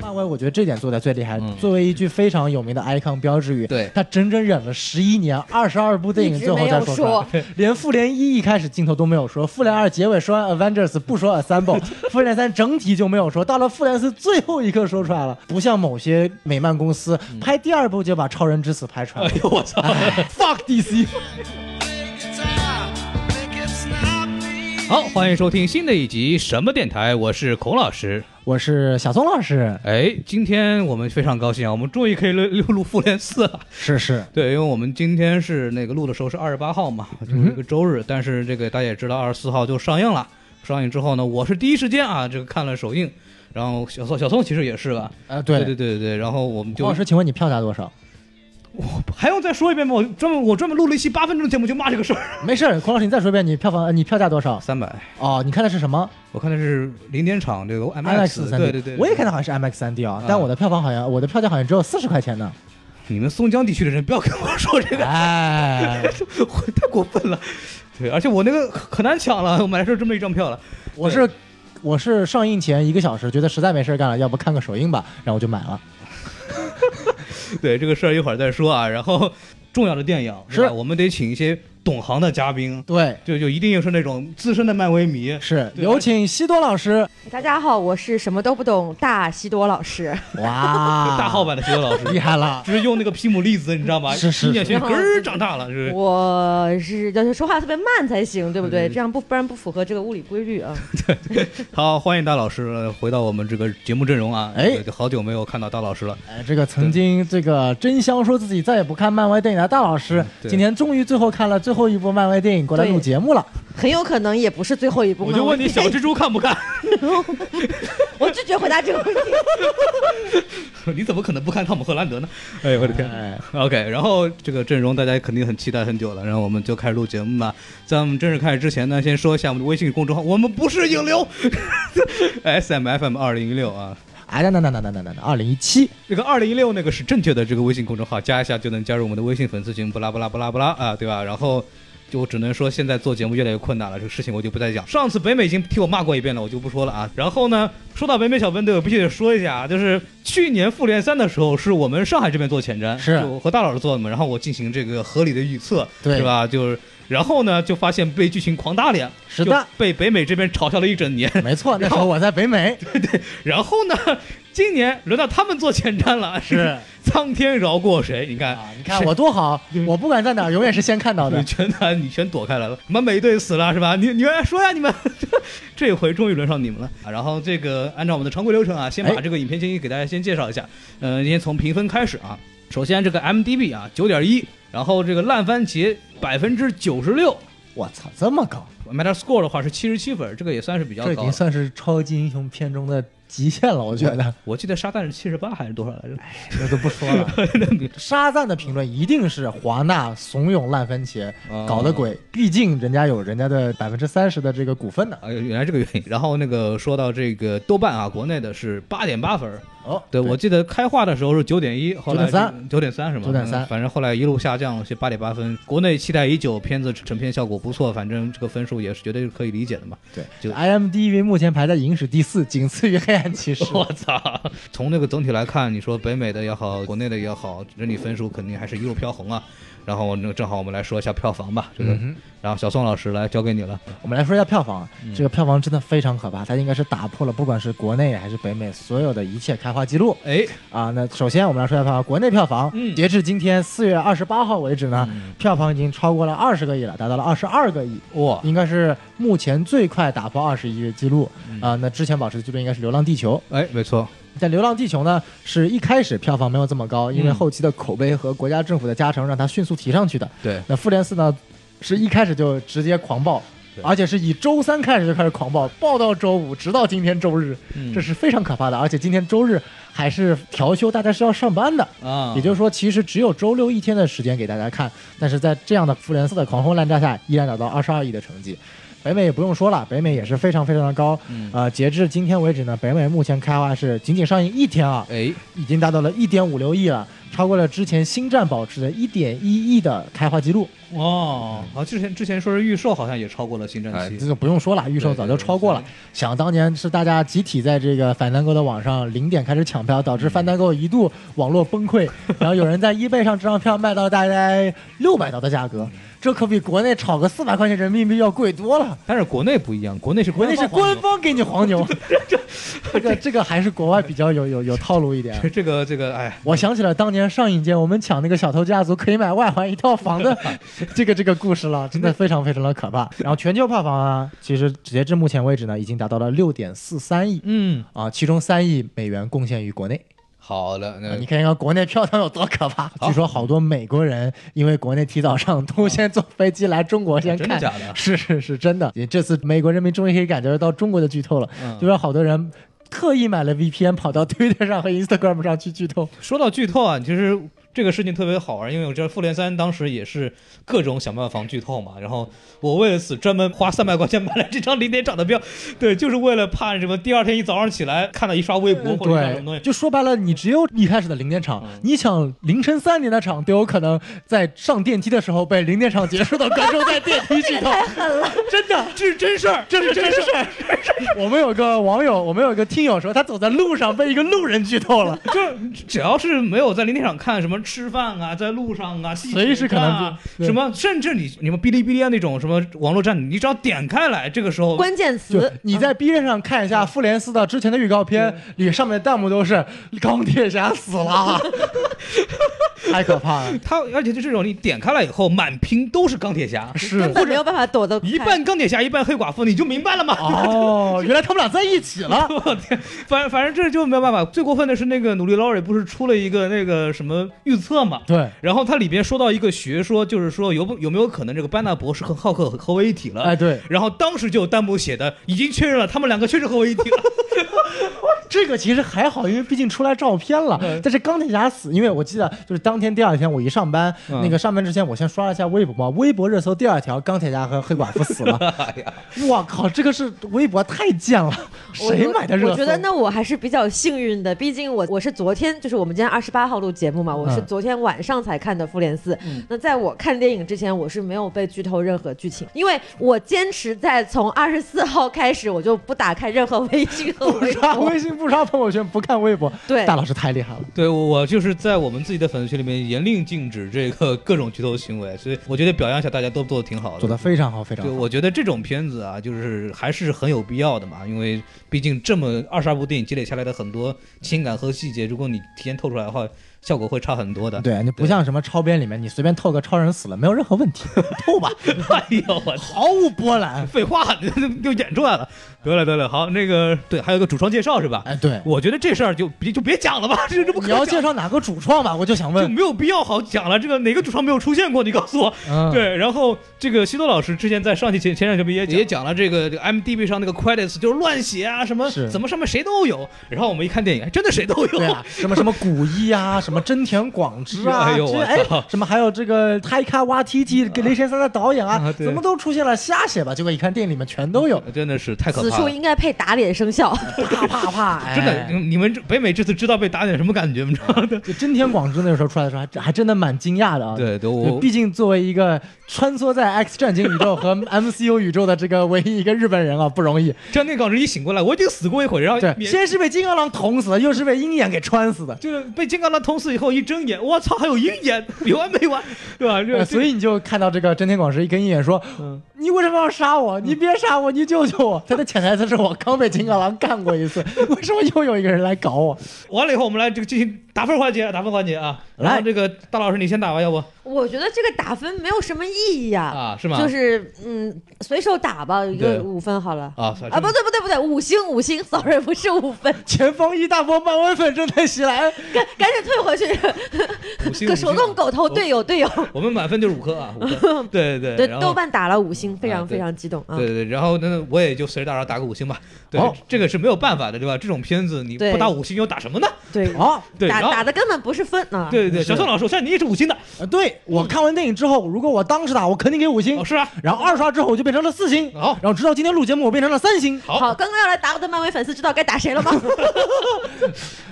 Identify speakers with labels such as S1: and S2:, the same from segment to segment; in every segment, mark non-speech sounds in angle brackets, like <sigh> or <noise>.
S1: 漫威我觉得这点做的最厉害。
S2: 嗯
S1: 作为一句非常有名的 icon 标志语，
S2: 对
S1: 他整整忍了十一年，二十二部电影
S3: 一直
S1: 最后
S3: 没
S1: 再
S3: 有
S1: 出来
S3: 说，
S1: <laughs> 连复联一一开始镜头都没有说，复联二结尾说完 Avengers 不说 Assemble，复联三整体就没有说，到了复联四最后一刻说出来了，不像某些美漫公司拍第二部就把超人之死拍出来了 <laughs>
S2: 哎。呦我操！
S1: Fuck DC！
S2: 好，欢迎收听新的一集什么电台，我是孔老师。
S1: 我是小松老师，
S2: 哎，今天我们非常高兴啊，我们终于可以录录录复联四了。 <laughs>
S1: 是是，
S2: 对，因为我们今天是那个录的时候是二十八号嘛，
S1: 嗯
S2: 就是一个周日，但是这个大家也知道，二十四号就上映了。上映之后呢，我是第一时间啊，这个看了首映，然后小宋小宋其实也是吧，
S1: 呃，对
S2: 对对对对，然后我们就
S1: 孔老师，请问你票价多少？
S2: 还用再说一遍吗？我专门我专门录了一期八分钟的节目就骂这个事儿。
S1: 没事儿，孔老师，你再说一遍，你票房，呃你票价多少？
S2: 三百，
S1: 哦，你看的是什么
S2: 我看的是零点场这个
S1: ？IMAX 三 D。
S2: 对对对，
S1: 我也看的好像是 IMAX 三 D 啊
S2: 啊，
S1: 但我的票房好像，我的票价好像只有四十块钱呢。
S2: <laughs> 你们松江地区的人不要跟我说这个， <laughs>
S1: 哎，
S2: 我太过分了。对，而且我那个可难抢了，我买的时候真没张票了。
S1: <laughs> 我是。我是上映前一个小时，觉得实在没事儿干了，要不看个首映吧，然后我就买了。
S2: 对这个事儿一会儿再说啊。然后重要的电影
S1: 是
S2: 对吧我们得请一些懂行的嘉宾，
S1: 对，
S2: 就就一定是那种资深的漫威迷。
S1: 是
S2: 对
S1: 有请西多老
S2: <laughs>
S1: 师。
S3: 哎大家好，我是什么都不懂大西多老师，
S1: 哇，
S2: 大号版的徐老
S1: <laughs>
S2: 师
S1: 厉害了，
S2: 只是用那个皮姆粒子，你知道吗？
S1: 是是是
S2: 一念学咯儿长大了，是不
S3: 我是要是说话特别慢才行，对不
S2: 对对
S3: 对？
S2: 对
S3: 这样不不然不符合这个物理规律啊。
S2: 是？好，欢迎大老师呃回到我们这个节目阵容啊！
S1: 哎
S2: 对好久没有看到大老师了。
S1: 哎，这个曾经这个真香说自己再也不看漫威电影的大老师，
S2: 嗯对
S1: 今天终于最后看了最后一部漫威电影过来录
S3: 对
S1: 节目了。
S3: 很有可能也不是最后一部。
S2: 我就问你，小蜘蛛看不看？
S3: <laughs> 我拒绝回答这个问题。
S2: <laughs> 你怎么可能不看汤姆·荷兰德呢？哎呦我的天！
S1: 哎，
S2: OK，然后这个阵容大家肯定很期待很久了，然后我们就开始录节目吧。在我们正式开始之前呢，先说一下我们的微信公众号，我们不是影流 <laughs> 哎，S M F M 二零一六啊，
S1: 哎，等等等等等等等，二零一七，
S2: 这个二零一六那个是正确的这个微信公众号，加一下就能加入我们的微信粉丝群，不拉不拉不拉不拉啊，对吧？然后就只能说现在做节目越来越困难了，这个事情我就不再讲。上次北美已经替我骂过一遍了，我就不说了啊。然后呢，说到北美小分队，我必须得说一下啊，就是去年复联三的时候，是我们上海这边做前瞻，
S1: 是
S2: 就我和大老师做的嘛，然后我进行这个合理的预测，
S1: 对
S2: 是吧？就是然后呢，就发现被剧情狂打脸，
S1: 是的，，
S2: 被北美这边嘲笑了一整年。 <laughs>
S1: 没错，那时候我在北美，
S2: 然后呢，今年轮到他们做前瞻了，
S1: 是
S2: 苍天饶过谁？你看，
S1: 啊，
S2: <laughs>
S1: 你看我多好，我不管在哪儿，永远是先看到
S2: 你
S1: 的。
S2: 全打，你全躲开来了。什么美队死了是吧？你你们说呀，你们 <laughs> 这回终于轮上你们了。啊然后这个按照我们的常规流程啊，先把
S1: 哎
S2: 这个影片建议给大家先介绍一下。呃，先从评分开始啊。首先这个 MDB 啊，九点一，然后这个烂番茄百分之九十六
S1: 我操，这么高，
S2: ，Metascore 的话是七十七分，这个也算是比较
S1: 这已
S2: 高
S1: 经
S2: 了。
S1: 算是超级英雄片中的极限了，我觉
S2: <laughs>
S1: 得。
S2: 我记得沙旦是七十八还是多少来着？ <laughs>
S1: 这都不说了。沙赞的评论一定是华纳怂恿烂番茄
S2: 哦
S1: 搞的鬼，毕竟人家有人家的百分之三十的这个股份呢。
S2: 啊，原来这个原因。然后那个说到这个豆瓣啊，国内的是八点八分儿，
S1: 哦，
S2: 对我记得开画的时候是九点一，后来
S1: 9.3
S2: 九点三是吗？
S1: 9.3
S2: 嗯反正后来一路下降是八点八分。国内期待已久，片子成片效果不错，反正这个分数也是绝对可以理解的嘛。
S1: 对
S2: 就
S1: IMDV 目前排在影史第四，仅次于《黑暗骑士》。
S2: <laughs> 我操！从那个总体来看，你说北美的也好，国内的也好，整体分数肯定还是一路飘红啊。然后那个正好我们来说一下票房吧，这个，
S1: 嗯
S2: 然后小宋老师来交给你了。
S1: 哼，我们来说一下票房，啊
S2: 嗯
S1: 这个票房真的非常可怕，它应该是打破了不管是国内还是北美所有的一切开花记录。
S2: 哎，
S1: 啊，那首先我们来说一下票房，国内票房，
S2: 嗯
S1: 截至今天四月二十八号为止呢，
S2: 嗯
S1: 票房已经超过了二十个亿了，达到了二十二个亿，
S2: 哇，
S1: 应该是目前最快打破二十亿的记录
S2: 嗯
S1: 啊、那之前保持的记录应该是《流浪地球》，
S2: 哎，没错，
S1: 但《流浪地球》呢，是一开始票房没有这么高，因为
S2: 嗯
S1: 后期的口碑和国家政府的加成让它迅速提上去的。
S2: 对，
S1: 那《复联四》呢，是一开始就直接狂爆。
S2: 对
S1: 而且是以周三开始就开始狂爆，爆到周五，直到今天周日，
S2: 嗯
S1: 这是非常可怕的。而且今天周日还是调休，大家是要上班的。
S2: 啊，
S1: 也就是说，其实只有周六一天的时间给大家看，但是在这样的复联四的狂轰滥炸下，依然达到二十二亿的成绩。北美也不用说了，北美也是非常非常的高。
S2: 嗯，
S1: 呃，截至今天为止呢，北美目前开花是仅仅上映一天啊，
S2: 哎，
S1: 已经达到了一点五六亿了。超过了之前《星战》保持的1.1亿的开花记录。
S2: 哦，好，之前之前说是预售，好像也超过了《星战
S1: 哎，
S2: 七
S1: 这》就不用说了，预售
S2: 对
S1: 早
S2: 对
S1: 就
S2: 对
S1: 超过了
S2: 所。
S1: 想当年是大家集体在这个反单购的网上零点开始抢票，导致反单购一度网络崩
S2: <laughs>
S1: 溃，然后有人在 eBay 上这张票卖到大概六百刀的价格，这可比国内炒个四百块钱人民币要贵多了。
S2: 但是国内不一样，国内是
S1: 国内是官
S2: 方
S1: 方给你黄牛， <laughs> 这个这个还是国外比较有有有套路一点
S2: 黄。牛。 <laughs> 这个这个，哎，
S1: 我想起了当年上一届我们抢那个小偷家族可以买外环一套房
S2: <laughs>
S1: 的这个这个故事了，真的非常非常的可怕。然后全球票房啊，其实截至目前为止呢，已经达到了六点四三亿
S2: 嗯，
S1: 啊，其中三亿美元贡献于国内。
S2: 好的，那
S1: 啊你看一看国内票房有多可怕，
S2: 好
S1: 据说好多美国人因为国内提早上，都先坐飞机来中国先
S2: 哎啊真的
S1: 看。
S2: 假
S1: <laughs>
S2: 的？
S1: 是是是真的，也这次美国人民终于可以感觉到中国的剧透了，
S2: 嗯
S1: 就说好多人特意买了 VPN 跑到 Twitter 上和 Instagram 上去剧透。
S2: 说到剧透啊，其实这个事情特别好玩，因为我知道复联三当时也是各种想办法防剧透嘛。然后我为此专门花三百块钱买了这张零点场的票， <laughs> 对，就是为了怕什么第二天一早上起来看到一刷微博或者看什么东
S1: 对，
S2: 西。
S1: 就说白了，你只有一开始的零点场，你想凌晨三点的场都有可能在上电梯的时候被零点场结束的观众在电梯剧透，真的。
S2: 这是真事儿，这是真事儿，
S1: 我们有个网友，我们有个听友说，他走在路上被一个路人剧透 <laughs> 了，
S2: 就是只要是没有在零点场看什么吃饭啊，在路上啊，地铁
S1: 随时可能
S2: 上啊
S1: 对
S2: 什么，甚至你你们哔哩哔哩啊那种什么网络站，你只要点开来，这个时候
S3: 关键
S1: 就
S3: 词
S1: 你在 B 站上看一下复联四的之前的预告片，里上面的弹幕都是钢铁侠死了， <laughs> 太可怕了。
S2: 它而且就这种你点开来以后，满屏都是钢铁侠，
S1: 是
S3: 根本没有办法躲得
S2: 一
S3: 开
S2: 半钢铁侠，一半黑寡妇，你就明白了嘛。
S1: 哦，原来他们俩在一起 <laughs> 了。
S2: 我天， <laughs> 反反正这就没有办法。最过分的是那个努力劳瑞不是出了一个那个什么预测嘛？
S1: 对，
S2: 然后它里边说到一个学说，就是说有不有没有可能这个班纳博士和浩克合为一体了？
S1: 哎对，
S2: 然后当时就有弹幕写的已经确认了，他们两个确实合为一体了。
S1: 这个其实还好，因为毕竟出来照片了。
S3: 嗯
S1: 但是钢铁侠死，因为我记得就是当天第二天我一上班，
S2: 嗯
S1: 那个上班之前我先刷了一下微博嘛，微博热搜第二条钢铁侠和黑寡妇
S3: <laughs>
S1: 死了。
S3: 哎
S1: 我靠，这个是微博太贱了，
S3: 我
S1: 谁买的热搜？
S3: 我觉得那我还是比较幸运的，毕竟我我是昨天，就是我们今天二十八号录节目嘛，我是
S1: 嗯
S3: 昨天晚上才看的《复联四》
S2: 嗯
S3: 那在我看电影之前，我是没有被剧透任何剧情，因为我坚持在从二十四号开始，我就不打开任何微信和
S1: 不
S3: 微
S1: 刷
S3: 博。
S1: 微信，不刷朋友圈，不看微博。
S3: 对
S1: 大老师太厉害了。
S2: <laughs> 对，我我就是在我们自己的粉丝群里面严令禁止这个各种剧透行为，所以我觉得表扬一下大家都做的挺好的，
S1: 做的非常好，非常
S2: 对，
S1: 好。
S2: 我觉得这种片子啊，就是还是很有必要的嘛，因为毕竟这么二十二部电影积累下来的很多情感和细节，如果你提前透出来的话，效果会差很多的。
S1: 对，你不像什么超编里面，你随便透个超人死了，没有任何问题， <laughs> 透吧，
S2: <laughs> 哎呦我操！
S1: 毫无波澜。
S2: 废话，就演出来了。得了得了，好，那个对，还有个主创介绍是吧？
S1: 哎，对，
S2: 我觉得这事儿就别就别讲了吧，这这不可
S1: 你要
S2: 讲
S1: 介绍哪个主创吧？我就想
S2: 就
S1: 问。
S2: 没有必要好讲了。这个哪个主创没有出现过？你告诉我。
S1: 嗯，
S2: 对，然后这个西多老师之前在上期前前两节目也也讲了这个这个 M D B 上那个 credits 就是乱写啊，什么
S1: 是
S2: 怎么上面谁都有，然后我们一看电影，哎真的谁都有。
S1: 对啊，什么什么古一
S2: <laughs>
S1: 啊，什么真田广之啊，
S2: 哎呦
S1: 这
S2: 我
S1: 哎
S2: 操，
S1: 什么还有这个泰卡瓦提提给雷神三的导演啊
S2: 啊，对
S1: 怎么都出现了，瞎写吧。结果一看电影里面全都有，
S2: <laughs> 真的 <laughs> 是太可
S3: 此
S2: 怕
S3: 处
S2: 了。
S3: 应该配打脸生效，
S1: 啪啪啪，哎
S2: 真的，你们这北美这次知道被打脸什么感觉吗？
S1: 就真田广之那时候出来的时候，还真还真的蛮惊讶的啊。
S2: <laughs> 对对，
S1: 就
S2: 我 <laughs>
S1: 毕竟作为一个穿梭在 X 战警宇宙和 <laughs> MCU 宇宙的这个唯一一个日本人啊，不容易。
S2: 张天港是一醒过来，我已经死过一回，然后
S1: 对，
S2: 啊也
S1: 先是被金刚狼捅死的，又是被鹰眼给穿死的，
S2: <laughs> 就是被金刚狼捅死以后一睁眼，我操，还有鹰眼， <laughs> 有完没完，对吧？这
S1: 呃所
S2: 哎以
S1: 以你就看到这个真田广之一跟鹰眼说：“
S2: 嗯
S1: 你为什么要杀我？你别杀我，你救救
S2: <laughs>
S1: 我！”他的潜台词是我刚被金刚狼干过一次，为什么又有一个人来搞我？
S2: 完了以后，我们来这个进行打分环节，打分环节啊。
S1: 来
S2: 然后这个大老师你先打吧，要不
S3: <laughs> 我觉得这个打分没有什么意义啊，
S2: 啊是吗？
S3: 就是嗯，随手打吧，一
S2: 对
S3: 个五分好了。
S2: 啊，算
S3: 啊，不
S2: 是
S3: 对不对不对，五星五星，sorry，不是五分， <laughs>
S1: 前方一大波漫威粉正在袭来，
S3: 赶赶紧退回去，
S2: 五星
S3: 手动。狗头队友队友。 <laughs>
S2: 五星啊我们满分就是五颗啊，五颗。对对对
S3: 对
S2: 然，后
S3: 豆瓣打了五星嗯，非
S2: 啊
S3: 常
S2: 对
S3: 非常激动啊
S2: 对！对对，然后呢，我也就随着大家打个五星吧。对，
S1: 哦
S2: 这个是没有办法的，对吧？这种片子你
S3: 对
S2: 不打五星又打什么呢？
S3: 对，
S1: 哦，
S2: 对，
S3: 打
S2: 然后
S3: 打的根本不是分啊！
S2: 对对对，
S1: 是
S2: 小宋老师，我相信你也是五星的，
S1: 呃对我看完电影之后，如果我当时打，我肯定给五星
S2: 哦，，是啊，
S1: 然后二刷之后我就变成了四星，
S2: 好
S1: 然后直到今天录节目我变成了三星。
S2: 好
S3: 好，刚刚要来打我的漫威粉丝知道该打谁
S2: <laughs>
S3: 了吗？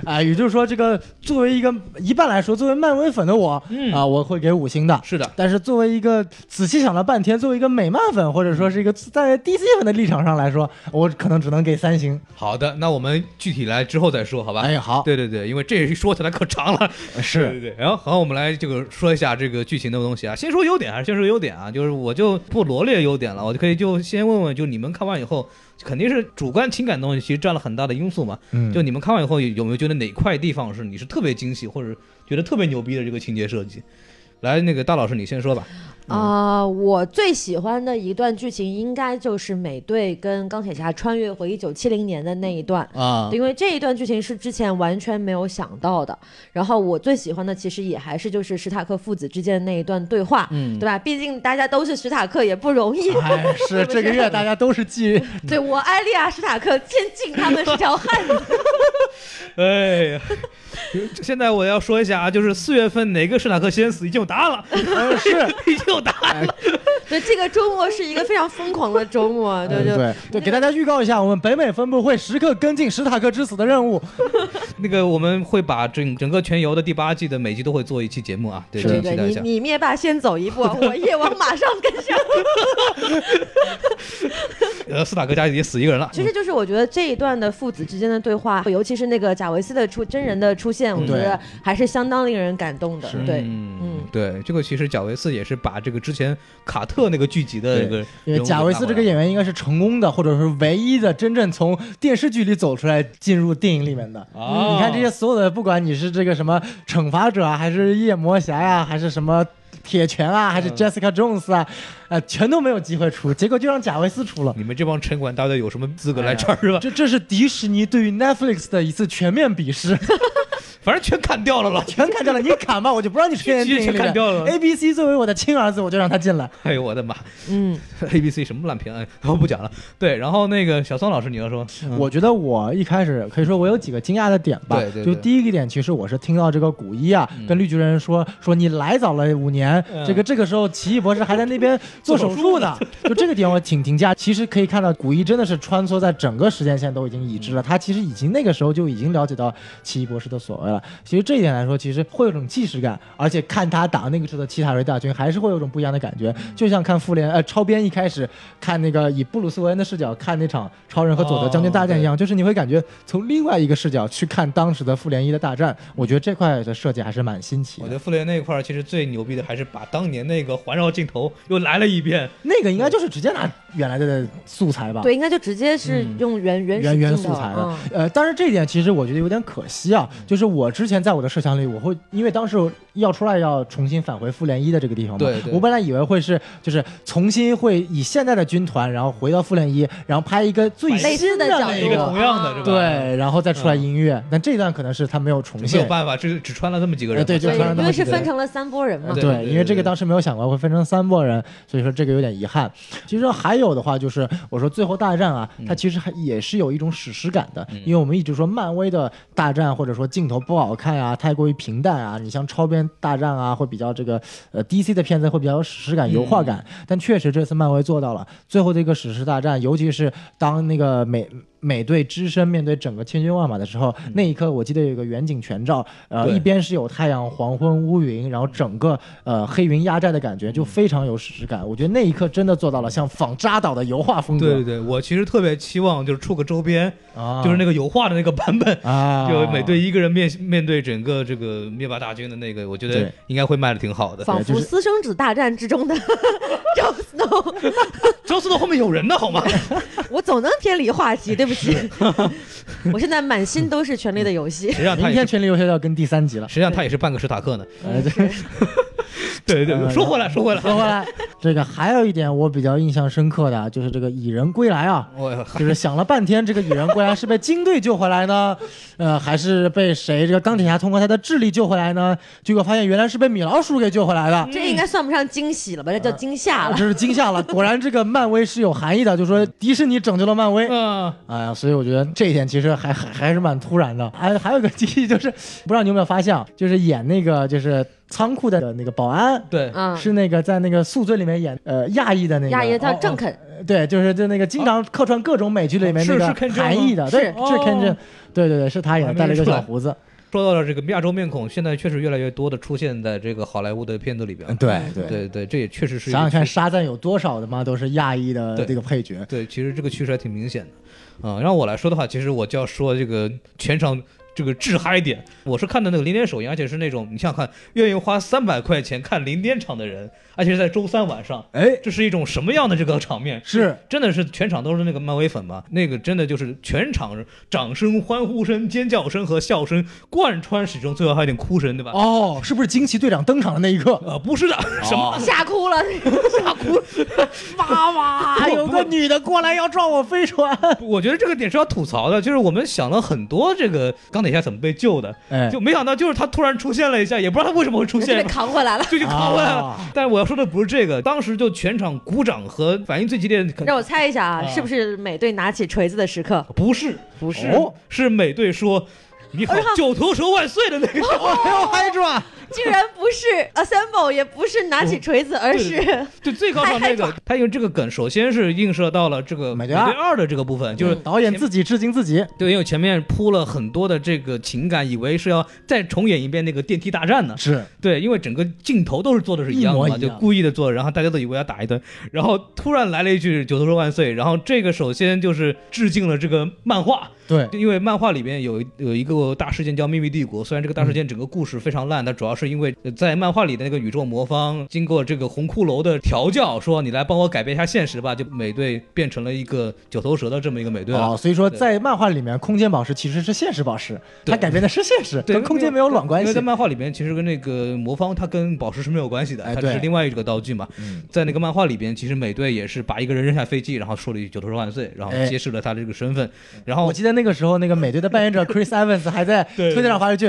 S1: 啊，也就是说，这个作为一个一半来说，作为漫威粉的我，啊、
S2: 嗯
S1: 我会给五星的。
S2: 是的，
S1: 但是作为一个仔细想了半天，作为一个美漫粉或者说是一个在 DC 粉的立场上来说，我可能只能给三星。
S2: 好的，那我们具体来之后再说，好吧？
S1: 哎，好，
S2: 对对对，因为这一说起来可长了。
S1: <laughs>
S2: 对对
S1: 是
S2: 对，然后好，我们来这个说一下这个剧情的东西啊。先说优点还是先说优点啊？就是我就不罗列优点了，我就可以就先问问，就你们看完以后，肯定是主观情感的东西，其实占了很大的因素嘛。
S1: 嗯
S2: 就你们看完以后有有没有觉得哪块地方是你是特别惊喜或者觉得特别牛逼的这个情节设计？来，那个大老师你先说吧。
S3: 啊、我最喜欢的一段剧情应该就是美队跟钢铁侠穿越回一九七零年的那一段。
S2: 啊，
S3: 因为这一段剧情是之前完全没有想到的，然后我最喜欢的其实也还是就是史塔克父子之间的那一段对话，
S2: 嗯啊
S3: 对吧？毕竟大家都是史塔克也不容易，
S1: 哎，
S3: <laughs>
S1: 是这个月大家都是记，
S3: 对我艾丽亚史塔克先敬他们
S2: <laughs>
S3: 是条汉子，
S2: 哎呀，现在我要说一下啊，就是四月份哪个史塔克先死已经有答案了，
S1: 呃、是。
S2: <laughs>
S1: 哎
S2: 已经有答案了。
S3: <laughs> 对这个周末是一个非常疯狂的周末，对对
S1: 嗯对对，给大家预告一下，我们北美分部会时刻跟进史塔克之死的任务。
S2: 那个我们会把整整个全游的第八季的每集都会做一期节目啊，对，
S3: 对
S2: 请期
S3: 对，
S2: 待一
S3: 你
S2: 下。
S3: 你灭霸先走一步，啊我夜王马上跟上。
S2: 呃，斯塔克家已经死一个人了，
S3: <laughs> 其实就是我觉得这一段的父子之间的对话，尤其是那个贾维斯的出真人的出现，我觉得还是相当令人感动的。对，
S2: 嗯
S3: 嗯，
S2: 对，这个其实贾维斯也是把这个之前卡特那个剧集的
S1: 对
S2: 这个
S1: 因为贾维斯这个
S2: 演。
S1: 演员应该是成功的，或者是唯一的真正从电视剧里走出来进入电影里面的。
S2: 哦
S1: 你看这些所有的，不管你是这个什么惩罚者啊，还是夜魔侠呀、还是什么铁拳啊，
S2: 嗯
S1: 还是 Jessica Jones 啊，呃，全都没有机会出，结果就让贾维斯出了。
S2: 哦你们这帮城管大队有什么资格来这儿是吧？
S1: 这这是迪士尼对于 Netflix 的一次全面鄙视，
S2: <laughs> 反正全砍掉了
S1: <laughs>
S2: 了。
S1: 全砍掉了。你砍吧，我就不让你出现电影
S2: 直接
S1: 里
S2: 砍
S1: 面。
S2: 掉了
S1: A B C 作为我的亲儿子，我就让他进来。
S2: 哎呦我的妈
S3: 嗯，
S2: ！A B C 什么烂片？哎，我不讲了。对，然后那个小宋老师你要说，嗯
S1: 我觉得我一开始可以说我有几个惊讶的点吧，
S2: 对对对
S1: 就第一个点，其实我是听到这个古一啊、
S2: 嗯
S1: 跟绿巨人说说你来早了五年，
S2: 嗯
S1: 这个这个时候奇异博士还在那
S2: <laughs>
S1: 边做手术呢， <laughs> 就这个点我挺评价。其实可以看到古一真的是穿梭在整个时间线都已经已知了，他其实已经那个时候就已经了解到奇异博士的所为了。其实这一点来说，其实会有种既视感，而且看他打那个时候的奇塔瑞大军，还是会有种不一样的感觉。就像看复联呃超编一开始看那个以布鲁斯韦恩的视角看那场超人和佐德将
S2: 哦
S1: 军大战一样，就是你会感觉从另外一个视角去看当时的复联一的大战，我觉得这块的设计还是蛮新奇
S2: 我觉
S1: 的。
S2: 得复联那一块儿其实最牛逼的还是把当年那个环绕镜头又来了一遍，
S1: 那个应该就是直接拿原来的素材吧。
S3: 对，应该就直接是用原、原
S1: 原
S3: 始嗯
S1: 原
S3: 原
S1: 素材的，呃，但是这一点其实我觉得有点可惜啊，
S2: 嗯
S1: 就是我之前在我的设想里，我会因为当时要出来要重新返回复联一的这个地方嘛，
S2: 对对
S1: 我本来以为会是就是重新会以现在的军团，然后回到复联一，然后拍一个最
S2: 类
S1: 新
S3: 似的角
S1: 那
S3: 度
S2: 一个同样的
S3: 啊
S2: 是吧？
S1: 对，然后再出来
S2: 嗯
S1: 音乐，但这段可能是他没有重
S2: 没有
S1: 现，
S2: 办法，这只穿了这么几个人
S1: 哎
S2: 嘛，
S1: 对就
S3: 对，
S1: 当然
S3: 因为
S1: 当时
S3: 是
S1: 的
S3: 分成了三波人嘛
S2: 对。
S1: 对，因为这
S2: 对
S1: 个当时没有想过会分成三拨人，所以说这个有点遗憾。其实还有的话就是，我说最后大战啊，它其实还也是有一种史诗感的，因为我们一直说漫威的大战或者说镜头不好看啊，太过于平淡啊。你像超编大战啊，会比较这个呃 DC 的片子会比较有史诗感、油画感，但确实这次漫威做到了最后这个史诗大战，尤其是当那个美。美队只身面对整个千军万马的时候，那一刻我记得有一个远景全照，呃，
S2: 嗯对
S1: 一边是有太阳、黄昏、乌云，然后整个呃黑云压寨的感觉，就非常有史诗感。我觉得那一刻真的做到了像仿扎导的油画风格，
S2: 对对对，我其实特别期望就是出个周边，
S1: 啊，
S2: 就是那个油画的那个版本，
S1: 啊，
S2: <laughs> 就美队一个人面面对整个这个灭霸大军的那个，我觉得
S1: 对
S2: 应该会卖的挺好的。
S3: 仿
S1: 就
S3: 佛
S1: 是
S3: 私生子大战之中的 <laughs> Jon Snow，
S2: 周斯的后面有人的
S1: <laughs>
S2: 好吗？
S3: 我总能偏离话题，对不起。 <laughs> 我现在满心都是《权力的游戏》
S2: 实际上他
S1: 明
S2: 也
S1: 天《
S2: 是， <laughs>
S1: 权力游戏》要跟第三集了，
S2: 实际上他也是半个史塔克呢。
S1: 呃，对，
S2: 对对，
S1: 嗯
S2: 说回来，说回来，
S1: 说回来，这个还有一点我比较印象深刻的啊，就是这个蚁人归来啊，
S2: <laughs> 我
S1: <laughs> 就是想了半天，这个蚁人归来是被金队救回来呢，呃，还是被谁这个钢铁侠通过他的智力救回来呢？结果发现原来是被米老鼠给救回来的。
S3: 这应该算不上惊喜了吧？这叫惊吓了。
S1: 真嗯是惊吓了，果然这个漫威是有含义的，就说迪士尼拯救了漫威，
S2: 嗯，
S1: 哎呀，所以我觉得这一点其实还还还是蛮突然的。还还有一个记忆就是，不知道你有没有发现啊，就是演那个就是仓库的那个保安，
S2: 对，
S3: 嗯，
S1: 是那个在那个宿醉里面演呃亚裔的那个
S3: 亚爷他
S2: 哦
S3: 郑肯，
S1: 对，就是就那个经常客串各种美剧里面
S2: 啊是
S1: 那
S2: 是
S1: 个
S2: Ken
S1: 韩裔的，
S3: Jeong 吗
S1: 对，
S3: 是
S1: 是 Ken
S2: 哦
S1: Jeong，对对对，是他演
S2: 还
S1: 的，
S2: 没
S1: 戴了一个
S2: 出来
S1: 小胡子，
S2: 说到了这个亚洲面孔，现在确实越来越多的出现在这个好莱坞的片子里边。
S1: 嗯对
S3: 对
S2: 嗯对对，这也确实是一个
S1: 想想看，
S2: 趋势
S1: 沙赞有多少的妈都是亚裔的
S2: 对
S1: 这个配角，
S2: 对，其实这个趋势还挺明显的。啊、让我来说的话，其实我就要说这个全场这个致嗨点，我是看的那个零点首映，而且是那种你想想看，愿意花三百块钱看零点场的人，而且是在周三晚上，
S1: 哎，
S2: 这是一种什么样的这个场面？
S1: 是
S2: 真的是全场都是那个漫威粉吗？那个真的就是全场掌声、欢呼声、尖叫声和笑声贯穿始终，最后还有点哭声，对吧？
S1: 哦，是不是惊奇队长登场的那一刻？
S2: 呃，不是的，什么？
S1: 哦
S3: 吓哭了， <laughs> 吓哭了，哇哇！
S1: 啊，
S2: 哎
S1: 有个女的过来要撞我飞船，
S2: 我觉得这个点是要吐槽的，就是我们想了很多这个钢铁侠怎么被救的，
S1: 哎，
S2: 就没想到就是他突然出现了一下，也不知道他为什么会出
S3: 就
S2: <laughs>
S3: 被
S2: 现，
S3: 扛回来了，
S2: 就去拷问了。
S1: 啊
S2: 但我要说的不是这个，当时就全场鼓掌和反应最激烈的，
S3: 让我猜一下
S2: 啊
S3: 啊，是不是美队拿起锤子的时
S1: 哦
S3: 刻？
S2: 不是
S3: 不
S1: 是哦
S2: 哦是美队说“你好
S3: 哎呀，
S2: 九头蛇万岁”的那个。 <laughs>
S1: 我要拍住啊！
S3: 竟然不是 assemble，也不是拿起锤子，而是
S2: 就最高潮那个，他用这个梗，首先是映射到了这个
S1: 美
S2: 美
S1: 队
S2: 队
S1: 二
S2: 二的这个部分，就是
S1: 导演自己致敬自己，
S2: 对，因为前面铺了很多的这个情感，以为是要再重演一遍那个电梯大战呢。
S1: 是
S2: 对，因为整个镜头都是做的是一样的
S1: 一
S2: 嘛，
S1: 模一
S2: 就
S1: 样
S2: 故意的做，然后大家都以为要打一顿，然后突然来了一句“九头蛇万岁”，然后这个首先就是致敬了这个漫画，
S1: 对，
S2: 因为漫画里边有有一个大事件叫《秘密帝国》，虽然这个大事件整个故事非常烂，它主要是因为呃在漫画里的那个宇宙魔方经过这个红骷髅的调教，说你来帮我改变一下现实吧，就美队变成了一个九头蛇的这么一个美队了。
S1: 哦，所以说在漫画里面，空间宝石其实是现实宝石，
S2: 对
S1: 它改变的是现实，
S2: 对，
S1: 跟空间没有卵关
S2: 因为
S1: 系
S2: 在。漫画里边，其实跟那个魔方它跟宝石是没有关系的，
S1: 哎
S2: 它
S1: 对
S2: 只是另外一个道具嘛。
S1: 嗯
S2: 在那个漫画里边，其实美队也是把一个人扔下飞机，然后说了一句“九头蛇万岁”，然后
S1: 哎
S2: 揭示了他的这个身份。然后
S1: 我记得那个时候，那个美队的扮演者 Chris Evans 还在
S2: 对
S1: 推特上发了一句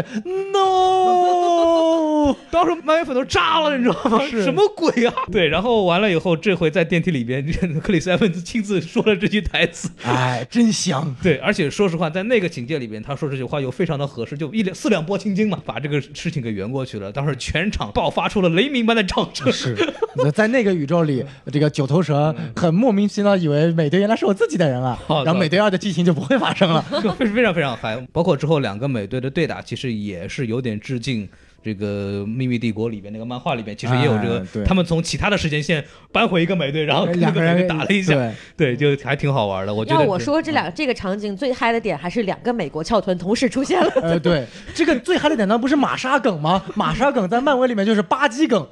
S1: “No”，
S2: 当时漫威粉都炸了，你知道吗？
S1: 是
S2: 什么鬼啊？对，然后完了以后，这回在电梯里边，克里斯埃文斯亲自说了这句台词。
S1: <laughs> 哎，真香！
S2: 对，而且说实话，在那个情节里边，他说这句话又非常的合适，就一两四两拨千斤嘛，把这个事情给圆过去了。当时全场爆发出了雷鸣般的掌声。
S1: 是，在那个宇宙里，这个九头蛇很莫名其妙以为美队原来是我自己的人啊
S2: 好，的
S1: 然后美队二的剧情就不会发生 <laughs> 了。
S2: 就 <laughs> 非非常非常嗨。包括之后两个美队的对打，其实也是有点致敬。这个《秘密帝国》里边那个漫画里边，其实也有这个
S1: 哎，对
S2: 他们从其他的时间线搬回一个美队，然后跟
S1: 两
S2: 那哎个
S1: 个
S2: 美
S1: 人
S2: 队打了一下，
S1: 对
S2: 对，就还挺好玩的。我觉
S3: 要
S2: 得 <laughs>
S3: 我
S2: 这
S3: 说这两这个场景最嗨的点还是两个美国翘臀同时
S1: <laughs>
S3: 出现了。
S1: 呃，对，这个最嗨的点呢，不是玛莎梗吗？玛莎梗在漫威里面就是巴基 <laughs> 梗，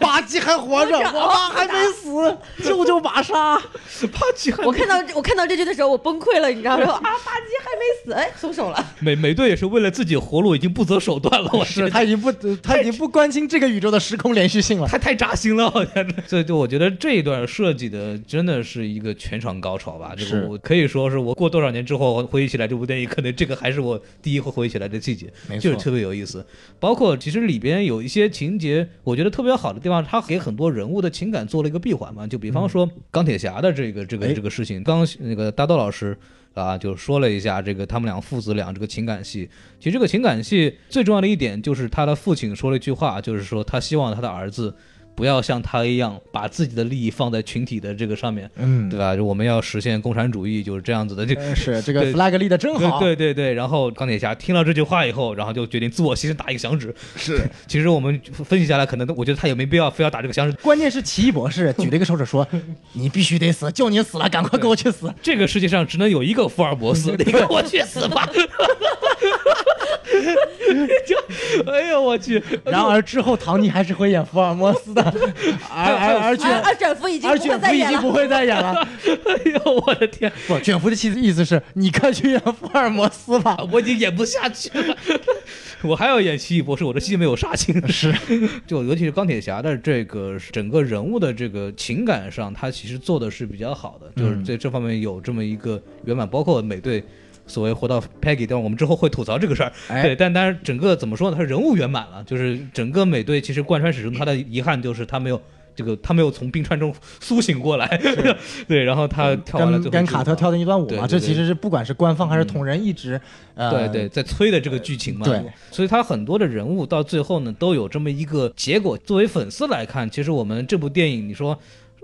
S1: 巴基还活 <laughs> 着，我妈还没死，救救玛莎！
S2: 帕奇还
S3: 我看到我看到这句的时候，我崩溃了，你知道吗？说啊，巴基还没死，哎，松手了。
S2: 美美队也是为了自己活路已经不择手段 <laughs> 了，我觉
S1: 是
S2: 得
S1: 他已经不，他已经不关心这个宇宙的时空连续性了。
S2: 太太扎心了，我天呐！所以就我觉得这一段设计的真的是一个全场高潮吧，这
S1: 是
S2: 个我可以说是我过多少年之后回忆起来这部电影，可能这个还是我第一回回忆起来的季节
S1: 没，错
S2: 就是特别有意思。包括其实里边有一些情节，我觉得特别好的地方，它给很多人物的情感做了一个闭环嘛，就比方说钢铁侠的这个这
S1: 嗯哎
S2: 个这个事情，刚那个大豆老师。啊，就说了一下这个他们俩父子俩这个情感戏。其实这个情感戏最重要的一点就是他的父亲说了一句话，就是说他希望他的儿子不要像他一样把自己的利益放在群体的这个上面，
S1: 嗯
S2: 对，吧？就我们要实现共产主义，就是这样子的。这
S1: 呃是这个
S2: 对
S1: flag 立的真 <laughs> 好，
S2: 对对对对，然后钢铁侠听了这句话以后，然后就决定自我牺牲打一个响指。
S1: 是。
S2: <laughs> 其实我们分析下来，可能我觉得他也没必要非要打这个响指。
S1: 关键是奇异博士 <laughs> 举了一个手指说：“你必须得死，就你死了，赶快给我去死
S2: 这个世界上只能有一个福尔摩斯，你给我去死吧！
S1: <laughs>
S2: <laughs> 就， <laughs> 哎呦我去！！”
S1: 然而之后，唐尼还是会演福尔摩斯的，而而而
S3: 而
S1: 卷
S3: 而啊卷福已经
S1: 而
S3: 不会
S1: 卷
S3: 再
S1: 福已
S3: 演
S1: 经
S3: 了。
S1: 不会再演
S2: <laughs>
S1: 了。
S2: <laughs> 哎呦我的天！
S1: 不， <laughs> 卷福的意思意思是你快去演福尔摩斯吧。
S2: 我已经演不下去了。 <laughs> 我还要演奇异博士，我这戏没有杀青。
S1: 是，
S2: <laughs> 就尤其是钢铁侠的这个整个人物的这个情感上，他其实做的是比较好的，
S1: 嗯
S2: 就是在这方面有这么一个圆满。包括美队所谓活到 Peggy，但我们之后会吐槽这个事儿。对，
S1: 哎，
S2: 但但是整个怎么说呢？他人物圆满了，就是整个美队其实贯穿始终，他的遗憾就是他没有。这个他没有从冰川中苏醒过来， <laughs> 对，然后他跳完了最后
S1: 跟跟
S2: 知道
S1: 卡特跳的一段舞
S2: 对
S1: 嘛，
S2: 对
S1: 这
S2: 对嗯
S1: 其实是不管是官方还是同人一直，呃，
S2: 对对，，在推的这个剧情嘛。
S1: 对，
S2: 所以他很多的人物到最后呢，都有这么一个结果。作为粉丝来看，其实我们这部电影，你说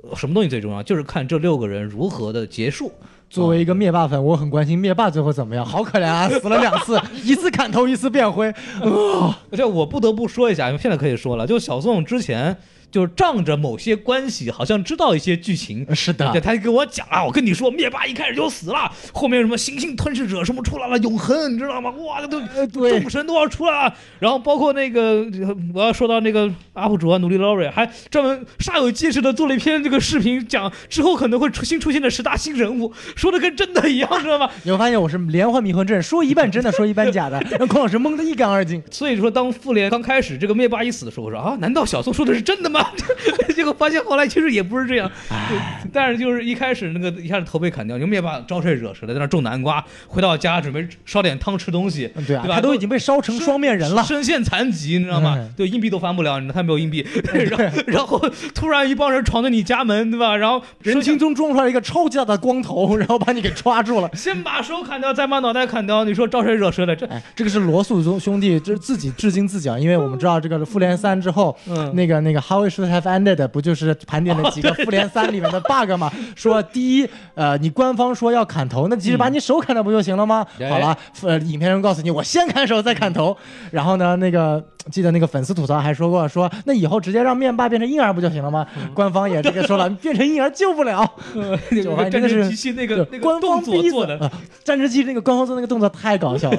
S2: 呃什么东西最重要？就是看这六个人如何的结束。
S1: 作为一个灭霸粉，我很关心灭霸最后怎么样，好可怜啊，死了两
S2: <laughs>
S1: 次，一次砍头，一次变灰，
S2: 而且我不得不说一下，因为现在可以说了，就小宋之前就是仗着某些关系，好像知道一些剧情。
S1: 呃是的
S2: 对，，他就跟我讲啊，我跟你说，灭霸一开始就死了，后面什么行星吞噬者什么出来了，永恒，你知道吗？哇，这都
S1: 呃对
S2: 众，神都要出来了。啊然后包括那个，呃我要说到那个 UP 主啊，努力 Lori 还专门煞有介事的做了一篇这个视频，讲之后可能会出新出现的十大新人物，说的跟真的一样，知道吗？ <laughs>
S1: 你会发现我是连环迷魂阵，说一半真的，说一半假 <laughs> 的，让孔老师蒙得一干二净。
S2: 所以说，当复联刚开始这个灭霸一死的时候，我说啊，难道小宋说的是真的吗？ <laughs> 结果发现后来其实也不是这样，对但是就是一开始那个一下子头被砍掉，因为灭霸招谁惹谁了，在那种南瓜，回到家准备烧点汤吃东西，
S1: 嗯对啊，
S2: 对吧
S1: 他都已经被烧成双面
S2: <laughs>
S1: 人了，
S2: 身陷残疾，你知道吗
S1: 嗯？
S2: 对，硬币都翻不了，你他没有硬
S1: <laughs>
S2: 币，然后然后突然一帮人闯到你家门，对吧？然后
S1: 人群
S2: 就
S1: 中撞出来一个超级大的光头，然后把你给抓住了。
S2: 先把手砍掉，再把脑袋砍掉，你说招谁惹谁
S1: <laughs>
S2: 了？这
S1: 哎，这个是罗素兄兄弟，就是自己致敬自己啊，因为我们知道这个复联三之后，
S2: 嗯哦
S1: 那个那个 How It Should Have Ended 不就是盘点了几个复联三里面的 bug 嘛？说第一，呃，你官方说要砍头，那其
S2: 嗯
S1: 实把你手砍了不就行了吗？
S2: 哎
S1: 好了，呃，影片中告诉你，我先砍手再砍头。
S2: 嗯
S1: 然后呢，那个记得那个粉丝吐槽还说过，说那以后直接让面霸变成婴儿不就行了吗？
S2: 嗯
S1: <laughs> 官方也这个说了，变成婴儿救不了。就
S2: 那
S1: 还
S2: 个战
S1: 真的是
S2: 争机器那个那
S1: 对
S2: 个
S1: 官
S2: 动
S1: 方
S2: 作
S1: 逼
S2: 做
S1: 死 <laughs>
S2: 的，
S1: 啊战争机器那个官方做那个动作太搞笑了。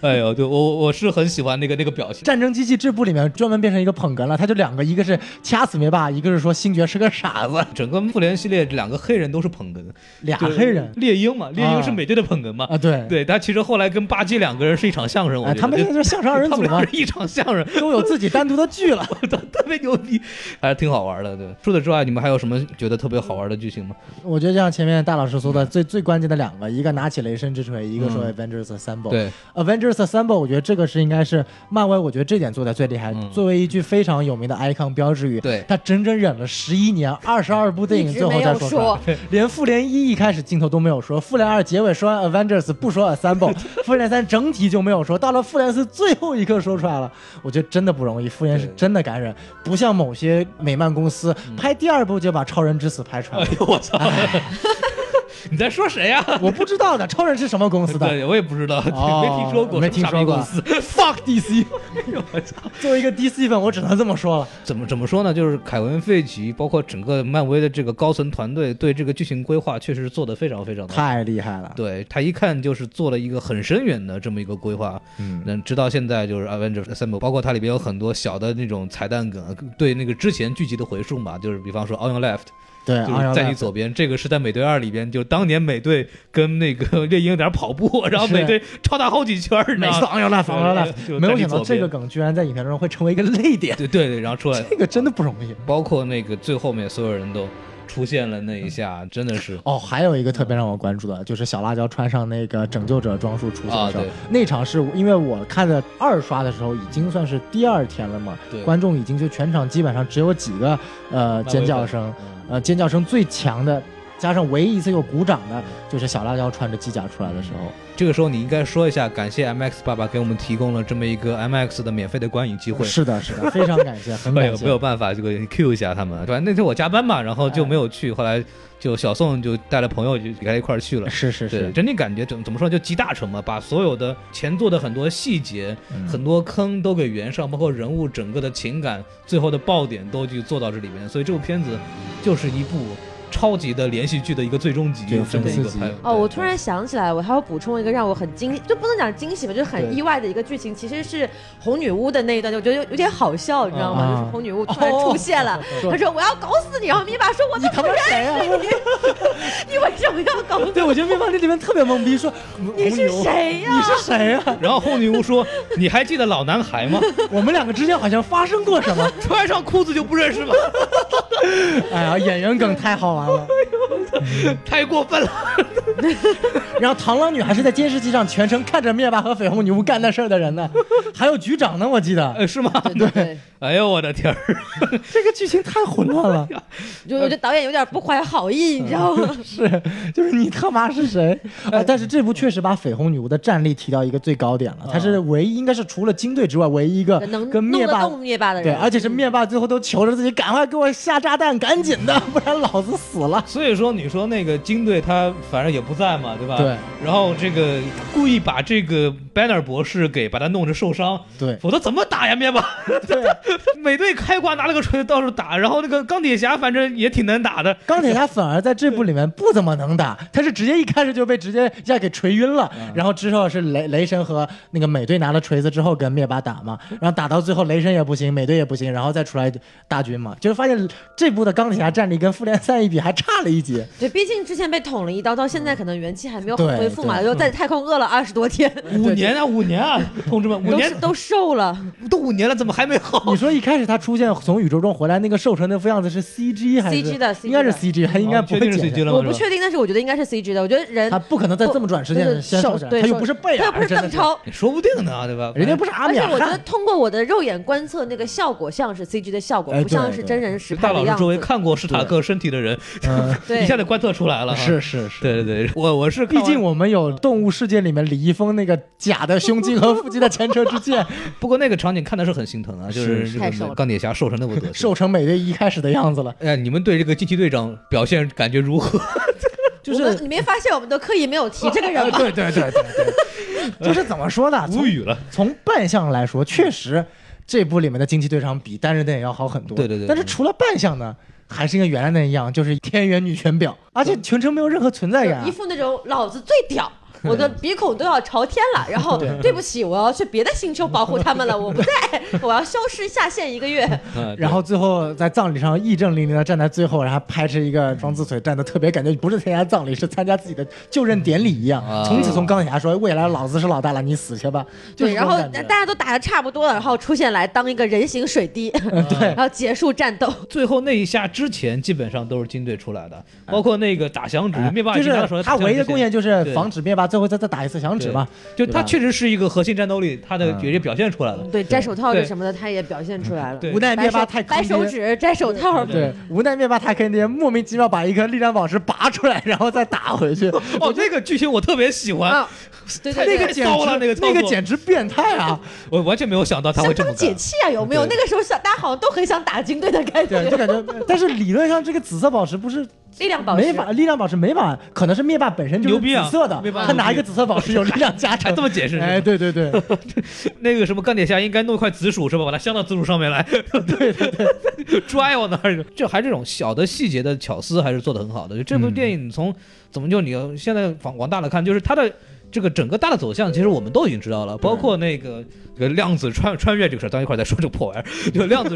S2: 哎呦，对我我是很喜欢那个那个表情。 <laughs>
S1: 战争机器这部里面专门变成一个捧哏了，他就两个，一个是掐死灭霸，一个是说星爵是个傻子，
S2: 整个复联系列，两个黑人都是捧哏，
S1: 俩
S2: 就是
S1: 啊黑人
S2: 猎鹰嘛，猎鹰
S1: 啊
S2: 是美队的捧哏嘛，
S1: 啊，对，
S2: 对他其实后来跟巴基两个人是一场相声，我
S1: 哎，
S2: 觉得
S1: 他们现在就是相声二人
S2: 他
S1: 组
S2: 们两
S1: 嘛
S2: 个，是一场相声，
S1: 都有自己单独的剧
S2: <laughs>
S1: 了。
S2: 特别牛逼，还是挺好玩的。对，除此之外，你们还有什么觉得特别好玩的剧情吗？
S1: 我觉得就像前面大老师说的，最最关键的两个，一个拿起雷神之锤，一个说 Avengers Assemble。
S2: 嗯对，
S1: Avengers Assemble，我觉得这个是应该是漫威，我觉得这点做的最厉害。
S2: 嗯
S1: 作为一句非常有名的 icon 标志语，
S2: 对
S1: 他整整忍了十一年，二十二部电影
S3: 一直
S1: 最后
S3: 没
S1: 才
S3: 有
S1: 出来
S3: 说，
S1: 连复联一一开始镜头都没有说，复联二结尾说完 Avengers 不说
S2: <laughs>
S1: Assemble，复联三整体就没有说，到了复联四最后一刻说出来了，我觉得真的不容易，复联是
S2: 对嗯
S1: 真的感人，不像某些美漫公司拍第二部就把超人之死拍出来
S2: 哎 <laughs>
S1: 了。
S2: 呦我操！你在说谁 <laughs> 呀、
S1: 我不知道的，超人是什么公司的？
S2: 对，我也不知道，
S1: 哦
S2: 没听说过，
S1: 没听说过
S2: 公司。
S1: Fuck DC！
S2: 哎呦我操！
S1: 作为一个 DC 粉，我只能这么说了。
S2: <laughs> 怎么怎么说呢？就是凯文·费奇，包括整个漫威的这个高层团队，对这个剧情规划确实是做得非常非常的好。
S1: 太厉害了。
S2: 对他一看就是做了一个很深远的这么一个规划，
S1: 嗯，
S2: 能直到现在就是 Avengers Assemble，包括它里边有很多小的那种彩蛋梗，对那个之前剧集的回溯嘛，就是比方说 On Your Left，
S1: 对，哎
S2: 就
S1: 昂
S2: 是
S1: 扬
S2: 在
S1: 的
S2: 你左边，这个是在美队二里边，就当年美队跟那个 <laughs> 猎鹰在那儿跑步，然后
S1: 是
S2: 美队超他好几圈儿，你知
S1: 每
S2: 道
S1: 次
S2: 吗？
S1: 昂扬 left，昂扬
S2: 对就
S1: left，没有
S2: 在你
S1: 想到
S2: 左
S1: 这
S2: 边
S1: 个梗居然在影片中会成为一个泪点，
S2: 对对 <laughs> 对，然后出来，
S1: 这个真的不容易。
S2: 包括那个最后面所有人都出现了那一下，真的是
S1: 哦，还有一个特别让我关注的，就是小辣椒穿上那个拯救者装束出现
S2: 啊
S1: 的时候
S2: 对，
S1: 那场是因为我看的二刷的时候已经算是第二天了嘛
S2: 对，
S1: 观众已经就全场基本上只有几个呃尖叫声，
S2: 嗯
S1: 呃尖叫声最强的，加上唯一一次有鼓掌
S2: 嗯
S1: 的，就是小辣椒穿着机甲出来的时候。
S2: 这个时候你应该说一下，感谢 MX 爸爸给我们提供了这么一个 MX 的免费的观影机会。哎
S1: 是的，是的，非常感谢，
S2: <laughs>
S1: 很
S2: 没
S1: 感
S2: 有
S1: 谢。
S2: 没有办法，这个 Q 一下他们，对吧？那天我加班嘛，然后
S1: 哎
S2: 就没有去，后来就小宋就带了朋友就给他一块儿去了。
S1: 是是
S2: 对，
S1: 是，
S2: 整体感觉怎怎么说呢就集大成嘛，把所有的前作的很多细节、
S1: 嗯
S2: 很多坑都给圆上，包括人物整个的情感、最后的爆点都去做到这里边，所以这部片子就是一部超级的连续剧的一个最终集
S1: 对，
S2: 这么
S1: 很
S2: 一
S1: 刺
S2: 个
S1: 激
S2: 拍
S3: 哦，
S2: 对
S3: 我突然想起来，我还要补充一个让我很惊，就不能讲惊喜吧，就是很
S2: 对
S3: 意外的一个剧情，其实是红女巫的那一段，就我觉得有有点好笑，你知道吗？
S1: 啊哦
S3: 就是红女巫突然出现了，她说我要搞死你，然后米爸说我都
S1: 他
S3: 不
S1: 妈
S3: 认
S1: 谁啊？
S3: 你为什么要搞死
S1: 对，我觉得对方这里面特别懵逼，说
S3: 你是
S1: 红牛
S3: 谁呀
S1: 你是谁呀、
S2: 然后后女巫说：“你还记得老男孩
S3: <laughs>
S2: 吗？
S1: 我们两个之间好像发生过什么？
S2: 穿上裤子就不认识
S3: <laughs>
S2: 吗？
S1: 哎呀，演员梗太好玩了。
S2: 太过分了。
S1: 然后螳螂女还是在监视器上全程看着灭霸和绯红女巫干那事儿的人呢，还有局长呢，我记”得。
S2: 呃，是吗？
S3: 对对，
S2: 哎呦我的天儿！
S1: 这个剧情太混乱了，
S3: 就我觉得导演有点不怀好意，你知道吗？
S1: <laughs> 是，就是你他妈是谁？啊！但是这部确实把绯红女巫的战力提到一个最高点了，她是唯一，应该是除了金队之外唯一一个
S3: 呃能
S1: 嗯跟
S3: 弄
S1: 灭
S3: 得
S1: 霸
S3: 动灭霸的
S1: 对，
S3: 人，
S1: 而且是灭霸最后都求着自己赶快给我下炸弹，赶紧的， <laughs> 不然老子死了。
S2: 所以说，你说那个金队他反正也不在嘛，对吧？
S1: 对。
S2: 然后这个故意把这个 Banner 博士给把他弄着受伤，
S1: 对，
S2: 否则怎么打呀灭霸？ <laughs>
S1: 对，
S2: 美队开挂拿了个锤子到处打，然后那个钢铁侠反正也挺能打的，
S1: 钢铁侠反而在这部里面不怎么能打，他是直接一开始就被直接一下给锤晕了，
S2: 嗯
S1: 然后之后是雷雷神和那个美队拿了锤子之后跟灭霸打嘛，然后打到最后雷神也不行，美队也不行，然后再出来大军嘛，就是发现这部的钢铁侠战力跟复联三一比还差了一截，
S3: 对，毕竟之前被捅了一刀，到现在可能元气还没有很
S1: 嗯对
S3: 恢复嘛，
S1: 对嗯
S3: 又在太空饿了二十多天，
S1: 哎
S2: 五年啊五年啊，同志们，五
S3: 都
S2: 年
S3: 是都瘦了。
S2: 都五年了，怎么还没好
S3: 哦
S1: 你？说一开始他出现从宇宙中回来那个瘦成那副样子是 CG 还是
S3: CG 的 CG
S1: 应该是 CG，他应该不
S2: 哦
S1: 会
S2: 啊确定是
S1: 剪
S2: CG
S1: 的。
S2: 了吗？
S3: 我不
S2: 是吧
S3: 确定，但是我觉得应该是 CG 的。我觉得人
S1: 他不可能在这么短时间
S3: 不
S1: 先
S3: 手
S1: 瘦下来，
S3: 对
S1: 他又
S3: 手
S1: 不是贝
S3: 他
S1: 尔，
S3: 又不是
S1: 真
S3: 邓
S1: 的是
S3: 超，
S2: 说不定呢，对吧？
S1: 人家不是阿
S3: 而
S1: 米
S3: 且
S1: 尔
S3: 我觉得
S1: 汗。
S3: 通过我的肉眼观测，那个效果像是 CG 的效果，
S1: 哎
S3: 不像
S1: 对
S3: 是
S1: 对
S3: 真人实
S2: 大
S3: 拍的
S2: 老师
S3: 样
S2: 周围
S3: 子。
S2: 看过史塔克身体的人，
S1: <laughs> 嗯，
S2: <laughs>
S3: 对，
S2: 一下子观测出来了。
S1: 是，是是。
S2: 对对对，我我是看
S1: 毕
S2: 完
S1: 竟我们有《动物世界》里面李易峰那个假的胸襟和腹肌的前车之 <laughs> 鉴，
S2: 不过那个场景看的是很心疼啊，就是是这
S3: 太瘦
S2: 个
S3: 了
S2: 钢铁侠瘦成那么多。
S1: 瘦成美队一开始的样子了。
S2: 哎，你们对这个惊奇队长表现感觉如何？
S1: 就
S3: 我们
S1: 是
S3: 你没发现我们都刻意没有提这个人
S1: 呃
S3: 吗？
S1: 对对对对对， <laughs> 就是怎么说呢？从
S2: 语了。
S1: 从扮相来说，确实这部里面的惊奇队长比单人电影要好很多。
S2: 对对对
S1: 但是除了扮相呢，还是跟原来那样，就是天元女权婊，而且全程没有任何存在感啊
S3: 一。副那种老子最屌。我的鼻孔都要朝天了，然后对不起，我要去别的星球保护他们了，我不在，我要消失下线一个月。
S2: 嗯
S1: 然后最后在葬礼上义正凛凛的站在最后，然后拍着一个双字腿站的特别，感觉不是参加葬礼，是参加自己的就任典礼一样
S2: 啊。
S1: 从此从钢铁侠说未来老子是老大了，你死去吧。 <laughs> 就是
S3: 对，
S1: 这
S3: 然
S1: 种
S3: 后
S1: 感觉
S3: 大家都打的差不多了，然后出现来当一个人形水滴，
S1: 对
S3: <laughs> 然后结束
S1: <laughs>
S3: 战斗。
S2: 最后那一下之前，基本上都是金队出来的，包括那个打响指，灭霸
S1: 就
S2: 经常
S1: 是
S2: 说
S1: 他唯一的贡献就是
S2: 对
S1: 防止灭霸最后再再打一次响指嘛。
S2: 就
S1: 对
S2: 他
S1: 吧
S2: 确实是一个核心战斗力，他的
S1: 嗯
S2: 也表现出来了。
S3: 对，摘手套
S2: 对
S3: 这什么的，他也表现出来了。
S2: 对
S1: 无奈灭霸太
S3: 掰
S1: 坑
S3: 手
S1: 爹。
S3: 指，摘手套。
S1: 对，无奈灭霸太坑爹，莫名其妙把一颗力量宝石拔出来，然后再打回
S2: <laughs>
S1: 去。
S2: 哦，那个剧情我特别喜欢，
S3: 啊，对
S1: 那
S3: 对对，
S1: 个简直
S2: 太骚了那个操作
S1: 那个简直变态啊！
S2: 我完全没有想到他会
S3: 相
S2: 这么
S3: 当解
S2: 干。
S3: 气啊，有没有？
S2: 对
S3: 那个时候想，大家好像都很想打军队的感
S1: 对，啊
S3: 觉
S1: 就。感觉，但是理论上这个紫色宝石不是
S3: 力量宝
S1: 没
S3: 石，
S1: 法，力量宝石没法，可能是灭霸本身就是
S2: 牛逼啊
S1: 紫色的
S2: 灭霸，
S1: 他
S2: 牛逼
S1: 拿一个紫色宝石有力量加
S2: 还
S1: 成
S2: <laughs> 这。么解释？
S1: 哎，对对
S2: <laughs>
S1: 对，
S2: 那个什么钢铁侠应该弄一块紫薯是吧？把它镶到紫薯上面来，对 <laughs> 对对，拽往那儿。就还这种小的细节的巧思还是做得很好的。就这部
S1: 嗯
S2: 电影从、怎么就你要现在往往大了看，就是它的。这个整个大的走向，其实我们都已经知道了，包括那个这个量子穿穿越这个事儿，咱一块儿再说这个 <laughs> 破玩意儿。就量子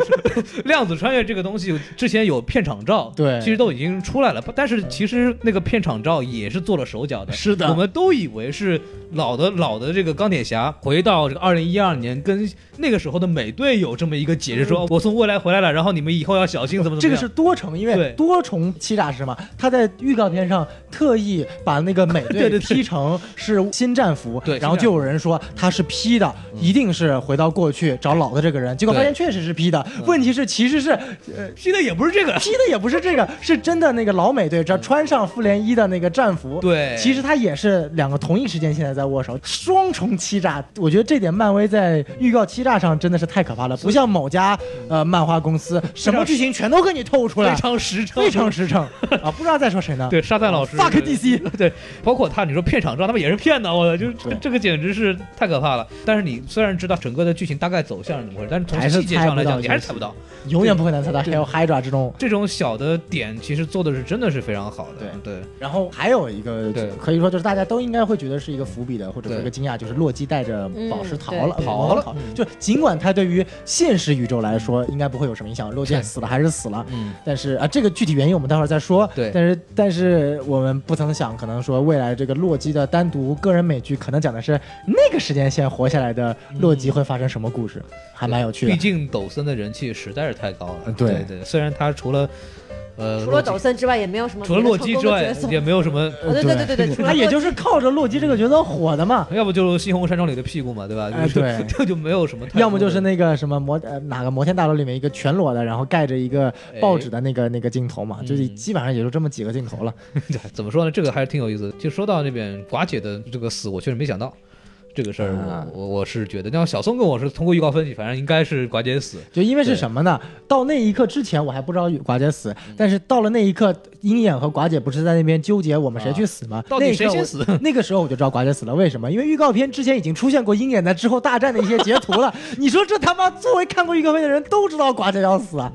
S2: 量子穿越这个东西，之前有片场照，
S1: 对
S2: 其实都已经出来了，但是其实那个片场照也是做了手脚的，
S1: 是的
S2: 我们都以为是老的老的这个钢铁侠回到这个二零一二年，跟那个时候的美队有这么一个解释，说我从未来回来了，然后你们以后要小心怎么怎
S1: 嗯这
S2: 么
S1: 个
S2: 样。
S1: 是多重，因为
S2: 对
S1: 多重欺诈师嘛。他在预告片上特意把那个美
S2: <laughs> 对
S1: 队
S2: 对对
S1: 劈成是新战服，
S2: 对
S1: 然后
S2: 新战嗯
S1: 就有人说他是 P 的，一定是回到过去找老的这个人，结果发
S2: 对嗯
S1: 现确实是 P 的。问题是其实是呃
S2: 这个也不是这
S1: <laughs>
S2: 个，
S1: P 的也不是这个，是真的那个老美队，这穿上复联一的那个战服，
S2: 对
S1: 其实他也是两个同一时间现在在握手，双重欺诈。我觉得这点漫威在预告欺诈上真的是太可怕了，不像某家呃漫画公司，什么剧情全都给你透出来
S2: 嗯非，常实诚，
S1: 非常实诚啊！不知道在说谁呢？
S2: 对沙赞老师 <laughs>
S1: ，fuck DC，
S2: 对，包括他，你说片场照他们也是骗骗呢？我就是这这个简直是太可怕了。但是你虽然知道整个的剧情大概走向是怎么回事，但是从
S1: 还是
S2: 细节上来
S1: 猜不到
S2: 讲，你还是猜不到。
S1: 永远不可能猜到还有 Hydra 这种。
S2: 这种小的点其实做的是真的是非常好的。对
S1: 然后还有一个
S2: 对
S1: 可以说就是大家都应该会觉得是一个伏笔的，或者说
S2: 对
S1: 一个惊讶，就是洛基带着宝石逃了，
S3: 嗯对
S1: 跑
S2: 对
S1: 跑
S2: 嗯
S1: 就尽管他对于现实宇宙来说应该不会有什么影响，洛基
S2: 对
S1: 死了还是死了，
S2: 嗯，
S1: 但是啊，这个具体原因我们待会儿再说。
S2: 对
S1: 但是但是我们不曾想，可能说未来这个洛基的单独个人美剧，可能讲的是那个时间线活下来的洛基会发生什么故事，还蛮有趣
S2: 毕
S1: 的。
S2: 竟抖森的人气实在是太高了。
S1: 呃对
S2: 对对，虽然他除了呃
S3: 除了
S2: 洛基
S3: 抖森之外，也没有什么
S2: 除了
S3: 别的
S2: 洛
S3: 成
S2: 基
S3: 功
S2: 之
S3: 的
S2: 外
S3: 角色，
S2: 也没有什么。
S3: 哦对对对对
S1: <laughs>
S3: 对，除了
S1: 他也
S3: 洛基
S1: 就是靠着洛基这个角色火的嘛，
S2: 要不就是《猩红山庄》里的屁股嘛，对吧？
S1: 哎对
S2: 这 <laughs> 就没有什么太多的。
S1: 要么就是那个什么摩呃哪个摩天大楼里面一个全裸的，然后盖着一个报纸的那个那个镜头嘛，
S2: 哎嗯
S1: 就是基本上也就这么几个镜头了。
S2: 对， <laughs> 怎么说呢？这个还是挺有意思的。就说到那边寡姐的这个死，我确实没想到这个事儿
S1: 啊，
S2: 我我我是觉得，像小松跟我是通过预告分析，反正应该是寡姐死。
S1: 就因为是
S2: 对嗯
S1: 什么呢？到那一刻之前我还不知道寡姐死，但是到了那一刻，鹰眼和寡姐不是在那边纠结我们谁去死吗？
S2: 啊到
S1: 那一
S2: 底
S1: 刻
S2: 谁先
S1: 我
S2: 死？
S1: 那个时候我就知道寡姐死了，为什么？因为预告片之前已经出现过鹰眼在之后大战的一些截图了。 <laughs> 你说这他妈作为看过预告片的人都知道寡姐要死啊！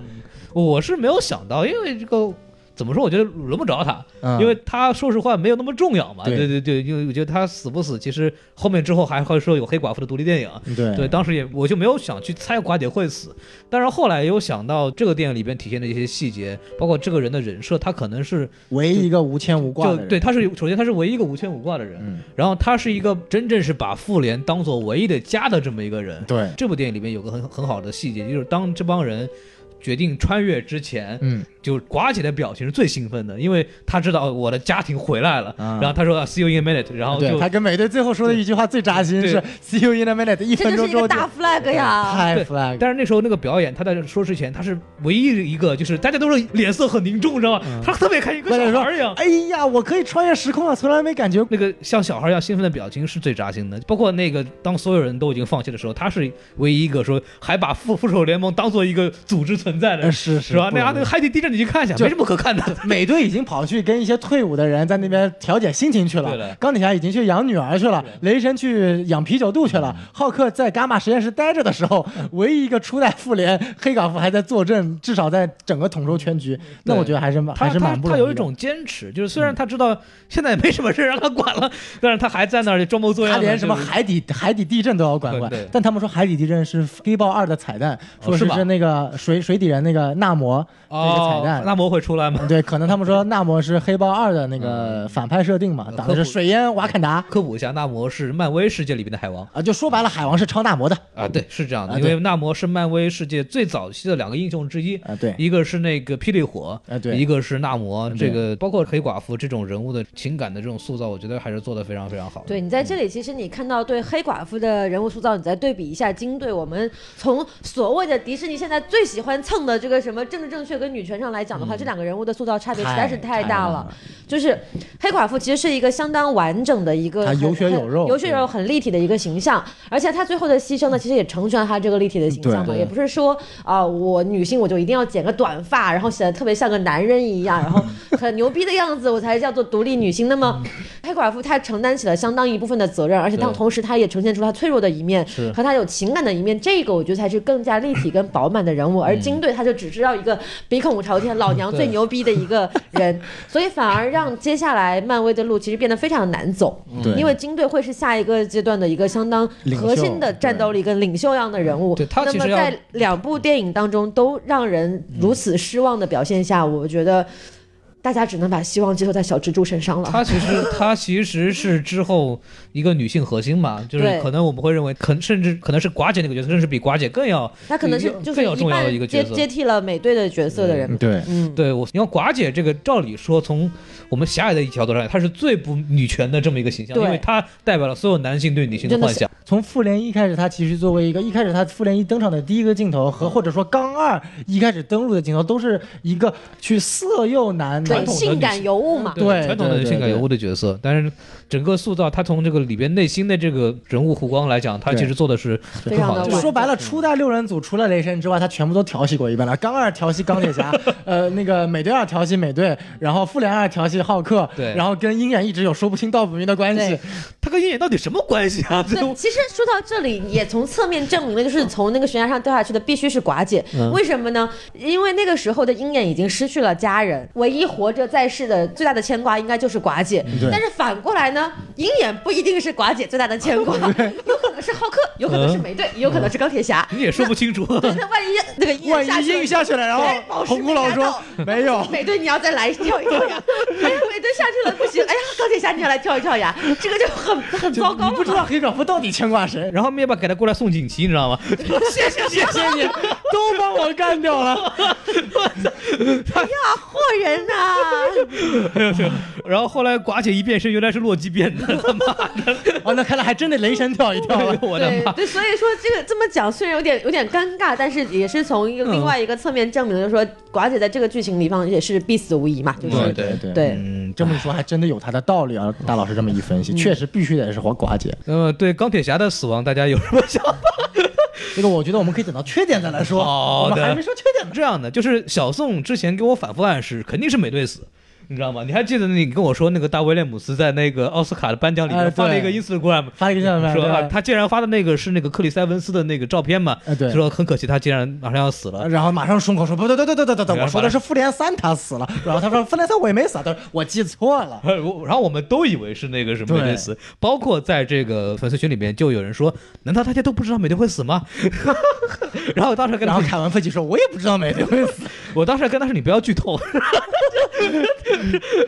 S2: 我是没有想到，因为这个怎么说？我觉得轮不着他，
S1: 嗯
S2: 因为他说实话没有那么重要嘛。
S1: 对
S2: 对对对，因为我觉得他死不死，其实后面之后还会说有黑寡妇的独立电影。
S1: 嗯对
S2: 对，当时也我就没有想去猜寡姐会死，但是后来也有想到这个电影里边体现的一些细节，包括这个人的人设，他可能是
S1: 唯一一个无牵无挂
S2: 就
S1: 的人，
S2: 对，他是首先他是唯一一个无牵无挂的人，
S1: 嗯
S2: 然后他是一个真正是把妇联当做唯一的家的这么一个人。
S1: 对，
S2: 这部电影里面有个很很好的细节，就是当这帮人决定穿越之前，
S1: 嗯，
S2: 就寡姐的表情是最兴奋的，因为她知道哦我的家庭回来了，
S1: 啊
S2: 然后她说啊 “see you in a minute”，然后
S1: 对
S2: 就
S1: 他跟美队最后说的一句话最扎心
S2: 对
S1: 是 “See you in a minute”，一
S3: 这
S1: 分
S3: 就
S1: 钟
S3: 是一
S1: 之后就
S3: 个大 flag 呀。
S1: 太
S2: 对
S1: flag 了。
S2: 但是那时候那个表演，他在说之前，他是唯一一个，就是大家都是脸色很凝重，你知道吗？他特别开心，跟
S1: 大家
S2: 小
S1: 嗯说
S2: 孩儿一样：“。
S1: 哎呀，我可以穿越时空了，从来没感觉
S2: 那个像小孩一样兴奋的表情是最扎心的，包括那个当所有人都已经放弃的时候，他是唯一一个说还把复复仇者联盟当做一个组织存在的
S1: 呃
S2: 人，
S1: 是是
S2: 是吧？
S1: 不
S2: 那家
S1: 不
S2: 那个还得盯着你去看一下，
S1: 就
S2: 没什么可看的。
S1: 美队已经跑去跟一些退伍的人在那边调解心情去
S2: 对
S1: 了
S2: 了，
S1: 钢铁侠已经去养女儿去了，雷神去养啤酒肚去
S2: 嗯
S1: 了，浩克在伽马实验室待着的时候，唯一一个初代复联黑寡妇还在坐镇，至少在整个统筹全局，那我觉得还是蛮啊还
S2: 嗯他
S1: 是
S2: 他
S1: 蛮不
S2: 他
S1: 容易的。嗯
S2: 有一种坚持，就是虽然他知道现在也没什么事让他管了，但是他还啊在那儿装模作样
S1: 他
S2: 的。
S1: 连什么
S2: 就是
S1: 海底海底地震都要管管
S2: 对对，哦
S1: 但他们说海底地震是《黑豹二》的彩蛋，说
S2: 是
S1: 是
S2: 吧
S1: 是那个水水底人那个纳摩那个彩
S2: 哦，
S1: 蛋。
S2: 纳摩会出来吗？
S1: 对，可能他们说纳摩是《黑豹二》的那
S2: 嗯
S1: 个反派设定嘛，
S2: 呃
S1: 打的是水淹瓦坎达
S2: 科普一下，纳摩是漫威世界里面的海王
S1: 啊，就说白了，海王是超纳摩的
S2: 啊，对，是这样
S1: 啊
S2: 的，因
S1: 对
S2: 为纳摩是漫威世界最早期的两个英雄之一，
S1: 啊，对，
S2: 一个是那个霹雳火，
S1: 啊对啊
S2: 一个是纳摩，
S1: 对
S2: 这个包括黑寡妇这种人物的情感的这种塑造，我觉得还是做得非常非常好的。
S3: 对你在这里，其实你看到对黑寡妇的人物塑造，你再对比一下金队，我们从所谓的迪士尼现在最喜欢蹭的这个什么政治正确跟女权上来讲的话，这两个人物的塑造差别实在是
S1: 太
S3: 太
S1: 大
S3: 大了。
S1: 了
S3: 就是黑寡妇其实是一个相当完整的一个
S1: 她
S3: 很，
S1: 有血
S3: 很
S1: 有肉
S3: 有血有肉很立体的一个形象，而且她最后的牺牲呢，其实也成全了她这个立体的形象嘛，
S2: 对
S3: 也不是说啊、我女性我就一定要剪个短发，然后显得特别像个男人一样，然后很牛逼的样子，我才叫做独立女性。那么
S1: 嗯
S3: 黑寡妇她承担起了相当一部分的责任，而且她
S2: 对
S3: 同时她也呈现出她脆弱的一面
S2: 是
S3: 和她有情感的一面，这个我觉得才是更加立体跟饱满的人物。而
S1: 嗯
S3: 金队她就只知道一个鼻孔朝天，老娘
S2: 对
S3: 最牛逼的一个人，所以反而让接下来漫威的路其实变得非常难走。
S2: 嗯
S1: 对
S3: 因为金队会是下一个阶段的一个相当
S1: 领袖
S3: 核心的战斗力跟领袖样的人物。
S2: 对他
S3: 那
S2: 其
S3: 么
S2: 实要嗯
S3: 在两部电影当中都让人如此失望的表现下，我觉得大家只能把希望寄托在小蜘蛛身上了。
S2: 她其实她其实是之后一个女性核心
S3: <laughs>
S2: 嘛，就是
S3: 对
S2: 可能我们会认为，可能甚至可能是寡姐那个角色，甚至比寡姐更要
S3: 他可能是
S2: 更
S3: 就是
S2: 更要
S3: 一
S2: 重要的
S3: 半
S2: 一个角
S3: 接
S2: 色。
S3: 接替了美队的角色的人。
S1: 对，
S3: 嗯，
S2: 对我，你看寡姐这个，照理说从我们狭隘的一条道上来，她是最不女权的这么一个形象，因
S3: 对
S2: 为她代表了所有男性对女性的
S3: 真的
S2: 幻
S3: 是
S2: 想。
S1: 从复联一开始，他其实作为一个一开始他复联一登场的第一个
S2: 嗯
S1: 镜头和或者说钢二一开始登陆的镜头，都是一个去色诱男
S3: 对
S2: 传
S3: 对
S2: 统的
S3: 性感
S2: 女性嗯
S3: 尤物嘛，
S1: 对
S2: 传统的
S1: 对对
S2: 性
S1: 对
S2: 感尤物的角色，但是整个塑造他从这个里边内心的这个人物弧光来讲，他
S1: 对
S2: 其实做的是
S3: 非
S2: 很
S3: 常
S2: 好
S3: 地
S2: 的
S3: 完。
S1: 就说白了，初代六人组除了雷神之外，他全部都调戏过一遍了。钢二调戏钢铁
S3: <laughs>
S1: 侠，呃，那个美队二调戏美队，然后复联二调戏浩克，
S2: 对
S1: 然后跟鹰眼一直有说不清道不明的关系
S3: 对。
S2: 他跟鹰眼到底什么关系啊？这
S3: 对，其实说到这里，也从侧面证明了，就是从那个悬崖上掉下去的必须是寡姐。
S1: 嗯
S3: 为什么呢？因为那个时候的鹰眼已经失去了家人，唯一活着在世的最大的牵挂应该就是寡姐。
S1: 对
S3: 但是反过来呢，鹰眼不一定是寡姐最大的牵挂，有可能是浩克，有可能
S1: 嗯
S3: 是美队，有可能是钢铁侠。
S2: <laughs> 你也说不清楚。 <laughs>
S3: 对，那万一那个鹰
S1: 万
S3: 眼
S1: 一
S3: 下去了
S1: 鹰下去了，然后
S3: 哎宝石
S1: 红骷
S3: 没
S1: 髅
S3: 拿
S1: 说
S3: 到
S1: 没有，
S3: 美队，你要再来跳一跳
S1: <laughs>
S3: 呀！哎呀，美队下去了不行，哎呀，钢铁侠你要来跳一跳呀！这个就很很
S1: 就
S3: 糟糕
S1: 你
S3: 了
S1: 不知
S3: 嘛。
S1: 道黑寡妇到底牵挂谁。
S2: 然后灭霸给他过来送锦旗，你知道吗？ <laughs>
S1: 谢谢谢谢你，都帮我干掉了。
S3: 哎呀，祸人
S1: <laughs>
S3: 呐、
S2: <laughs> 然后后来寡姐一变身，原来是洛基
S3: <laughs>
S2: 变的，他妈的！
S1: 哦，那看来还真得雷神跳一跳了。
S2: 我的 <laughs>
S3: 对
S2: 妈！
S3: 对，所以说这个这么讲，虽然有点有点尴尬，但是也是从
S2: 嗯
S3: 一个另外一个侧面证明了，就是说寡姐在这个剧情里方也是必死无疑嘛，就是
S2: 对
S1: 对
S3: 对
S1: 嗯，这么一说还真的有他的道理啊。大老师这么一
S3: 嗯
S1: 分析，确实必须得是黄寡姐。
S2: 那么对钢铁侠的死亡，大家有什么想法？
S1: 这个我觉得我们可以等到缺点再来说。
S2: 好
S1: 我
S2: 的
S1: 们还没说缺点呢。
S2: 这样的，就是小宋之前给我反复暗示，肯定是美队死。你知道吗？你还记得你跟我说那个大威廉姆斯在那个奥斯卡的颁奖里
S1: 哎
S2: 面
S1: 对
S2: 发
S3: 呃
S2: 了一个 Instagram，、
S1: 发了一个叫什么？
S2: 说啊，
S1: 对
S2: 他竟然发的那个是那个克里塞文斯的那个照片嘛？
S3: 呃
S1: 哎对
S2: 就说很可惜，他竟然马上要死了。
S1: 然后马上松口说不对对对对对对对，
S2: 原来
S1: 我说的是复联三他死了，然后他说复联三我也没死，他说我记错了。
S2: 我然后我们都以为是那个什么
S1: 对
S2: 美队死，包括在这个粉丝群里面就有人说，难道大家都不知道美队会死吗？ <laughs> 然后我当时 <laughs>
S1: 然
S2: 跟他
S1: 后
S2: 说，
S1: 凯文费奇说我也不知道美队会死，
S2: 我当时还跟他说你不要剧透， <laughs>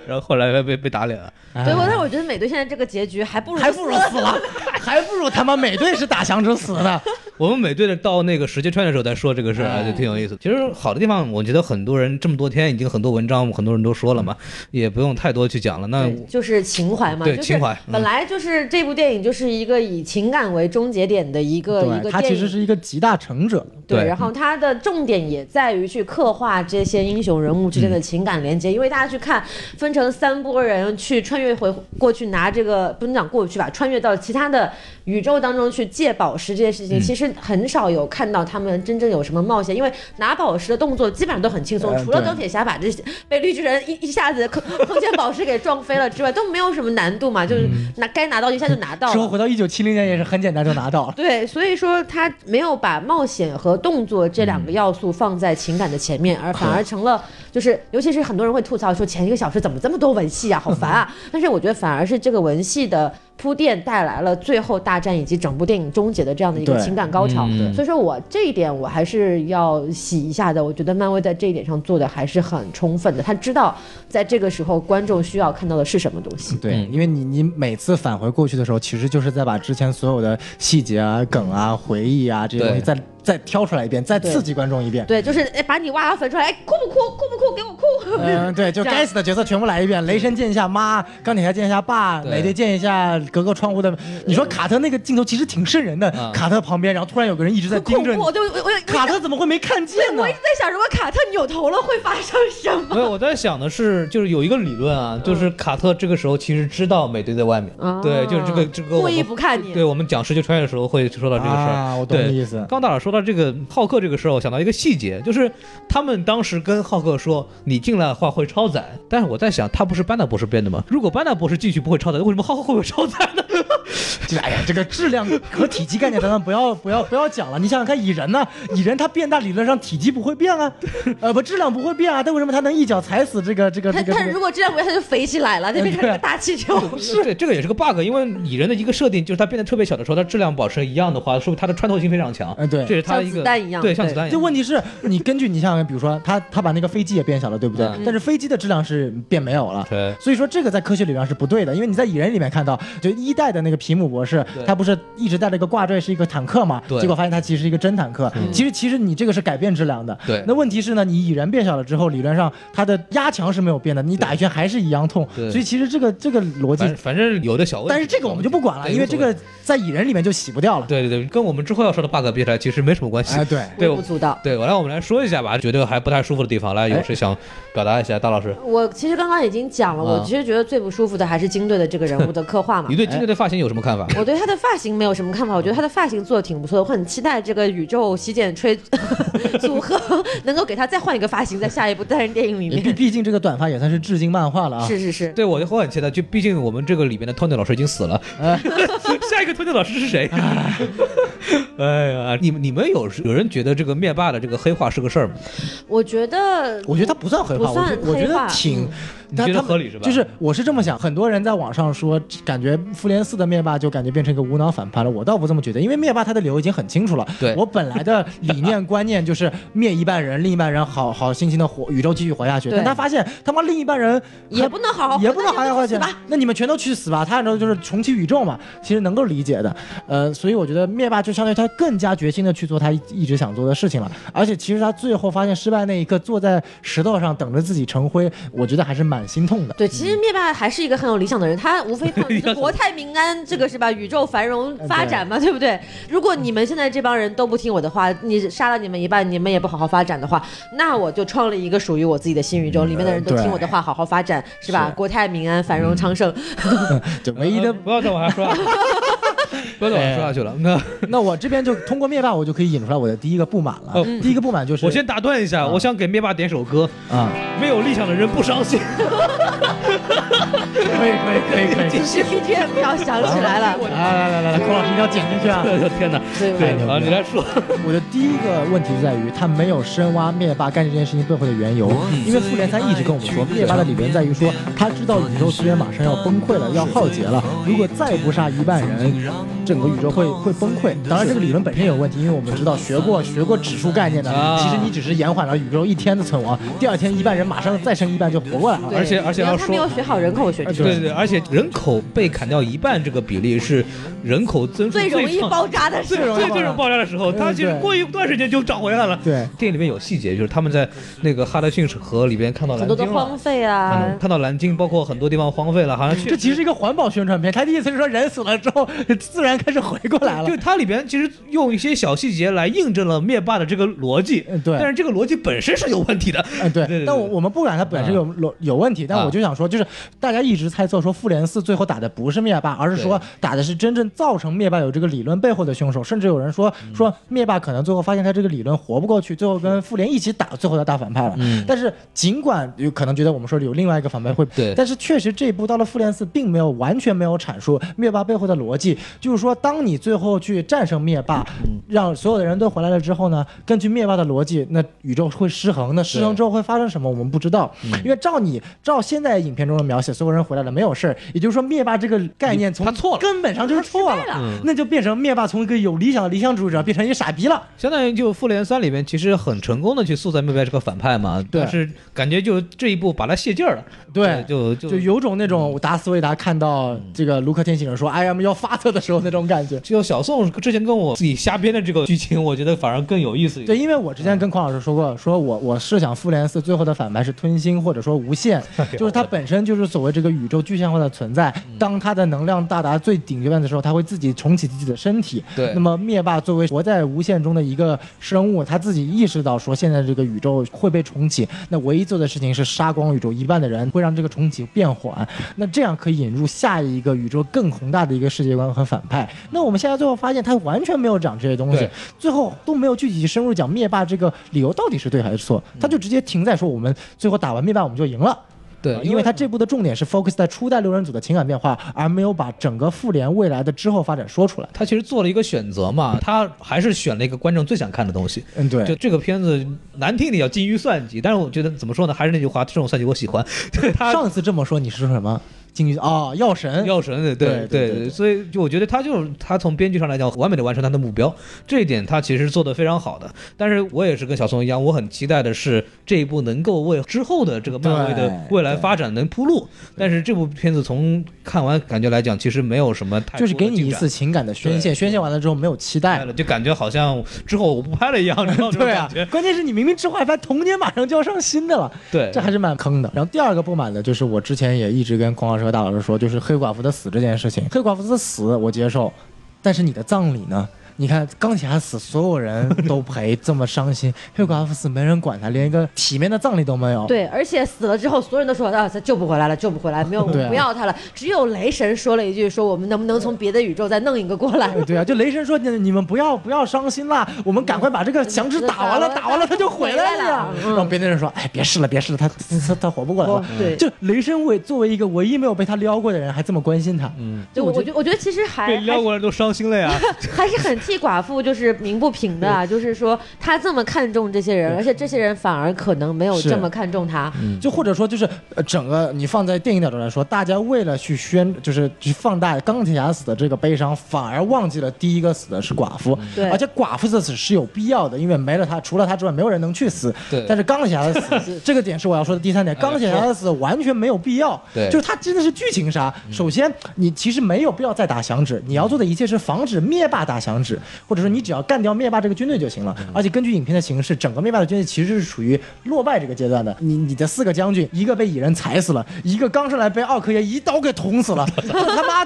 S2: 然后后来被被打脸了。
S3: <laughs> 对，我但我觉得美队现在这个结局还不
S1: <laughs>
S3: 如
S1: 还不如死了，还不如他妈美队是打响指死
S3: <laughs>
S1: 呢。
S2: 我们美队的到那个时间穿越的时候再说这个事儿
S1: 哎
S2: 啊，就挺有意思。其实好的地方，我觉得很多人这么多天已经很多文章，很多人都说了嘛，也不用太多去讲了。那
S3: 对，就是情怀嘛，
S2: 嗯对
S3: 就是
S2: 情怀嗯
S3: 本来就是这部电影就是一个以情感为终结点的一个一个
S1: 对，他
S3: 电
S1: 其实
S3: 影。
S1: 是一个集大成者。
S3: 对，
S2: 对
S3: 然后它的重点也在于去刻画这些英雄人物之间的情感连接，因为大家去看，分成三波人去穿越回过去拿这个，不能讲过去吧，穿越到其他的宇宙当中去借宝石这件事情，其实很少有看到他们真正有什么冒险，因为拿宝石的动作基本上都很轻松，
S1: 呃
S3: 除了
S1: 对
S3: 钢铁侠把这些被绿巨人一一下子空空间宝石给撞飞了之外，都没有什么难度嘛，就是拿该拿到一下就拿到
S1: 之后
S3: 了。
S1: 回到一九七零年也是很简单就拿到
S2: <laughs>
S1: 了。
S3: 对，所以说他没有把冒险和动作这两
S2: 嗯
S3: 个要素放在情感的前面，而反而成了就是，尤其是很多人会吐槽说前一个小时怎么这么多文戏啊，好烦
S2: <laughs>
S3: 啊！但是我觉得反而是这个文戏的铺垫带来了最后大战以及整部电影终结的这样的一个
S1: 对
S3: 情感高潮。
S2: 嗯
S3: 所以说我这一点我还是要洗一下的，我觉得漫威在这一点上做的还是很充分的，他知道在这个时候观众需要看到的是什么东西。
S1: 对，
S2: 嗯
S1: 因为你你每次返回过去的时候，其实就是在把之前所有的细节啊、梗啊、回忆啊这些东西
S2: 对
S1: 再再挑出来一遍，再刺激观众一遍。
S3: 对，就是哎，把你挖到坟出来，哎，哭不哭？哭不哭？给我哭！
S2: <laughs>
S3: <laughs>
S1: 嗯，对，就
S3: 这样
S1: 该死的角色全部来一遍，雷神见一下妈，钢铁侠见一下爸，
S2: 对
S1: 美队见一下隔个窗户的。你说卡特那个镜头其实挺瘆人的，
S2: 嗯
S1: 卡特旁边，然后突然有个人一直在
S3: 很恐
S1: 盯着你
S3: 怖，，我就我我我
S1: 卡特怎么会没看见呢
S3: 我一？直在想，如果卡特扭头了，会发生什么？
S2: 没有，我在想的是，就是有一个理论啊，就是卡特这个时候其实知道美队在外面，
S1: 哦
S2: 对，就是这个这个我
S3: 故
S2: 们
S3: 意不看你。
S2: 对我们讲时间穿越的时候会说到这个事儿、
S1: 啊我懂
S2: 对
S1: 你意思
S2: 刚大佬说到这个浩克这个事儿，我想到一个细节，就是他们当时跟浩克说你进来的话会超载，但是我在想他不是班纳博士变的吗？如果班纳博士进去不会超载，为什么浩克会有超载 <laughs> 呢？
S1: 这哎呀，这个质量和体积概念咱们不要不要不要讲了。你想想看，蚁人呢？蚁人他变大理论上体积不会变
S3: <laughs>
S1: 啊，呃不，质量不会变啊，但为什么他能一脚踩死这个这个
S3: 他
S1: 这个？
S3: 他
S1: 这
S3: 如
S1: 个
S3: 果这样，他就肥起来了，就变成
S1: 嗯对
S3: 一个大气球。
S2: 对，这个也是个 bug，因为蚁人的一个设定就是他变得特别小的时候，它质量保持一样的话，说明它的穿透性非常强。
S1: 哎对
S2: 这是它的一个
S3: 像子弹一样
S2: 对，像
S3: 对
S2: 子弹一
S1: 这
S2: 样。
S1: 问题是你根据你想想看，比如说他他把那个飞机也变小了，对不对？
S2: 嗯
S1: 但是飞机的质量是变没有了。
S2: 对
S1: 所以说这个在科学理论上是不对的，因为你在蚁人里面看到，就一代的那个皮姆博士
S2: 对，
S1: 他不是一直戴着一个挂坠是一个坦克嘛？
S2: 对嗯
S1: 结果发现他其实是一个真坦克。其实其实你这个是改变质量的。
S2: 对
S1: 那问题是呢，你蚁人变小了之后，理论上它的压强是没有变的，你打一拳还是一样痛。
S2: 对
S1: 所以其实这个这个逻辑
S2: 反，反正有的小问题，
S1: 但是这个我们就不管了，
S2: 对
S1: 因为这个
S2: 无所
S1: 在蚁人里面就洗不掉了。
S2: 谓对对对，跟我们之后要说的 bug 比起来，其实没什么关系。
S1: 哎，对。
S2: 对
S3: 微不足道。
S2: 对，我来我们来说一下吧，觉得还不太舒服的地方，
S1: 哎
S2: 来有谁想表达一下？大老师，
S3: 我其实刚刚已经讲了，
S2: 啊
S3: 我其实觉得最不舒服的还是金队的这个人物的刻
S1: 哎 <laughs>
S3: 画嘛
S2: 你。对今天的发型有什么看法？
S3: 我对他的发型没有什么看法，我觉得他的发型做的挺不错的，我很期待这个宇宙洗剪吹 <laughs> 组合能够给他再换一个发型，在下一部单人电影里
S1: 毕
S3: 面。
S1: 毕竟这个短发也算是致敬漫画了啊。
S3: 是是是，
S2: 对，我我很期待，就毕竟我们这个里边的 Tony 老师已经死了，
S1: 哎
S2: <laughs> 下一个 Tony 老师是谁？哎呀，你们你们有有人觉得这个灭霸的这个黑化是个事儿吗？
S3: 我觉得
S1: 我觉得他不算黑化，
S3: 不
S1: 我
S3: 算
S1: 觉我觉
S3: 黑
S1: 得
S3: 化
S1: 挺
S3: 嗯，
S2: 你
S1: 他
S2: 觉得
S1: 他
S2: 合理是吧
S1: 就是我是这么想，很多人在网上说，感觉复联四的灭霸就感觉变成一个无脑反派了。我倒不这么觉得，因为灭霸他的理由已经很清楚了。
S2: 对
S1: 我本来的理念观念就是灭一半人，另一半人好好心情的活，宇宙继续活下去。
S3: 对
S1: 但他发现他妈另一半人
S3: 也不能好好活
S1: 也不能好好活下
S3: 那就
S1: 去
S3: 死吧。
S1: 那你们全都去死吧！他按照就是重启宇宙嘛，其实能够理解的。呃，所以我觉得灭霸就相当于他更加决心的去做他一一直想做的事情了。而且其实他最后发现失败那一刻，坐在石头上等着自己成灰，我觉得还是蛮心痛的。
S3: 对，其实灭霸还是一个很有理想的人，他
S2: <laughs>
S3: 无非靠
S2: 嗯理
S3: 就
S2: 想嗯
S3: 是国泰民安这个是吧？宇宙繁荣发展嘛，对不对？如果你们现在这帮人都不听我的话，你杀了你们一半，你们也不好好发展的话，那我就创立一个属于我自己的新宇
S2: 嗯
S3: 宙，里面的人都
S1: 对
S3: 听我的话，好好发展，是吧？
S1: 是
S3: 国泰民安，繁荣昌盛。
S2: 嗯
S3: <laughs> 嗯
S1: 就唯一的哎
S2: 呃不要再往
S1: <laughs>
S2: 下说啊，不要再往下说下去了。那
S1: 那我这边就通过灭霸，我就可以引出来我的第一个不满了。
S2: 哦
S1: 第一个不满就是
S2: 我先打断一下，
S1: 啊
S2: 我想给灭霸点首歌，
S1: 啊，
S2: 《没有理想的人不伤心》。
S1: 可以可以哎可以 <laughs> 可
S2: <laughs>
S1: 以。
S3: BGM 要响起来了，
S1: 来来来来来，孔老师一定要剪进去啊！
S2: 哎呦天哪，
S3: 对
S2: 对
S1: 太牛逼了
S2: 啊，你来说。
S1: 我的第一个问题就在于，他没有深挖灭霸干这件事情背后的缘由，因为复联三一直跟我们说，灭霸的理论在于说，他知道宇宙资源马上要崩溃了，要浩劫了，如果再不杀一半人，整个宇宙会会崩溃。当然，这个理论本身也有问题，因为我们知道学过学过指数概念的
S2: 啊，
S1: 其实你只是延缓了宇宙一天的存亡，第二天一半人马上再生一半就活过来了。
S2: <laughs>
S3: 对
S2: 而且而且
S3: 你
S2: 要
S3: 要
S2: 说
S3: 他没有学好人口学
S1: 而
S3: 制
S1: 且。
S2: 对对，而且人口被砍掉一半这个比例是人口增速
S3: 最容易
S2: 畅
S3: 爆炸的
S2: 最
S3: 时候，
S2: 最最容易爆炸的时候，它其实过一段时间就涨回来了。
S1: 对，
S2: 电影里面有细节，就是他们在那个哈德逊河里边看到
S3: 很
S2: 蓝
S3: 多都
S2: 鲸
S3: 荒
S2: 了，
S3: 废啊。
S2: 嗯看到蓝鲸，包括很多地方荒废了，好像去
S1: 这其实是一个环保宣传片，他的意思是说人死了之后自然开始回过来了
S2: 就。它里边其实用一些小细节来印证了灭霸的这个逻辑，
S1: 嗯对
S2: 但是这个逻辑本身是有问题的，
S1: 嗯，对
S2: 对对，
S1: 但我
S2: 对
S1: 我们不管它本身有有有问题，但
S2: 啊
S1: 我就想说，就是大家一直猜测说复联四最后打的不是灭霸，而是说
S2: 对
S1: 打的是真正造成灭霸有这个理论背后的凶手，甚至有人说
S2: 嗯
S1: 说灭霸可能最后发现他这个理论活不过去，最后跟复联一起打，最后他打反派了。
S2: 嗯
S1: 但是尽管有可能觉得我们说有另外一个反派会，
S2: 对
S1: 但是确实这一部到了复联四并没有完全没有阐述灭霸背后的逻辑，就是说当你最后去战胜灭霸，
S2: 嗯
S1: 让所有的人都回来了之后呢，根据灭霸的逻辑，那宇宙会失衡，那失衡之后会发生什么我们不知道，
S2: 嗯
S1: 因为照你照现在影片中的描写，所有人回来了没有事儿，也就是说灭霸这个概念从
S2: 他错了
S1: 根本上就是错了，那就变成灭霸从一个有理想的理想主义者变成一个傻逼了。
S2: 相当于就复联三里面其实很成功的去塑造灭霸这个反派嘛，
S1: 对
S2: 但是感觉就这一步把他卸劲儿了，
S1: 对
S2: 就就
S1: 就有种那种
S2: 嗯
S1: 达斯维达看到这个卢克天行者说哎 “I am 要发特”的时候那种感觉。
S2: 就小宋之前跟我自己瞎编的这个剧情，我觉得反而更有意思一
S1: 对，
S2: 点。
S1: 因为我之前跟匡老师说过，说我我设想复联四最后的反派是吞星或者说无限，就是它本身就是所谓这个宇宙具象化的存在。当它的能量到达最顶端的时候，它会自己重启自己的身体。
S2: 对
S1: 那么灭霸作为活在无限中的一个生物，他自己意识到说现在这个宇宙会被重启，那唯一做的事情是杀光宇宙一半的人，会让这个重启变缓。那这样可以引入下一个宇宙更宏大的一个世界观和反派。那我们现在最后发现，他完全没有讲这些东西
S2: 对，
S1: 最后都没有具体深入讲灭霸这个理由到底是对还是错，他就直接停在说我们最后打完灭霸我们就赢了。呃
S2: 对
S1: 因为他这部的重点是 focus 在初代六人组的情感变化，而没有把整个复联未来的之后发展说出来。
S2: 他其实做了一个选择嘛，他还是选了一个观众最想看的东西。
S1: 嗯，对
S2: 就这个片子难听点叫金鱼算计，但是我觉得怎么说呢，还是那句话，这种算计我喜欢。对他 <laughs>
S1: 上次这么说你是说什么？进去啊，药神，
S2: 药神对
S1: 对对
S2: 对
S1: 对对
S2: 所以就我觉得他就是他从编剧上来讲，完美的完成他的目标，这一点他其实做得非常好的。但是我也是跟小松一样，我很期待的是这一部能够为之后的这个漫威的
S4: 对
S2: 未来发展能铺路。但是这部片子从看完感觉来讲，其实没有什么太
S1: 就是给你
S2: 多
S1: 一
S2: 的进展
S1: 次情感的宣泄，宣泄完了之后没有期待
S2: 拍了，就感觉好像之后我不
S1: <laughs>
S2: 拍了一样，你知道这种
S1: 对
S2: 感
S1: 啊
S2: 觉？，
S1: 关键是你明明知画一番，同年马上就要上新的了，
S2: 对，
S1: 这还是蛮坑的。然后第二个不满的就是我之前也一直跟孔老师和大老师说，就是黑寡妇的死这件事情。黑寡妇的死我接受，但是你的葬礼呢？你看钢铁侠死，所有人都陪，这么伤心；黑寡妇死没人管他，连一个体面的葬礼都没有。
S3: 对，而且死了之后，所有人都说啊，他救不回来了，救不回来，没有，我
S1: 对啊
S3: 不要他了。只有雷神说了一句，说我们能不能从别的宇宙再弄一个过来？
S1: <laughs> 对啊，就雷神说你你们不要不要伤心啦，我们赶快把这个响指打完了，打完了他就嗯回来了呀。
S3: 嗯
S1: 然后别的人说，哎，别试了，别试了，他他他活不过来了
S3: <laughs> 哦。对
S1: 嗯就雷神为作为一个唯一没有被他撩过的人，还这么关心他。
S2: 嗯，
S3: 就我
S1: 我
S3: 我觉得我觉得其实还
S2: 被
S3: 还
S2: 撩过来都伤心了
S1: <laughs>
S2: 呀。
S3: 还是很替寡妇就是鸣不平的啊， <laughs> 就是说他这么看重这些人，而且这些人反而可能没有
S1: 是嗯
S3: 这么看重他。
S1: 就或者说就是呃整个你放在电影角度来说，大家为了去宣就是去放大钢铁侠死的这个悲伤，反而忘记了第一个死的是寡妇，
S2: 嗯
S3: 对
S1: 而且寡妇的死是有必要的，因为没了她，除了她之外没有人能去死。
S2: 对呃
S1: 但是钢铁侠的死这个 <laughs> 点是我要说的第三点，钢铁侠的死完全没有必要，
S2: 对嗯
S1: 就是他真的是剧情杀。首先，你其实没有必要再打响指，你要做的一切是防止灭霸打响指，或者说你只要干掉灭霸这个军队就行了。
S2: 嗯
S1: 而且根据影片的形式，整个灭霸的军队其实是处于落败这个阶段的。你你的四个将军，一个被蚁人踩死了，一个刚上来被奥克爷一刀给捅
S2: <laughs>
S1: 死了，他妈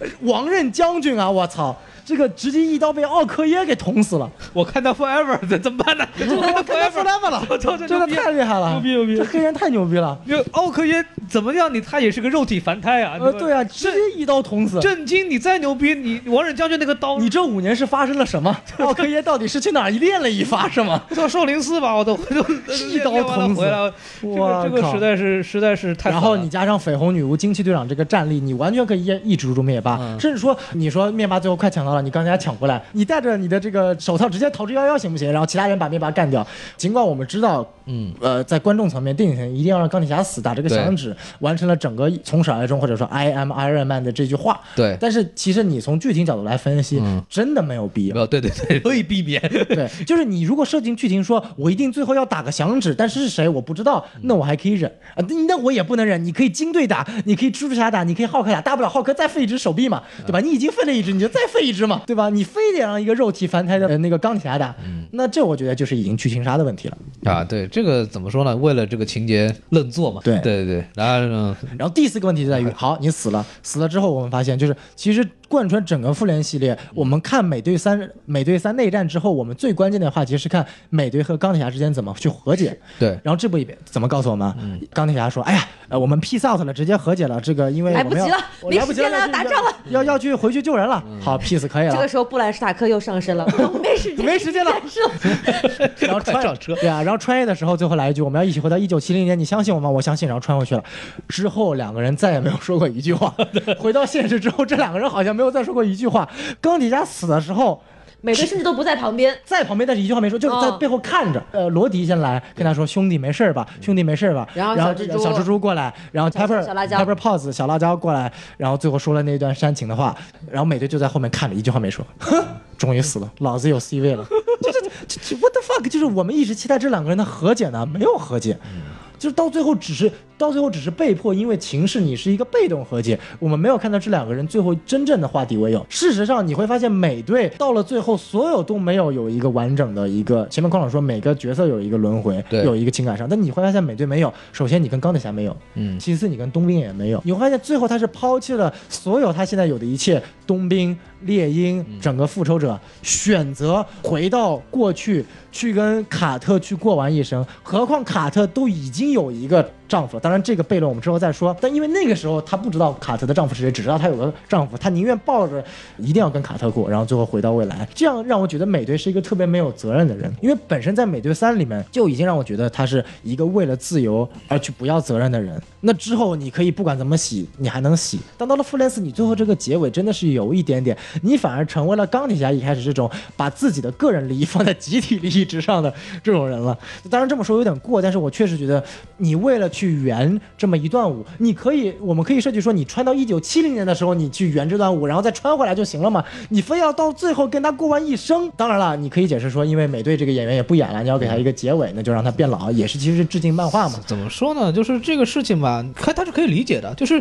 S1: 呃王任将军啊，我操！这个直接一刀被奥克耶给捅死了，
S2: 我看到 forever 的怎
S1: <laughs>
S2: 么办呢？我
S1: 看到
S2: 看到 forever
S1: forever 了，
S2: 我操，这
S1: 真的
S2: 牛逼
S1: 太厉害了，
S2: 牛逼
S1: <laughs>
S2: 牛逼
S1: 这黑人太牛逼了。
S2: 因为奥克耶怎么样，你他也是个肉体凡胎啊。
S1: 呃，对
S2: 啊，
S1: 啊，直接一刀捅死。
S2: 震惊！你再牛逼，你王忍将军那个刀，
S1: 你这五年是发生了什 <laughs> 么？奥克耶到底是去哪儿练了一发是吗？
S2: 我操少林寺吧，我都我都
S1: <laughs> 一刀捅死
S2: 回来了。这个
S1: 哇
S2: 这个
S1: 靠
S2: 实在是实在是太惨
S1: 然
S2: 了。
S1: 后你加上绯红女巫、惊奇队长这个战力，你完全可以一直住灭霸，
S2: 嗯
S1: 甚至说你说灭霸最后快抢到了，你钢铁侠抢回来，你带着你的这个手套直接逃之夭夭行不行？然后其他人把灭霸干掉。尽管我们知道，
S2: 嗯，
S1: 呃，在观众层面，电影层一定要让钢铁侠死，打这个
S2: 对
S1: 响指，完成了整个从始而终或者说 I am Iron Man 的这句话。
S2: 对
S1: 但是其实你从剧情角度来分析，
S2: 嗯
S1: 真的没有必要。
S2: 有对对对，可以避免。
S4: <laughs>
S1: 对，就是你如果设定剧情说，我一定最后要打个响指，但是是谁我不知道，那我还可以忍啊、那我也不能忍。你可以金队打，你可以蜘蛛侠打，你可以浩克打，大不了浩克再废一只手臂嘛，对吧？你已经废了一只，你就再废一只嘛，对吧？你非得让一个肉体凡胎的、呃那个钢铁侠打，那这我觉得就是已经剧情杀的问题了。
S2: 啊，对这个怎么说呢？为了这个情节愣做嘛。
S1: 对
S2: 对对，然后呢，
S1: 然后第四个问题就在于，好，你死了，死了之后，我们发现就是其实贯穿整个复联系列，我们看美队三、美队三内战之后，我们最关键的话题是看美队和钢铁侠之间怎么去和解。
S2: 对
S1: 然后这部里边怎么告诉我们啊？
S3: 嗯
S1: 钢铁侠说：“哎呀，呃，我们 peace out 了，直接和解了。这个因为
S3: 来
S1: 我
S3: 不
S1: 们要
S3: 及了
S1: 我
S3: 没
S1: 来不
S3: 时
S1: 及
S3: 间了
S1: 要
S3: 打仗了，嗯
S1: 要要去回去救人了。好，peace 可以
S3: 这
S1: 了
S3: 个。时候，布兰史塔克又上
S1: <laughs>
S3: 身了，我没时间，
S1: 啊没时间了
S3: 是了，
S1: <laughs> 然
S3: <laughs>
S1: 后穿
S2: 快上车
S1: 对啊，然后穿越的时候最后来一句：我们要一起回到一九七零年，你相信我吗？我相信。然后穿回去了，之后两个人再也没有说过一句话。 <laughs> 回到现实之后，这两个人好像没有再说过一句话。钢铁侠死的时候。”
S3: 美队甚至都不在旁边。
S1: 在旁边，但是一句话没说，就是在
S3: 哦
S1: 背后看着。呃，罗迪先来跟他说：“兄弟，没事儿吧？兄弟，没事儿吧？”
S3: 嗯然后
S1: 然后
S3: 小蜘蛛
S1: 小蜘蛛过来，然后
S3: 小
S1: Pepper
S3: 小辣椒
S1: Pepper Potts 小辣椒过来，然后最后说了那段煽情的话，然后美队就在后面看着，一句话没说， <laughs> 哼，终于死了，老子有 C 位了。 <laughs> 就是这这 what the fuck，就是我们一直期待这两个人的和解呢，没有和解。就是到最后只是到最后只是被迫，因为情势你是一个被动和解，我们没有看到这两个人最后真正的化敌为友。事实上，你会发现美队到了最后，所有都没有有一个完整的一个。前面匡老说每个角色有一个轮回，
S2: 对
S1: 有一个情感上，但你会发现美队没有。首先，你跟钢铁侠没有，
S2: 嗯
S1: 其次你跟冬兵也没有。你会发现最后他是抛弃了所有他现在有的一切，冬兵、猎鹰、整个复仇者，选择回到过去去跟卡特去过完一生。何况卡特都已经有一个丈夫，当然这个悖论我们之后再说。但因为那个时候她不知道卡特的丈夫是谁，只知道她有个丈夫，她宁愿抱着一定要跟卡特过，然后最后回到未来。这样让我觉得美队是一个特别没有责任的人，因为本身在美队三里面就已经让我觉得他是一个为了自由而去不要责任的人。那之后你可以不管怎么洗，你还能洗。但到了复联四，你最后这个结尾真的是有一点点，你反而成为了钢铁侠一开始这种把自己的个人利益放在集体利益之上的这种人了。当然这么说有点过，但是我确实觉得你为了去圆这么一段舞。你可以，我们可以设计说，你穿到一九七零年的时候，你去圆这段舞，然后再穿回来就行了嘛。你非要到最后跟他过完一生，当然了，你可以解释说，因为美队这个演员也不演了，你要给他一个结尾，那就让他变老，也是其实是致敬漫画嘛。
S4: 怎么说呢？就是这个事情吧，可他是可以理解的，就是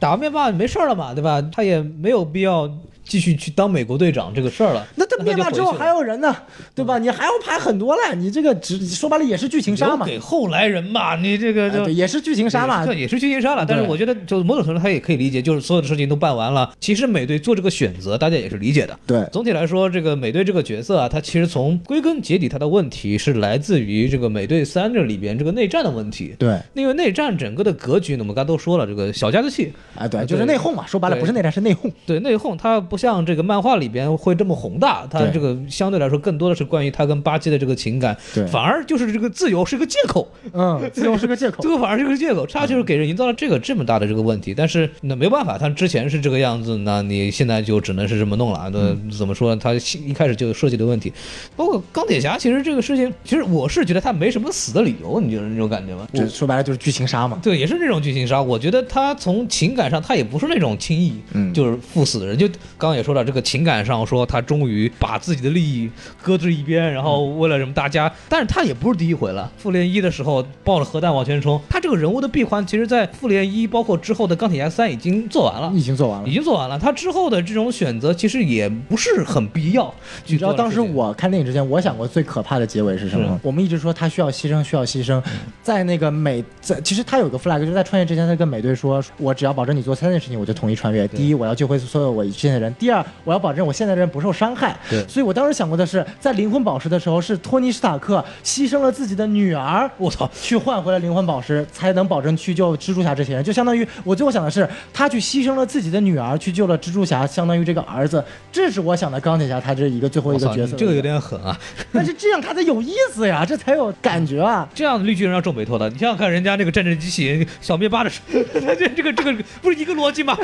S4: 打完面霸没事儿了嘛，对吧？他也没有必要继续去当美国队长这个事儿了。
S1: 那这
S4: 那他
S1: 灭
S4: 就
S1: 霸
S4: 回
S1: 之后
S4: 去
S1: 还有人呢，对吧？你还要拍很多嘞，你这个只说白了也是剧情杀
S2: 留
S1: 嘛，
S2: 给后来人嘛，你这个
S1: 哎
S2: 就
S1: 对，也是剧情杀嘛
S2: 对，也是剧情杀了。但是
S1: 对
S2: 我觉得，就是某种程度他也可以理解，就是所有的事情都办完了，其实美队做这个选择，大家也是理解的。
S1: 对。
S2: 总体来说，这个美队这个角色啊，他其实从归根结底，他的问题是来自于这个美队三这里边这个内战的问题。
S1: 对，
S2: 因为内战整个的格局呢，我们刚才都说了，这个小家子气，
S1: 哎，
S2: 啊
S1: 对，就是
S2: 对
S1: 内讧嘛，说白了
S2: 对
S1: 不是内战，是内讧。
S2: 对内讧，它不像这个漫画里边会这么宏大，它
S1: 对
S2: 这个相对来说更多的是关于他跟巴基的这个情感，
S1: 对
S2: 反而就是这个自由是个借口，
S1: 嗯，自由是个借口
S2: 这。个反而是个借口，他就是给人营造了这个这么大的这个问题，但是那没办法，他之前是这个样子，那你现在就只能是这么弄了。啊那怎么说呢？他一开始就有设计的问题，包括钢铁侠，其实这个事情，其实我是觉得他没什么死的理由，你就是那种感觉吗？
S1: 这说白了就是剧情杀嘛。
S2: 对，也是这种剧情杀。我觉得他从情感上，他也不是那种轻易
S1: 嗯
S2: 就是赴死的人。就刚刚也说了，这个情感上说他终于把自己的利益搁置一边，然后为了什么大家，但是他也不是第一回了。复联一的时候抱着核弹往前冲，他这个人物的闭环，其实在复联一包括之后的钢铁侠三已经做完了。
S1: 已经做完了
S2: 已。经做完了，他之后的这种选择其实也不是很必要。
S1: 你知道当时
S2: 去做的事情
S1: 我看电影之前，我想过最可怕的结尾是什么吗？我们一直说他需要牺牲，需要牺牲，在那个美，在其实他有个 flag，就是在穿越之前，他跟美队说，我只要保证你做三件事情，我就同意穿越。第一，我要救回所有我现在的人；第二，我要保证我现在的人不受伤害。
S2: 对
S1: 所以我当时想过的是，在灵魂宝石的时候，是托尼·史塔克牺牲了自己的女儿，
S2: 我操，
S1: 去换回了灵魂宝石，才能保证去救蜘蛛侠这些人。就相当于我最后想的是，他去牺牲了自己的女儿，去救了蜘蛛侠，相当于这个儿子。这是我想的钢铁侠，他这一个最后
S2: 我
S1: 一个
S2: 操，
S1: 角
S2: 你
S1: 色。
S2: 这个有，点狠啊！
S1: 但是这样他才有意思呀，这才有感觉啊。
S2: 这样的绿巨人要皱眉头的，你想想看，人家那个战争机器人小灭霸的时候， <laughs> 他这这个这个不是一个逻辑吗？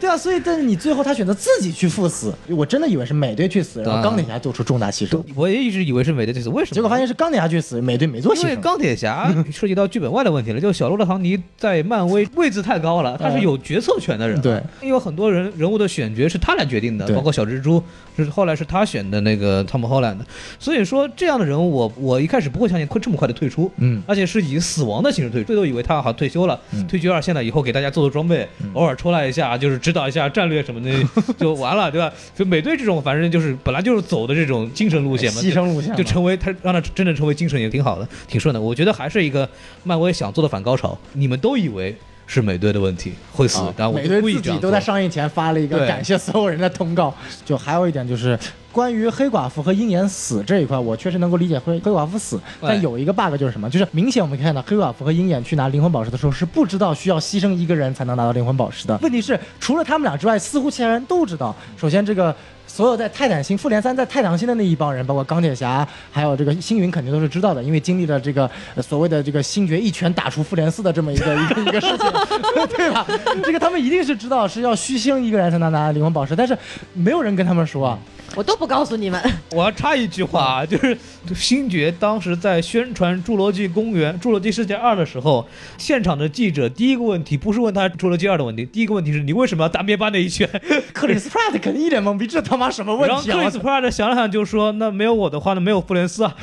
S1: 对啊，所以但是你最后他选择自己去赴死，我真的以为是美队去死，然后钢铁侠做出重大牺牲，
S2: 我也一直以为是美队这次，为什么？
S1: 结果发现是钢铁侠去死，美队没做嗯
S2: 因为
S1: 牺牲。
S2: 钢铁侠 <laughs> 涉及到剧本外的问题了，就是小罗伯特·唐尼在漫威位置太高了，他是有决策权的人。
S1: 嗯对，
S2: 有很多人人物的选角是他来决定的，
S1: 对
S2: 包括小蜘蛛是后来是他选的那个汤姆·霍兰的。所以说这样的人物，我我一开始不会相信会这么快的退出，
S1: 嗯，
S2: 而且是以死亡的形式退出，最多以为他好像退休了，
S1: 嗯
S2: 退居二线了以后给大家做做装备，偶尔出来一下，就是指导一下战略什
S1: <laughs>
S2: 么的就完了，对吧？就美队这种，反正就是本来就是走的这种精神路线嘛，
S1: 牺牲路线嘛
S2: 就成为他让他真正成为精神也挺好的，挺顺的。我觉得还是一个漫威想做的反高潮，你们都以为是美队的问题会死，但我
S1: 啊美
S2: 就
S1: 队
S2: 故意
S1: 自
S2: 这
S1: 己
S2: 样
S1: 都
S2: 做
S1: 在上映前发了一个
S2: 对
S1: 感谢所有人的通告。就还有一点就是。关于黑寡妇和鹰眼死这一块，我确实能够理解黑黑寡妇死，但有一个 bug 就是什么？就是明显我们可以看到黑寡妇和鹰眼去拿灵魂宝石的时候是不知道需要牺牲一个人才能拿到灵魂宝石的。问题是，除了他们俩之外，似乎其他人都知道。首先，这个所有在泰坦星、复联三在泰坦星的那一帮人，包括钢铁侠，还有这个星云，肯定都是知道的，因为经历了这个、呃所谓的这个星爵一拳打出复联四的这么一个一个一个事情， <laughs> 对吧？这个他们一定是知道是要虚星一个人才能拿灵魂宝石，但是没有人跟他们说啊。
S3: 我都不告诉
S1: <laughs>
S3: 你们，
S2: 我要插一句话啊，就是星爵当时在宣传《侏罗纪公园》《侏罗纪世界二》的时候，现场的记者第一个问题不是问他《侏罗纪二》的问题，第一个问题是你为什么要打灭霸那一拳？
S1: 克里斯普拉特肯定一脸懵逼，这他妈什 <laughs> 么问
S2: 然后
S1: 题
S2: 克
S1: 啊
S2: 里？斯普拉特想了想就说：“那没有我的话，那没有
S1: <laughs>
S2: 复联四啊。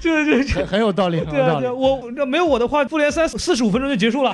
S2: 就”就就就。
S1: 很很有道理，很
S2: 对
S1: 有
S2: 啊，
S1: 道理
S2: 对啊，。我那没有我的话，复联三四十五分钟就
S1: <laughs>
S2: 结束了。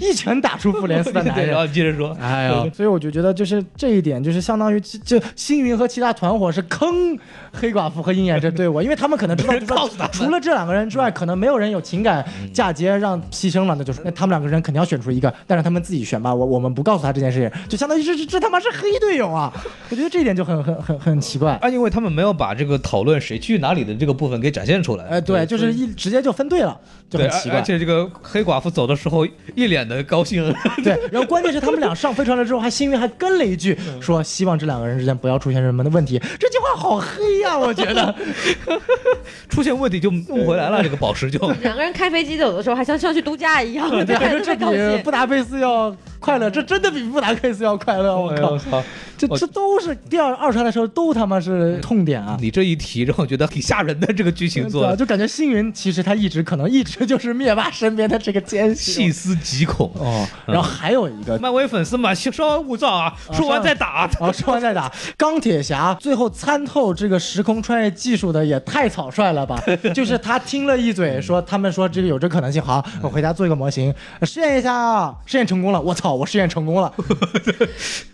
S1: 一拳打出复联四的男
S2: 对 <laughs> 然
S1: 人。
S2: 后接着说，
S1: 哎呀
S2: 对，
S1: 所以我就觉得就是这一点，就是相当于这这星云和其他团伙是坑黑寡妇和鹰眼这队伍，因为他们可能知道，
S2: <laughs> 没人告诉他们
S1: 除了这两个人之外，可能没有人有情感嫁接让牺牲了，那就是那他们两个人肯定要选出一个，但是他们自己选吧，我我们不告诉他这件事情，就相当于这这这他妈是黑队友啊！ <laughs> 我觉得这一点就很很很很奇怪。
S2: 啊，因为他们没有把这个讨论谁去哪里的这个部分给展现出来。
S1: 哎，对，就是一直接就分队了，就
S2: 对，
S1: 很
S2: 而
S1: 奇
S2: 而
S1: 怪。
S2: 且这个黑寡妇走的时候一脸的高兴。 <laughs>
S1: 对，然后关键是他们俩上飞船了之后，还星云还跟了一句说希望这两两个人之间不要出现什么的问题。这句话好黑呀、我觉得
S2: 出现问题就弄不回来了，这个
S1: <laughs>
S2: 宝石就。
S1: 哎
S3: 两个人开飞机走的时候，还像像去度假一样，特
S1: 感
S3: 别
S1: 觉这
S3: 特别高兴
S1: 比。布达佩斯要快乐，这真的比布达佩斯要快乐。我
S2: 哎呦
S1: 靠
S2: 我，操！
S1: 这这都是第二二刷的时候都他妈是痛点啊！
S2: 你这一提让我觉得挺吓人的这个剧情做
S1: 对啊
S2: 的，
S1: 就感觉星云其实他一直可能一直就是灭霸身边的这个奸
S2: 细嗯
S1: 细。
S2: 思极恐。
S1: 哦，然后还有一个
S2: 漫威粉丝嘛，稍安勿躁啊，说完再打。
S1: 哦，说完再打。钢铁侠最后参透这个时空穿越技术的也太草率了
S2: <laughs>
S1: 吧？就是他听了一
S2: 嗯
S1: 嘴，说他们说这个有这可能性，好，我回家做一个模型试验一下啊，试验成功了，我操，我试验成功
S2: <laughs>
S1: 了。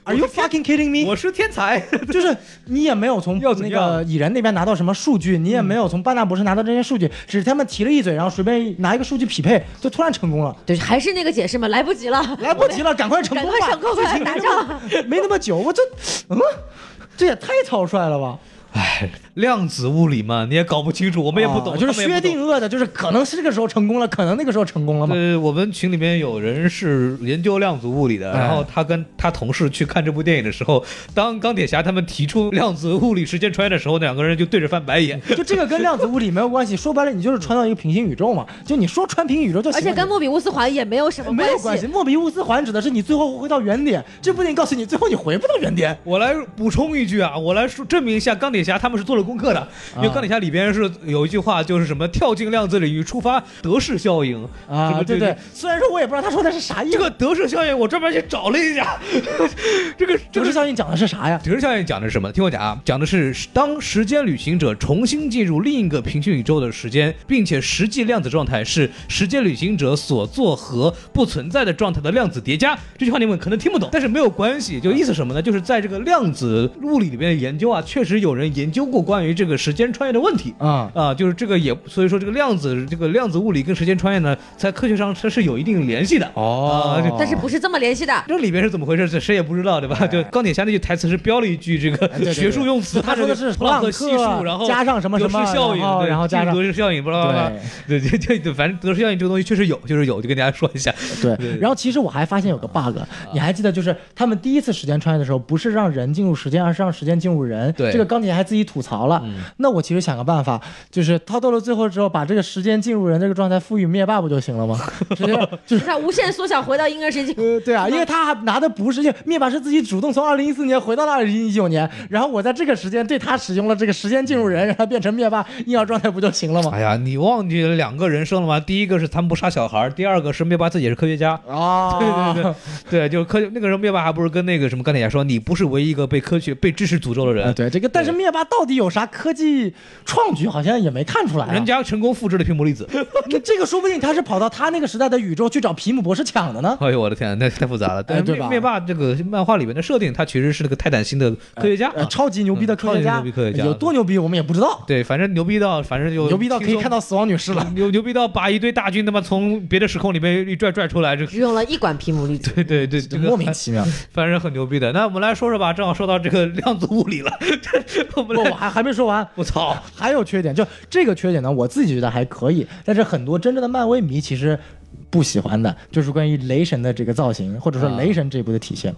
S1: Are you fucking kidding me？
S2: 我是天才， <laughs>
S1: 就是你也没有从
S2: 要怎
S1: 那
S2: 样嗯
S1: 个蚁人那边拿到什么数据，你也没有从班纳博士拿到这些数据，只是他们提了一嘴，然后随便拿一个数据匹配，就突然成功
S3: <laughs>
S1: 了。
S3: 对，还是那个解释嘛，来不及了，
S1: 来不及了，赶快成
S3: 赶
S1: 功吧！
S3: 快上钩
S1: <laughs>
S3: 吧，打仗。
S1: 没那么久，我这，嗯，这也太草率了吧！
S2: 量子物理嘛，你也搞不清楚，我们也不懂，
S1: 啊就是
S2: 他们也
S1: 薛
S2: 不懂
S1: 定谔的，就是可能是这个时候成功了，可能那个时候成功了嘛。
S2: 呃，我们群里面有人是研究量子物理的，
S1: 哎
S2: 然后他跟他同事去看这部电影的时候，当钢铁侠他们提出量子物理时间穿越的时候，两个人就对着翻白眼。
S1: <laughs> 就这个跟量子物理没有关系，说白了，你就是穿到一个平行宇宙嘛。就你说穿平行宇宙就行
S3: <laughs> 而
S1: 了，
S3: 且跟莫比乌斯环也没有什么
S1: 没有
S3: 关
S1: 关系。。莫比乌斯环指的是你最后回到原点，这部电影告诉你最后你回不到原点。
S2: <laughs> 我来补充一句啊，我来说证明一下钢铁侠他们是做了功课的，
S1: 嗯
S2: 因为钢铁侠里边是有一句话就是什么跳进量子领域触发德式效应什
S1: 啊，
S2: 么
S1: 对对，虽然说我也不知道他说的是啥意思，
S2: 这个德式效应我专门去找了一下， <laughs> 这个
S1: 这
S2: 这个
S1: 个效应讲的是啥呀？
S2: 德式效应讲的是什么？听我讲啊，讲的是当时间旅行者重新进入另一个平行宇宙的时间，并且实际量子状态是时间旅行者所做和不存在的状态的量子叠加。这句话你们可能听不懂，但是没有关系，就意思什么呢？就是在这个量子物理里面的研究啊，确实有人研究过关于这个时间穿越的问题。
S1: 啊、
S2: 啊，就是这个也，所以说这个量子这个量子物理跟时间穿越呢，在科学上它是有一定联系的。
S1: 哦
S2: 啊就
S3: <laughs> 但是不是这么联系的？
S2: 这里边是怎么回事？这谁也不知道，对吧？就钢铁侠那句台词是标了一句这
S1: 哎对
S2: 个
S1: 对
S2: 学术用词，
S1: 他说的是
S2: 普朗克
S1: 普
S2: 系
S1: 朗克
S2: 数，然后
S1: 加上什么什么
S2: 德式效应，
S1: 然后
S2: 对
S1: 然后加上
S2: 德式效应，巴拉巴拉巴拉。对，这这这反正德式效应这个东西确实有，就是有，就跟大家说一下。
S1: 对啊
S2: 对，
S1: 然后其实我还发现有个 bug，你还记得就是他们第一次时间穿越的时候，不是让人进入时间，而是让时间进入人。
S2: 对
S1: 这个钢铁侠还自己吐槽了。那我其实想个办法，就是他到了最后之后，把这个时间进入人这个状态赋予灭霸不就行了吗？ <laughs> 直接就。
S3: <laughs> 就是是无限缩小回到婴儿时期。
S1: 呃，对啊，因为他还拿的不是灭霸，是自己主动从二零一四年回到了二零一九年，然后我在这个时间对他使用了这个时间进入人，让他变成灭霸婴儿状态不就行了吗？
S2: 哎呀，你忘记了两个人生了吗？第一个是他们不杀小孩，第二个是灭霸自己也是科学家。
S1: <laughs> 啊，
S2: 对对对，对，就是科学那个时候灭霸还不是跟那个什么钢铁侠说，你不是唯一一个被科学被知识诅咒的人，
S1: 啊，对这个，但是灭霸到底有啥科技创举，好像也没看出来、啊。
S2: 人家成功复制了屏幕粒子。
S1: 那这个说不定他是跑到他那个时代的宇宙去找皮姆博士抢的呢。
S2: <laughs> 哎呦我的天啊，那太复杂了。但是
S1: 哎对
S2: 灭
S1: 吧
S2: 灭霸这个漫画里面的设定，他其实是那个泰坦星的科学家。
S1: 呃，超级牛逼的科学
S2: 嗯
S1: 家，
S2: 超级牛逼科学家
S1: 有多牛逼我们也不知道，
S2: <laughs> 对，反正牛逼到，反正就
S1: 牛逼到可以看
S2: 到
S1: 到死亡女士了。
S2: 牛牛逼到把一堆大军他妈从别的时空里面一拽拽出来，
S1: <laughs>
S2: 这
S3: 只用了一管皮姆粒子，
S2: 对对对，这个
S1: 莫名其妙，
S2: 反正很牛逼的。那我们来说说吧，正好说到这个 <laughs> 量子物理了，
S1: <laughs>
S2: 我
S1: 不，哦
S2: 们
S1: 我
S2: 来，
S1: 还还没说完，
S2: 我操，
S1: 还有缺点，就这个缺点呢，我自己觉得还可以，但是很多真正的漫威迷其实不喜欢的，就是关于雷神的这个造型，或者说
S2: 啊
S1: 雷神这部的体现，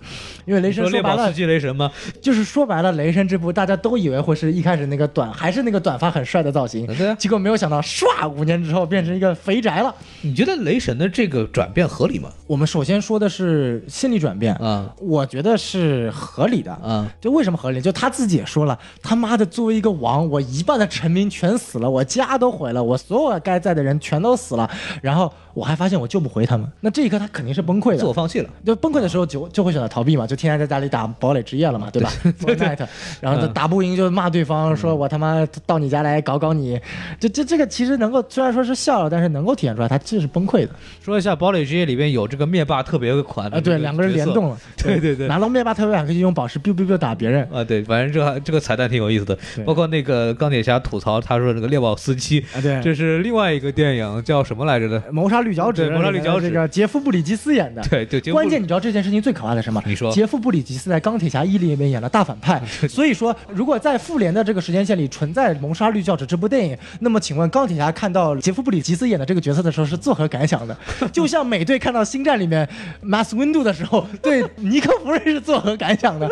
S1: 因为雷神
S2: 说猎
S1: 说白
S2: 豹
S1: 了
S2: 司机雷神吗？
S1: 就是说白了，雷神这部大家都以为会是一开始那个短，还是那个短发很帅的造型，
S2: 对啊
S1: 结果没有想到，唰，五年之后变成一个肥宅了。
S2: 你觉得雷神的这个转变合理吗？
S1: 我们首先说的是心理转变，
S2: 啊
S1: 我觉得是合理的。
S2: 啊，
S1: 就为什么合理？就他自己也说了，他妈的，作为一个王，我一半的臣民全死了，我家都毁了，我所有该在的人全都死了，然后我还发现我救不回他们，那这一刻他肯定是崩溃的，
S2: 自我放弃了。
S1: 就崩溃的时候就就会选择逃避嘛，就天天在家里打堡垒之夜了嘛，对嗯吧 <laughs> f n i g h t 然后就打不赢就骂对方，说我他妈到你家来搞搞你，这这这个其实能够虽然说是笑了，但是能够体现出来他这是崩溃的
S2: 说一下《堡垒之夜》里边有这个灭霸特别款的
S1: 啊，对，
S2: 这
S1: 两个人联
S2: 角色
S1: 动了，
S2: 对对对
S1: 拿到灭霸特别版可以用宝石 biu biu biu 打别人，
S2: 啊，对，反正这这个彩蛋挺有意思的，
S1: 对
S2: 包括那个钢铁侠吐槽，他说那个猎豹司机，
S1: 啊对
S2: <laughs> 这是另外一个电影叫什么来着的？
S1: 谋杀绿脚指里
S2: 对魔
S1: 面
S2: 兽
S1: 的
S2: 里脚趾
S1: 这个杰夫·布里吉斯演的。
S2: 对对，结果
S1: 关键你知道这件事情最可怕的是什么？
S2: 你说
S1: 杰夫·布里吉斯在《钢铁侠一》里面演了大反
S2: <laughs>
S1: 派，所以说如果在复联的这个时间线里存在《谋杀绿教旨》这部电影，那么请问钢铁侠看到杰夫·布里吉斯演的这个角色的时候是作何感
S2: <laughs>
S1: 想的？就像美队看到《星战》里面 Mass Windu 的时候，对尼克·弗瑞是作何感想的？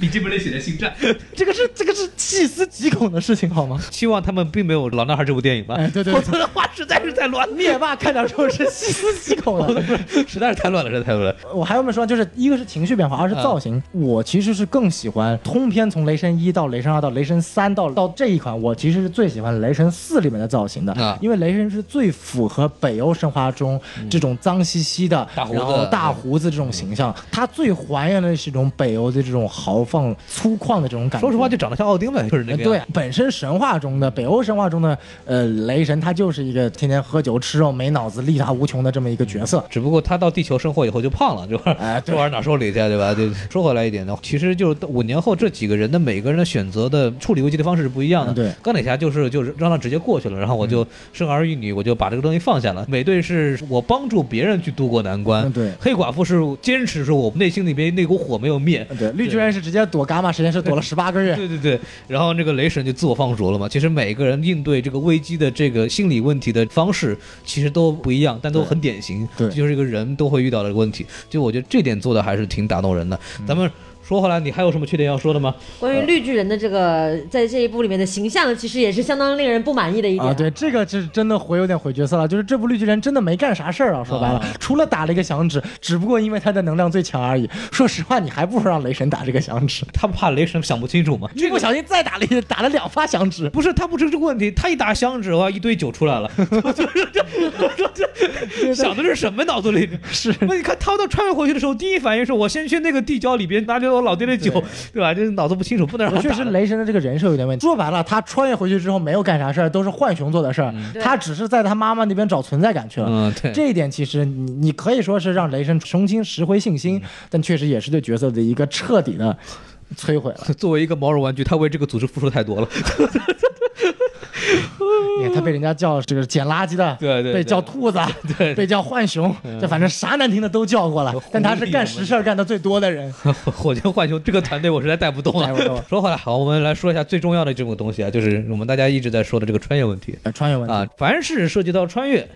S2: 笔记本里写的星战， <laughs>
S1: 这个是这个是细思极恐的事情好吗？
S2: 希望他们并没有《老男孩》这部电影吧
S1: 哎，。对对
S2: 否
S1: 对。
S2: 则的话实在是太乱，
S1: 灭霸看到之后是细思极恐的，
S2: <laughs> 实在是太乱了，实在是太乱了。
S1: 我还有没有说，就是一个是情绪变化，二是造型。
S4: 嗯
S1: 我其实是更喜欢通篇从雷神一到雷神二到雷神三到到这一款，我其实是最喜欢雷神四里面的造型的，
S4: 嗯
S2: 啊
S1: 因为雷神是最符合北欧神话中这种脏兮兮的，
S2: 大胡子
S1: 然后大胡子这种形
S4: 嗯
S1: 象，它最还原的是一种北欧的这种豪放粗犷的这种感觉。
S4: 说实话，就长得像奥丁呗，就是那
S1: 呃
S4: 个样
S1: 对，本身神话中的北欧神话中的呃雷神，他就是一个天天喝酒吃肉没脑子力大无穷的这么一个角色。
S2: 只不过他到地球生活以后就胖了，这玩意
S1: 哎
S2: <laughs> 儿
S1: 对
S2: 这玩意儿哪受理去啊，对吧？就说回来一点呢，其实就是五年后这几个人的每个人的选择的处理危机的方式是不一样的。
S1: 嗯对嗯
S2: 钢铁侠就是就是让他直接过去了，然后我就生儿育女，我就把这个东西放下了。美队是我帮助别人去渡过难关，
S1: 嗯对
S2: 黑寡妇是坚持说我内心里边那股火没有灭，
S1: <laughs> 对，绿巨人是直接躲伽马实验室躲了十八个月。
S2: <laughs> 对对对，然后那个雷神就自我放逐了嘛。其实每个人应对这个危机的这个心理问题的方式，其实都不一样，但都很典型。
S1: 对
S2: 这就是一个人都会遇到的问题。就我觉得这点做的还是挺打动人的。
S1: 嗯
S2: 咱们说回来，你还有什么缺点要说的吗？
S3: 关于绿巨人的这个在这一部里面的形象，其实也是相当令人不满意的一点。
S1: 啊，对，这个是真的回有点回角色了，就是这部绿巨人真的没干啥事儿啊，说白了，
S2: 啊
S1: 除了打了一个响指，只不过因为他的能量最强而已。说实话，你还不如让雷神打这个响指，
S2: 他怕雷神想不清楚嘛。
S1: 一不小心再打了一打了两发响指，
S2: 不是他不是这个问题，他一打响指的话，一堆酒出
S1: <laughs>
S2: 来了，想的是什么脑子里？
S1: 是
S2: 那你看他到穿越回去的时候，第一反应是我先去那个地窖里边拿着我老爹的酒，对吧？这脑子不清楚，不能让
S1: 我
S2: 他
S1: 确
S2: 打
S1: 实
S2: 了
S1: 雷神的这个人设有点问题。说白了，他穿越回去之后没有干啥事儿，都是浣熊做的事儿，
S3: 对
S1: 他只是在他妈妈那边找存在感去了。
S2: 嗯，对。
S1: 这一点其实你你可以说是让雷神重新拾回信
S2: 嗯
S1: 心，但确实也是对角色的一个彻底的摧毁了。
S2: 作为一个毛绒玩具，他为这个组织付出太
S1: <laughs>
S2: 多了。
S1: 你看哎他被人家叫这个捡垃圾的，
S2: 对对对
S1: 被叫 <laughs> 兔子，
S2: 对嗯
S1: 被叫浣熊，这反正啥难听的都叫过了。但他是干实事儿干的最多的
S2: <laughs>
S1: 人，
S2: <laughs> 火箭浣熊这个团队，我实在带不动
S1: 带不动
S2: 了。 <laughs> 说回来，好，我们来说一下最重要的这种东西啊，就是我们大家一直在说的这个穿越问题
S1: 呃穿越问题。
S2: 啊。凡是涉及到穿越，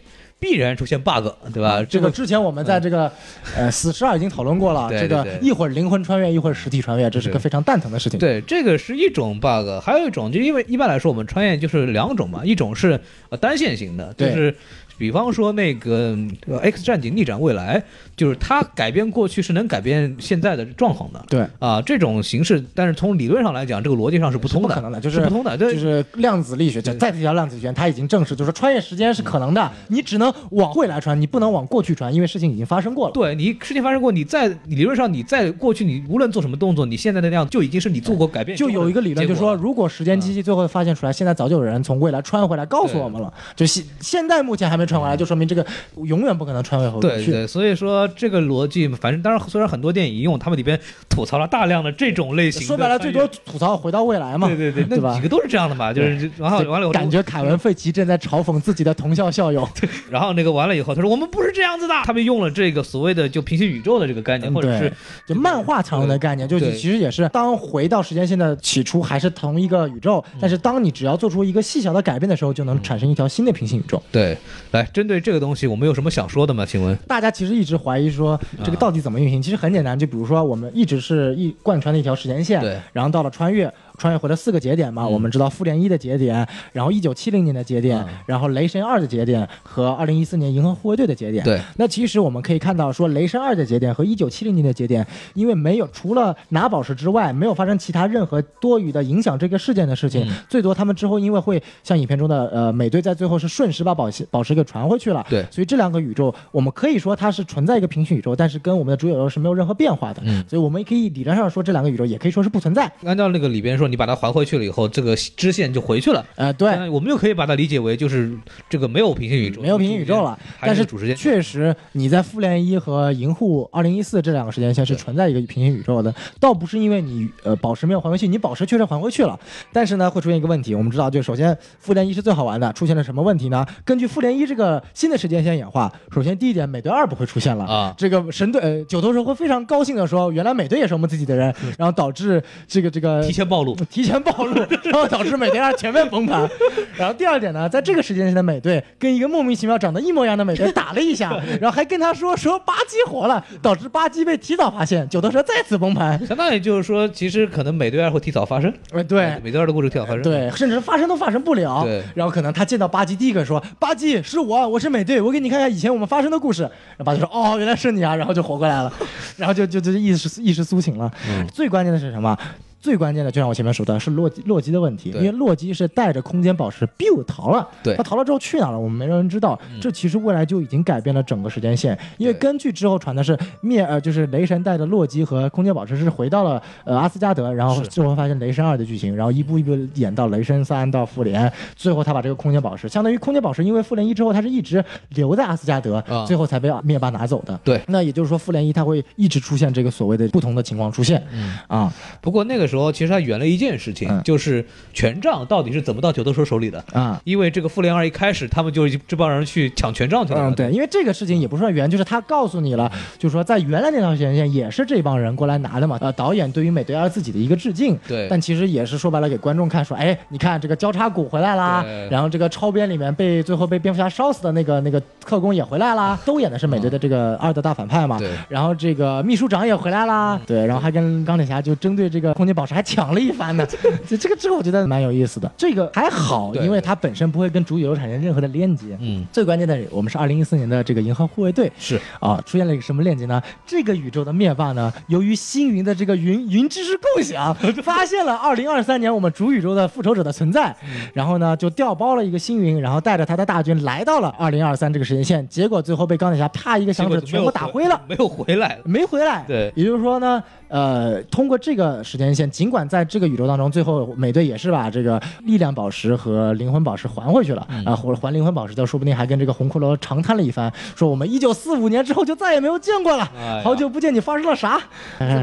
S2: 必然出现 bug，对吧？
S1: 啊这
S2: 这
S1: 个
S2: 个
S1: 之前我们在这个，呃，死侍二已经讨论过了。
S2: 对
S1: 这个
S2: 对对
S1: 一会儿灵魂穿越，一会儿实体穿越，这是个
S2: 对
S1: 非常蛋疼的事情。
S2: 对，这个是一种 bug，还有一种就因为一般来说我们穿越就是两种嘛，一种是呃单线型的，就
S1: 对
S2: 是比方说那个嗯呃《X 战警：逆转未来》，就是它改变过去是能改变现在的状况的。
S1: 对，
S2: 啊，这种形式，但是从理论上来讲，这个逻辑上是不通
S1: 不
S2: 的，
S1: 可能的，就是
S2: 不通的，对
S1: 就是量子力学，就再提到量子力学，它已经证实，就是说穿越时间是可能
S2: 嗯
S1: 的，你只能往未来传，你不能往过去传，因为事情已经发生过了。
S2: 对你事情发生过，你在理论上你在过去，你无论做什么动作，你现在的那样就已经是你做过 <laughs> 改变之后
S1: 就
S2: 的结果嗯
S1: 有
S2: 了。
S1: 一个理论，就是说，如果时间机器最后发现出来，现在早就有人从未来穿回来告诉我们了，就现现在目前还没穿回来，就说明这个永远不可能穿回回
S2: 嗯对
S1: 哦去。
S2: 对，所以说这个逻辑，反正当然，虽然很多电影引用，他们里边吐槽了大量的这种类型的
S1: 说白了，
S2: 穿
S1: 最
S2: 越
S1: 多吐槽回到未来嘛，
S2: 对对对，
S1: 对
S2: 那
S1: 吧
S2: 几个？都是这样的嘛，就是然后完了我
S1: 感觉凯文·费奇正在嘲讽自己的同校
S2: <laughs>
S1: 校友，
S2: 然后那个完了以后，他说我们不是这样子的，他们用了这个所谓的就平行宇宙的这个概念，或者是
S1: 嗯对，就漫画常用的概念，就
S2: 对
S1: 是其实也是当回到时间线的起初还是同一个宇宙，
S2: 嗯
S1: 但是当你只要做出一个细小的改变的时候，就能产生一条新的平行宇宙。
S2: 对，来针对这个东西，我们有什么想说的吗？请问？
S1: 大家其实一直怀疑说
S2: 嗯
S1: 这个到底怎么运行，其实很简单，就比如说我们一直是一贯穿的一条时间线
S2: 对，
S1: 然后到了穿越，穿越回了四个节点
S2: 嗯
S1: 嘛，我们知道复联一的节点，然后一九七零年的节点，然后雷神二的节点和二零一四年银河护卫队的节点。
S2: 对，
S1: 那其实我们可以看到说雷神二的节点和一九七零年的节点，因为没有除了拿宝石之外，没有发生其他任何多余的影响这个事件的事情，
S2: 嗯
S1: 最多他们之后因为会像影片中的呃美队在最后是瞬时把宝石宝石给传回去了，
S2: 对
S1: 所以这两个宇宙，我们可以说它是存在一个平行宇宙，但是跟我们的主宇宙是没有任何变化的。
S2: 嗯
S1: 所以我们可以理论上说，这两个宇宙也可以说是不存在。
S2: 按照那个里边说，你把它还回去了以后，这个支线就回去了。
S1: 呃，对，嗯
S2: 那我们就可以把它理解为就是这个没有平行宇宙，
S1: 没有平行宇宙了，
S2: 还
S1: 但是
S2: 主时间。
S1: 确实，你在复联一和银护二零一四这两个时间线是存在一个平行宇宙的，倒不是因为你呃宝石没有还回去，你宝石确实还回去了，但是呢会出现一个问题，我们知道，就首先复联一是最好玩的，出现了什么问题呢？根据复联一这个新的时间线演化，首先第一点，美队二不会出现了
S2: 啊
S1: 这个神队呃九头蛇会非常高兴的说，原来美队也是我们自己的人，然后导致这个这个
S2: 提前暴露，
S1: 提前暴露，然后导致美队二全面崩盘。然后第二点呢，在这个时间线的美队跟一个莫名其妙长得一模一样的美队打了一下，然后还跟他说说巴基活了，导致巴基被提早发现，九头蛇再次崩盘。
S2: <laughs> 相当于就是说，其实可能美队二会提早发生，
S1: 呃，对。
S2: 美队二的故事提早发生，，
S1: 对，甚至发生都发生不了
S2: 对。
S1: 然后可能他见到巴基，第一个说：“巴基是我，我是美队，我给你看看以前我们发生的故事。”然后巴基说：“哦，原来是你啊！”然后就活过来了，然后就就就意识意识苏醒了。
S2: 嗯
S1: 最关键的是什么？最关键的，就像我前面说的，是洛基洛基的问题，因
S2: 对
S1: 为洛基是带着空间宝石 biu 逃了，
S2: 对嗯
S1: 他逃了之后去哪了，我们没人知道。这其实未来就已经改变了整个时间线，因为
S2: 对
S1: 根据之后传的是灭呃，就是雷神带着洛基和空间宝石是回到了呃阿斯加德，然后
S2: 是
S1: 最后发现雷神二的剧情，然后一步一步演到雷神三到复联，最后他把这个空间宝石，相当于空间宝石，因为复联一之后他是一直留在阿斯加德，
S2: 啊
S1: 最后才被灭霸拿走的。
S2: 对
S1: 那也就是说复联一它会一直出现这个所谓的不同的情况出现，啊
S2: 嗯不过那个时候其实他圆了一件事情，
S1: 嗯
S2: 就是权杖到底是怎么到九头蛇手里的？
S1: 啊。
S2: 因为这个复联二一开始他们就已经这帮人去抢权杖去了。
S1: 嗯，对，因为这个事情也不算圆，就是他告诉你了，就是说在原来那条时间线也是这帮人过来拿的嘛。呃，导演对于美队二自己的一个致敬，
S2: 对
S1: 但其实也是说白了给观众看，说，哎，你看这个交叉骨回来啦
S2: 对，
S1: 然后这个超编里面被最后被蝙蝠侠烧死的那个那个特工也回来啦，都演的是美队的这个二的大反派嘛。
S2: 嗯对
S1: 然后这个秘书长也回来啦，对，然后还跟钢铁侠就针对这个空间宝石还抢了一番
S2: <laughs>
S1: 呢。这这个这个我觉得蛮有意思的，这个还好，
S2: 对
S1: 因为它本身不会跟主宇宙产生任何的连接。
S2: 嗯，
S1: 最关键的，我们是二零一四年的这个银河护卫队
S2: 是
S1: 啊，出现了一个什么链接呢？这个宇宙的灭霸呢，由于星云的这个云云知识共
S2: <laughs>
S1: 享，发现了二零二三年我们主宇宙的复仇者的存在，
S2: 嗯
S1: 然后呢就调包了一个星云，然后带着他的大军来到了二零二三这个时间线，结果最后被钢铁侠啪一个响指
S2: 结果就没
S1: 全
S2: 有
S1: 部打
S2: 回 <laughs>
S1: 灰了。
S2: 没有回来。
S1: 没回来。
S2: 对
S1: 也就是说呢，呃，通过这个时间线，尽管在这个宇宙当中，最后美队也是把这个力量宝石和灵魂宝石还回去了
S2: 嗯
S1: 啊，或、者还灵魂宝石的，说不定还跟这个红骷髅长叹了一番，说我们一九四五年之后就再也没有见过了，
S2: 哎呀
S1: 好久不见，你发生了啥？
S3: 怎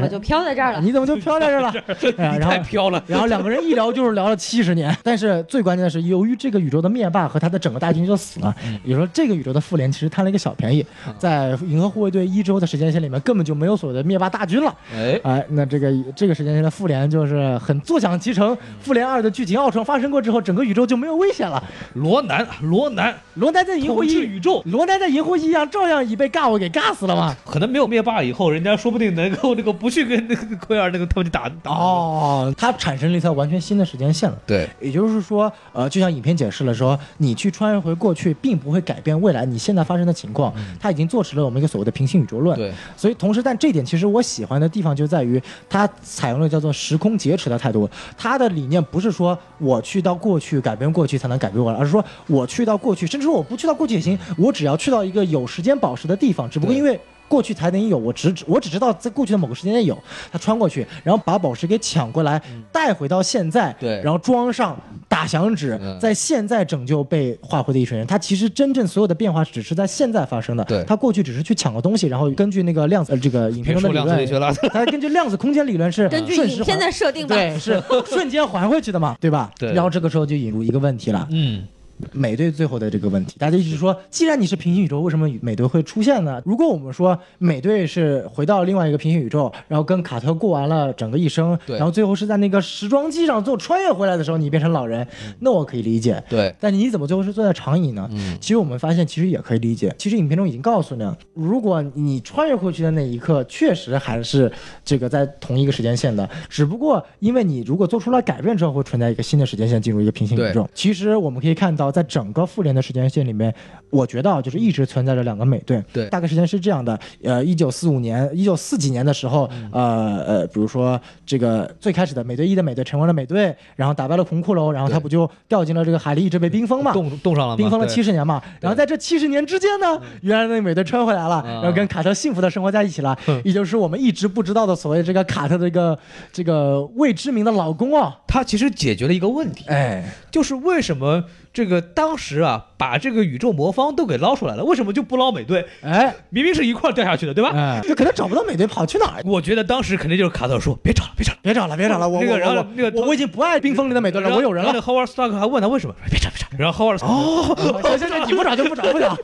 S1: <laughs>
S3: 么就飘在这儿了？
S1: 你怎么就飘在这儿
S2: <laughs>
S1: 了？哎然后
S2: 太飘了，
S1: 然后两个人一聊就是聊了七十年， <laughs> 但是最关键的是，由于这个宇宙的灭霸和他的整个大军就死了，也就是说这个宇宙的复联其实贪了一个小便宜，在银河护卫队一周的时间线里面根本就没有所谓的灭霸大军了。
S2: 哎，
S1: 哎，那这个这个时间线的复联就是很坐享其成。复联二的剧情奥创发生过之后，整个宇宙就没有危险了。
S2: 罗南，罗南
S1: 罗丹在银
S2: 统
S1: 护
S2: 治
S1: 一，
S2: 宇宙，
S1: 罗丹在银护一样照样已被尬我给尬死了嘛。
S2: 可能没有灭霸以后，人家说不定能够那个不去跟那个奎尔那个他们去打打。，
S1: 哦，它产生了一条完全新的时间线了。
S2: 对，
S1: 也就是说，呃，就像影片解释了说，你去穿越回过去，并不会改变未来你现在发生的情况。它已经坐实了我们一个所谓的平行宇宙论。
S2: 对，
S1: 所以同时，但这点其实我喜欢的地方就在于它采用了叫做时空劫持的态度。它的理念不是说我去到过去改变过去才能改变未来，而是说我去到过去，甚至说我不去到过去也行，我只要去到一个有时间宝石的地方，只不过
S2: 对
S1: 因为。过去才能有，我只我只知道在过去的某个时间内有，他穿过去，然后把宝石给抢过来，带回到现在，
S2: 对
S1: 然后装上打响指
S2: 嗯，
S1: 在现在拯救被划回的一群人。他其实真正所有的变化只是在现在发生的，
S2: 对
S1: 他过去只是去抢个东西，然后根据那个量子、呃、这个影片
S2: 别
S1: 中的
S2: 说
S1: 理
S2: 量子力学
S1: 论，
S2: 了，
S1: <laughs> 他根据量子空间理论是
S3: <laughs> 根据
S1: 瞬时还
S3: 影片的设定吧，
S1: 对
S3: <laughs>
S1: 是瞬间还回去的嘛，对吧？
S2: 对
S1: 然后这个时候就引入一个问题了，
S2: 嗯，
S1: 美队最后的这个问题，大家一直说，既然你是平行宇宙，为什么美队会出现呢？如果我们说美队是回到另外一个平行宇宙，然后跟卡特过完了整个一生，
S2: 对
S1: 然后最后是在那个时装机上最后穿越回来的时候，你变成老人，
S2: 嗯
S1: 那我可以理解。
S2: 对，
S1: 但你怎么最后是坐在长椅呢？其实我们发现，其实也可以理解。其实影片中已经告诉你了，如果你穿越过去的那一刻，确实还是这个在同一个时间线的，只不过因为你如果做出了改变之后，会存在一个新的时间线进入一个平行宇宙。其实我们可以看到，在整个复联的时间线里面，我觉得啊，就是一直存在着两个美队。
S2: 对
S1: 大概时间是这样的，呃，一九四五年、一九四几年的时候，
S2: 嗯
S1: 呃呃，比如说这个最开始的美队一的美队成为了美队，然后打败了红骷髅，然后他
S2: 对
S1: 不就掉进了这个海里，一直被冰封嘛？
S2: 冻冻上了吗？
S1: 冰封了
S2: 对
S1: 七十年嘛，然后在这七十年之间呢，原来的美队穿回来了，
S2: 嗯
S1: 然后跟卡特幸福的生活在一起了，也就是我们一直不知道的所谓这个卡特的这个这个未知名的老公哦，
S2: 它其实解决了一个问题，
S1: 哎，
S2: 就是为什么这个当时啊把这个宇宙魔方都给捞出来了，为什么就不捞美队？
S1: 哎，
S2: 明明是一块儿掉下去的，对吧？
S1: 哎，就可能找不到美队跑去哪儿。
S2: 我觉得当时肯定就是卡特说别找了，别找了。
S1: 别找了，别找了，我
S2: 那个
S1: 我
S2: 然后
S1: 我
S2: 那个
S1: 我我已经不爱冰封里的美队了，我有人
S2: 然
S1: 了
S2: 后。那 Howard Stark 还问他为什么，别找别找。然后 Howard 哦，
S1: 行行行，你不找就不找，不找。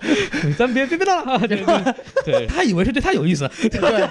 S2: 咱别别别闹了啊！ <laughs> 对对对，他以为 <laughs> 是对哎他有意思，
S1: 对，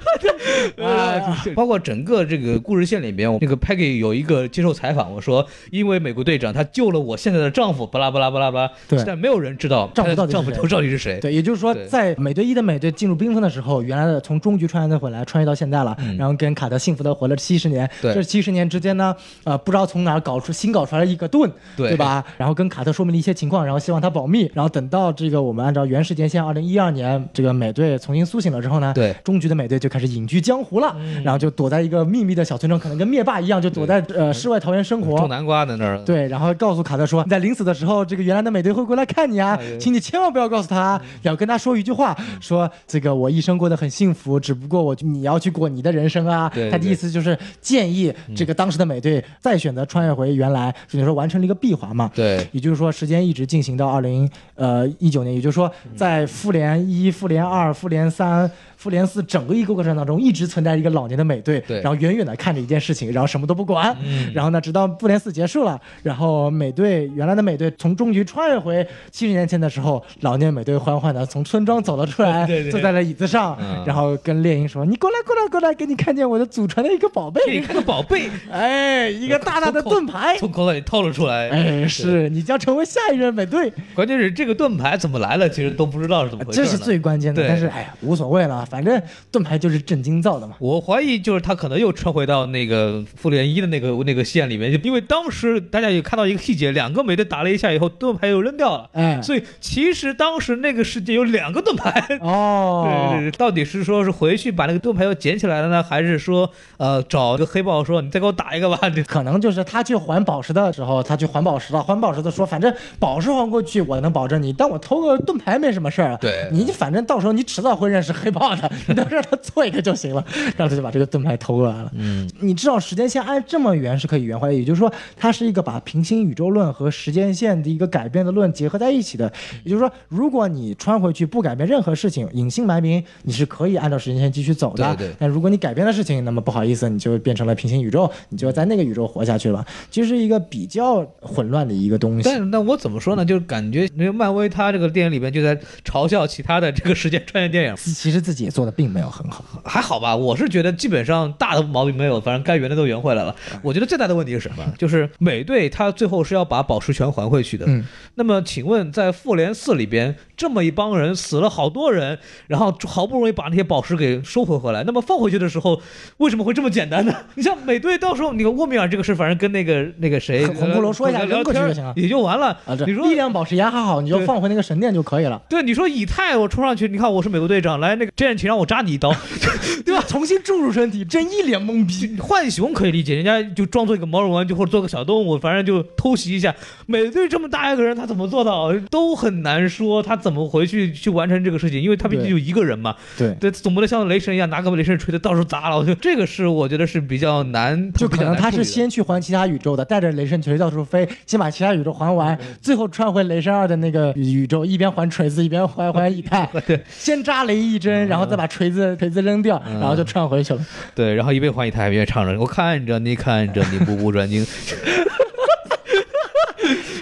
S2: <laughs> 啊，包括整个这个故事线里边，我那个 Peggy 有一个接受采访，我说因为美国队长他救了我现在的丈夫，巴拉巴拉巴拉巴拉，
S1: 对
S2: 但没有人知道
S1: 丈夫
S2: 她的
S1: 到底是
S2: 丈夫
S1: 谁
S2: 到底是谁。
S1: 对，也就是说
S2: 对，
S1: 在美队一的美队进入冰封的时候，原来的从中局穿越回来，穿越到现在了，然后跟卡特幸福的活了七十年。
S2: 嗯对
S1: 这七十年之间呢，呃，不知道从哪儿搞出新搞出来一个盾，
S2: 对
S1: 对吧？然后跟卡特说明了一些情况，然后希望他保密。然后等到这个我们按照原时间线，二零一二年这个美队重新苏醒了之后呢，
S2: 对嗯
S1: 中局的美队就开始隐居江湖了，然后就躲在一个秘密的小村庄，可能跟灭霸一样，就躲在呃世外桃源生活，
S2: 种南瓜在那儿，
S1: 对，然后告诉卡特说，你在临死的时候，这个原来的美队会过来看你啊，请你千万不要告诉他，要跟他说一句话，说这个我一生过得很幸福，只不过我你要去过你的人生啊。
S2: 对
S1: 他的意思就是建议这个当时的美队再选择穿越回原来，也就是说完成了一个闭环嘛。
S2: 对
S1: 也就是说，时间一直进行到二零呃一九年，也就是说，
S2: 嗯
S1: 在复联一、复联二、复联三、复联四整个一个过程当中，一直存在一个老年的美队，
S2: 对嗯
S1: 然后远远的看着一件事情，然后什么都不管， <laughs> 然后呢，直到复联四结束了，然后美队原来的美队从终局穿越回七十年前的时候，老年美队缓缓的从村庄走了出来，
S2: <laughs> 对对
S1: 坐在了椅子上，
S2: 嗯
S1: 然后跟猎鹰说：“你过来，过来，过来，给你看见我的祖传的一个宝贝，
S2: <laughs> 这个宝贝
S1: 哎，一个大大的盾
S2: <laughs>
S1: 牌。”
S2: 从口袋里掏了出
S1: <laughs>
S2: 来。
S1: 哎，是你将成为下一任美队，
S2: 关键是这个盾牌怎么来了，其实都不知道是怎么回事。
S1: 这是最。关键的。
S2: 对
S1: 但是哎呀，无所谓了，反正盾牌就是震惊造的嘛。
S2: 我怀疑就是他可能又穿回到那个复联一的那个那个线里面，因为当时大家也看到一个细节，两个美队打了一下以后，盾牌又扔掉了。
S1: 哎，
S2: 所以其实当时那个世界有两个盾牌。对 <laughs> 对
S1: 哦，
S2: 对，到底是说是回去把那个盾牌又捡起来了呢，还是说呃找一个黑豹说你再给我打一个吧？ <laughs> 这
S1: 可能就是他去还宝石的时候，他去还宝石了，还宝石的说，反正宝石还过去，我能保证你，但我偷个盾牌没什么事儿啊。
S2: 对
S1: 你反正到时候你迟早会认识黑豹的，你都让他做一个就行了。然后他就把这个盾牌偷过来了。嗯，你知道时间线按这么圆是可以圆回来，也就是说，它是一个把平行宇宙论和时间线的一个改变的论结合在一起的。也就是说，如果你穿回去不改变任何事情，隐姓埋名，你是可以按照时间线继续走的。
S2: 对对
S1: 但如果你改变了事情，那么不好意思，你就变成了平行宇宙，你就在那个宇宙活下去了。这是一个比较混乱的一个东西。
S2: 但是那我怎么说呢？就是感觉那个漫威他这个电影里面就在嘲笑其他的这个时间穿越电影，
S1: 其实自己也做的并没有很好。
S2: 还好吧？我是觉得基本上大的毛病没有，反正该圆的都圆回来了。
S1: 哎
S2: 我觉得最大的问题是什么？ <laughs> 就是美队他最后是要把宝石全还回去的。
S1: 嗯，
S2: 那么请问，在复联四里边，这么一帮人死了好多人，然后好不容易把那些宝石给收回回来，那么放回去的时候，为什么会这么简单呢？ <laughs> 你像美队到时候，你看沃米尔这个事，反正跟那个那个谁
S1: <laughs>
S2: 呃
S1: 红骷髅说一下
S2: 聊
S1: 扔过去
S2: 天
S1: 就行了
S2: 也就完了。
S1: 啊，这
S2: 你说
S1: 力量宝石牙还好，你就
S2: 对
S1: 放回那个神殿就可以了。
S2: 对，你说以太，我冲上去，你看我是美国队长，来那个这样请让我扎你一刀， <laughs> 对啊吧？
S1: 重新注入身体，真一脸懵逼。
S2: 浣熊可以理解，人家就装作一个毛绒玩具或者做个小动物，反正就偷袭一下。美队这么大一个人，他怎么做到都很难说，他怎么回去去完成这个事情？因为他毕竟
S1: 对
S2: 就一个人嘛，
S1: 对，
S2: 对，总不能像雷神一样拿个雷神锤子到处砸了。我觉得这个是我觉得是比较难，
S1: 就可能他
S2: 比较难处理的
S1: 是先去还其他宇宙的，带着雷神锤到处飞，先把其他宇宙还完，最后穿回雷神二的那个宇宙，一边还锤子一边还还以
S2: <laughs>
S1: 太，先扎雷一针，然后再把锤
S2: 嗯
S1: 子锤子扔掉，然后就穿回
S2: <laughs>
S1: 去了。
S2: 对，然后一边换一台一边唱着：“我看着你，看着你，步步转进。”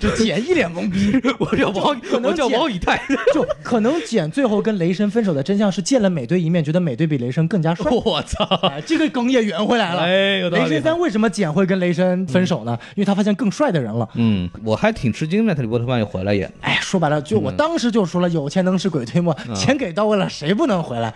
S1: 就简一脸懵逼，
S2: <laughs> 我叫王
S1: 可，能
S2: 我叫
S1: 解
S2: 王以太。
S1: <laughs> 就可能简最后跟雷神分手的真相是见了美队一面，觉得美队比雷神更加帅。
S2: <laughs> 我操！
S1: 哎这个梗也圆回来了。
S2: <laughs> 哎有道理
S1: 雷神三为什么简会跟雷神分手呢？因为他发现更帅的人了。
S2: 嗯，我还挺吃惊的，他里波特曼又回来演。
S1: 哎，说白了，就我当时就说了，有钱能使鬼推磨，钱给到位了，谁不能回来？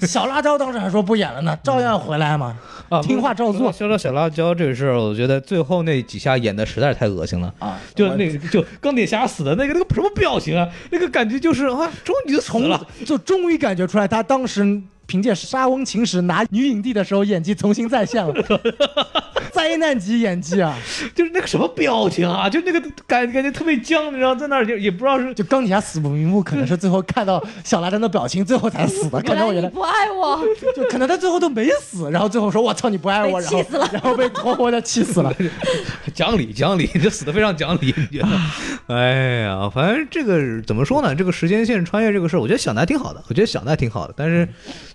S1: 小辣椒当时还说不演了呢，照样回来嘛，
S2: 啊
S1: 听话照做
S2: 说到小辣椒这个事儿，我觉得最后那几下演的实在是太恶心了。
S1: 啊。
S2: 就是
S1: 我
S2: 那个，就钢铁侠死的那个那个什么表情啊，那个感觉就是啊，终于就死
S1: 从
S2: 了。
S1: 就终于感觉出来，他当时凭借《沙翁情史》拿女影帝的时候，演技重新再现了。灾难级演技啊！
S4: 就是那个什么表情啊，就那个感感觉特别僵，你知道，在那儿就也不知道是
S1: 就钢铁侠死不瞑目，可能是最后看到小拉珍的表情，最后才死
S3: <laughs>
S1: 的。可能我觉
S3: 原来你
S1: 得，
S3: 不爱我，
S1: 就可能他最后都没死，然后最后说：“我操，你不 <laughs> 爱我！”
S3: 被
S1: 然
S3: 气
S1: 后 <laughs>
S3: 死了
S1: 然后被活活的气死了。
S2: <laughs> 讲理讲理，这死的非常讲理。你觉得？哎呀，反正这个怎么说呢？这个时间线穿越这个事儿，我觉得想的还挺好的，我觉得想的还挺好的。但是，
S1: 嗯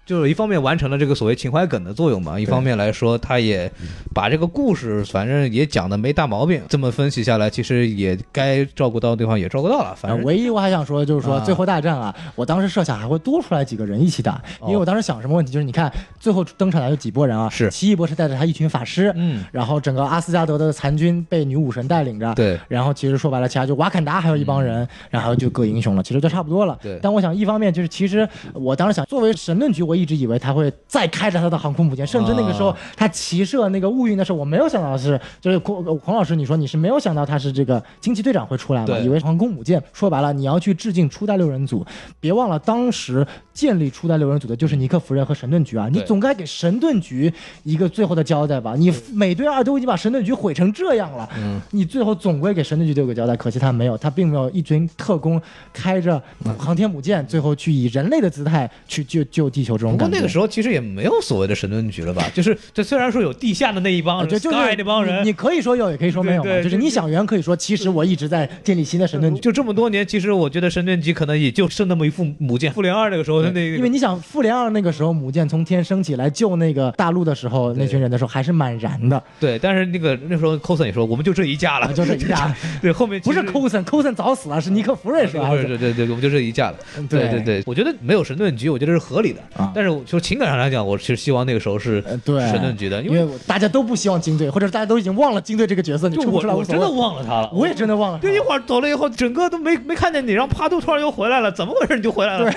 S2: 就是一方面完成了这个所谓情怀梗的作用嘛，一方面来说，他也把这个故事反正也讲的没大毛病。这么分析下来，其实也该照顾到的地方也照顾到了，反
S1: 啊
S2: 正。
S1: 唯一我还想说的就是说，
S2: 啊
S1: 最后大战啊，我当时设想还会多出来几个人一起打，
S2: 哦
S1: 因为我当时想什么问题，就是你看最后登场的有几波人啊，
S2: 是
S1: 奇异博士带着他一群法师，
S2: 嗯，
S1: 然后整个阿斯加德的残军被女武神带领着，
S2: 对，嗯
S1: 然后其实说白了，其他就瓦坎达还有一帮人，然后就各英雄了，其实就差不多了。
S2: 对
S1: 但我想一方面就是，其实我当时想，作为神盾局，我一直以为他会再开着他的航空母舰，甚至那个时候、
S2: 啊
S1: 他骑射那个雾运的时候，我没有想到是，就是孔孔老师你说你是没有想到他是这个惊奇队长会出来嘛？
S2: 对
S1: 以为航空母舰。说白了，你要去致敬初代六人组，别忘了当时建立初代六人组的就是尼克弗瑞和神盾局啊，你
S2: 嗯对
S1: 总该给神盾局一个最后的交代吧？你美队二都已经把神盾局毁成这样了，
S2: 嗯
S1: 你最后总归给神盾局留个交代。可惜他没有，他并没有一群特工开着航天母舰，最后去以人类的姿态去救救地球这种
S2: 不过
S1: 感觉。
S2: 那个时候其实也没有所谓的神盾局了吧？就是
S4: 这虽然说有地下的那一帮
S1: 啊
S4: 人，
S1: 就就是
S4: Sky 那帮
S1: 你，
S4: 人
S1: 你，可以说有，也可以说没有嘛。
S4: 对对
S1: 就是
S4: 就
S1: 你想圆，可以说其实我一直在建立新的神盾局。
S4: 就这么多年，其实我觉得神盾局可能也就剩那么一副母舰。复联二那个时候，那个
S1: 因为你想，复联二那个时候母舰从天升起来救那个大陆的时候，那群人的时候还是蛮燃的，
S2: 对，但是那个那时候 cosen 也说，我们就这一架
S1: 啊
S2: <laughs> 了，
S1: 就这一架，
S2: 对后面其
S1: 不
S2: 实
S1: 是 Coulson，Coulson 早死了，是尼克弗瑞是吧？
S2: 对对对对，我们就这一架了。对对
S1: 对
S2: 对，我觉得没有神盾局，我觉得是合理的。
S1: 啊
S2: 但是我就情感上来讲，我其实希望那个时候是
S1: 呃对
S2: 神盾局的，因
S1: 因
S2: 为
S1: 为我大家都不希望金队，或者大家都已经忘了金队这个角色，你
S4: 就
S1: 出不
S4: 我
S1: 出来无
S4: 我
S1: 所
S4: 真的
S1: 谓。
S4: 忘了他了，
S1: 我也真的忘了，
S2: 就一会儿走了以后，整个都没没看见你，然后啪都突然又回来了，怎么回事？你就回来了，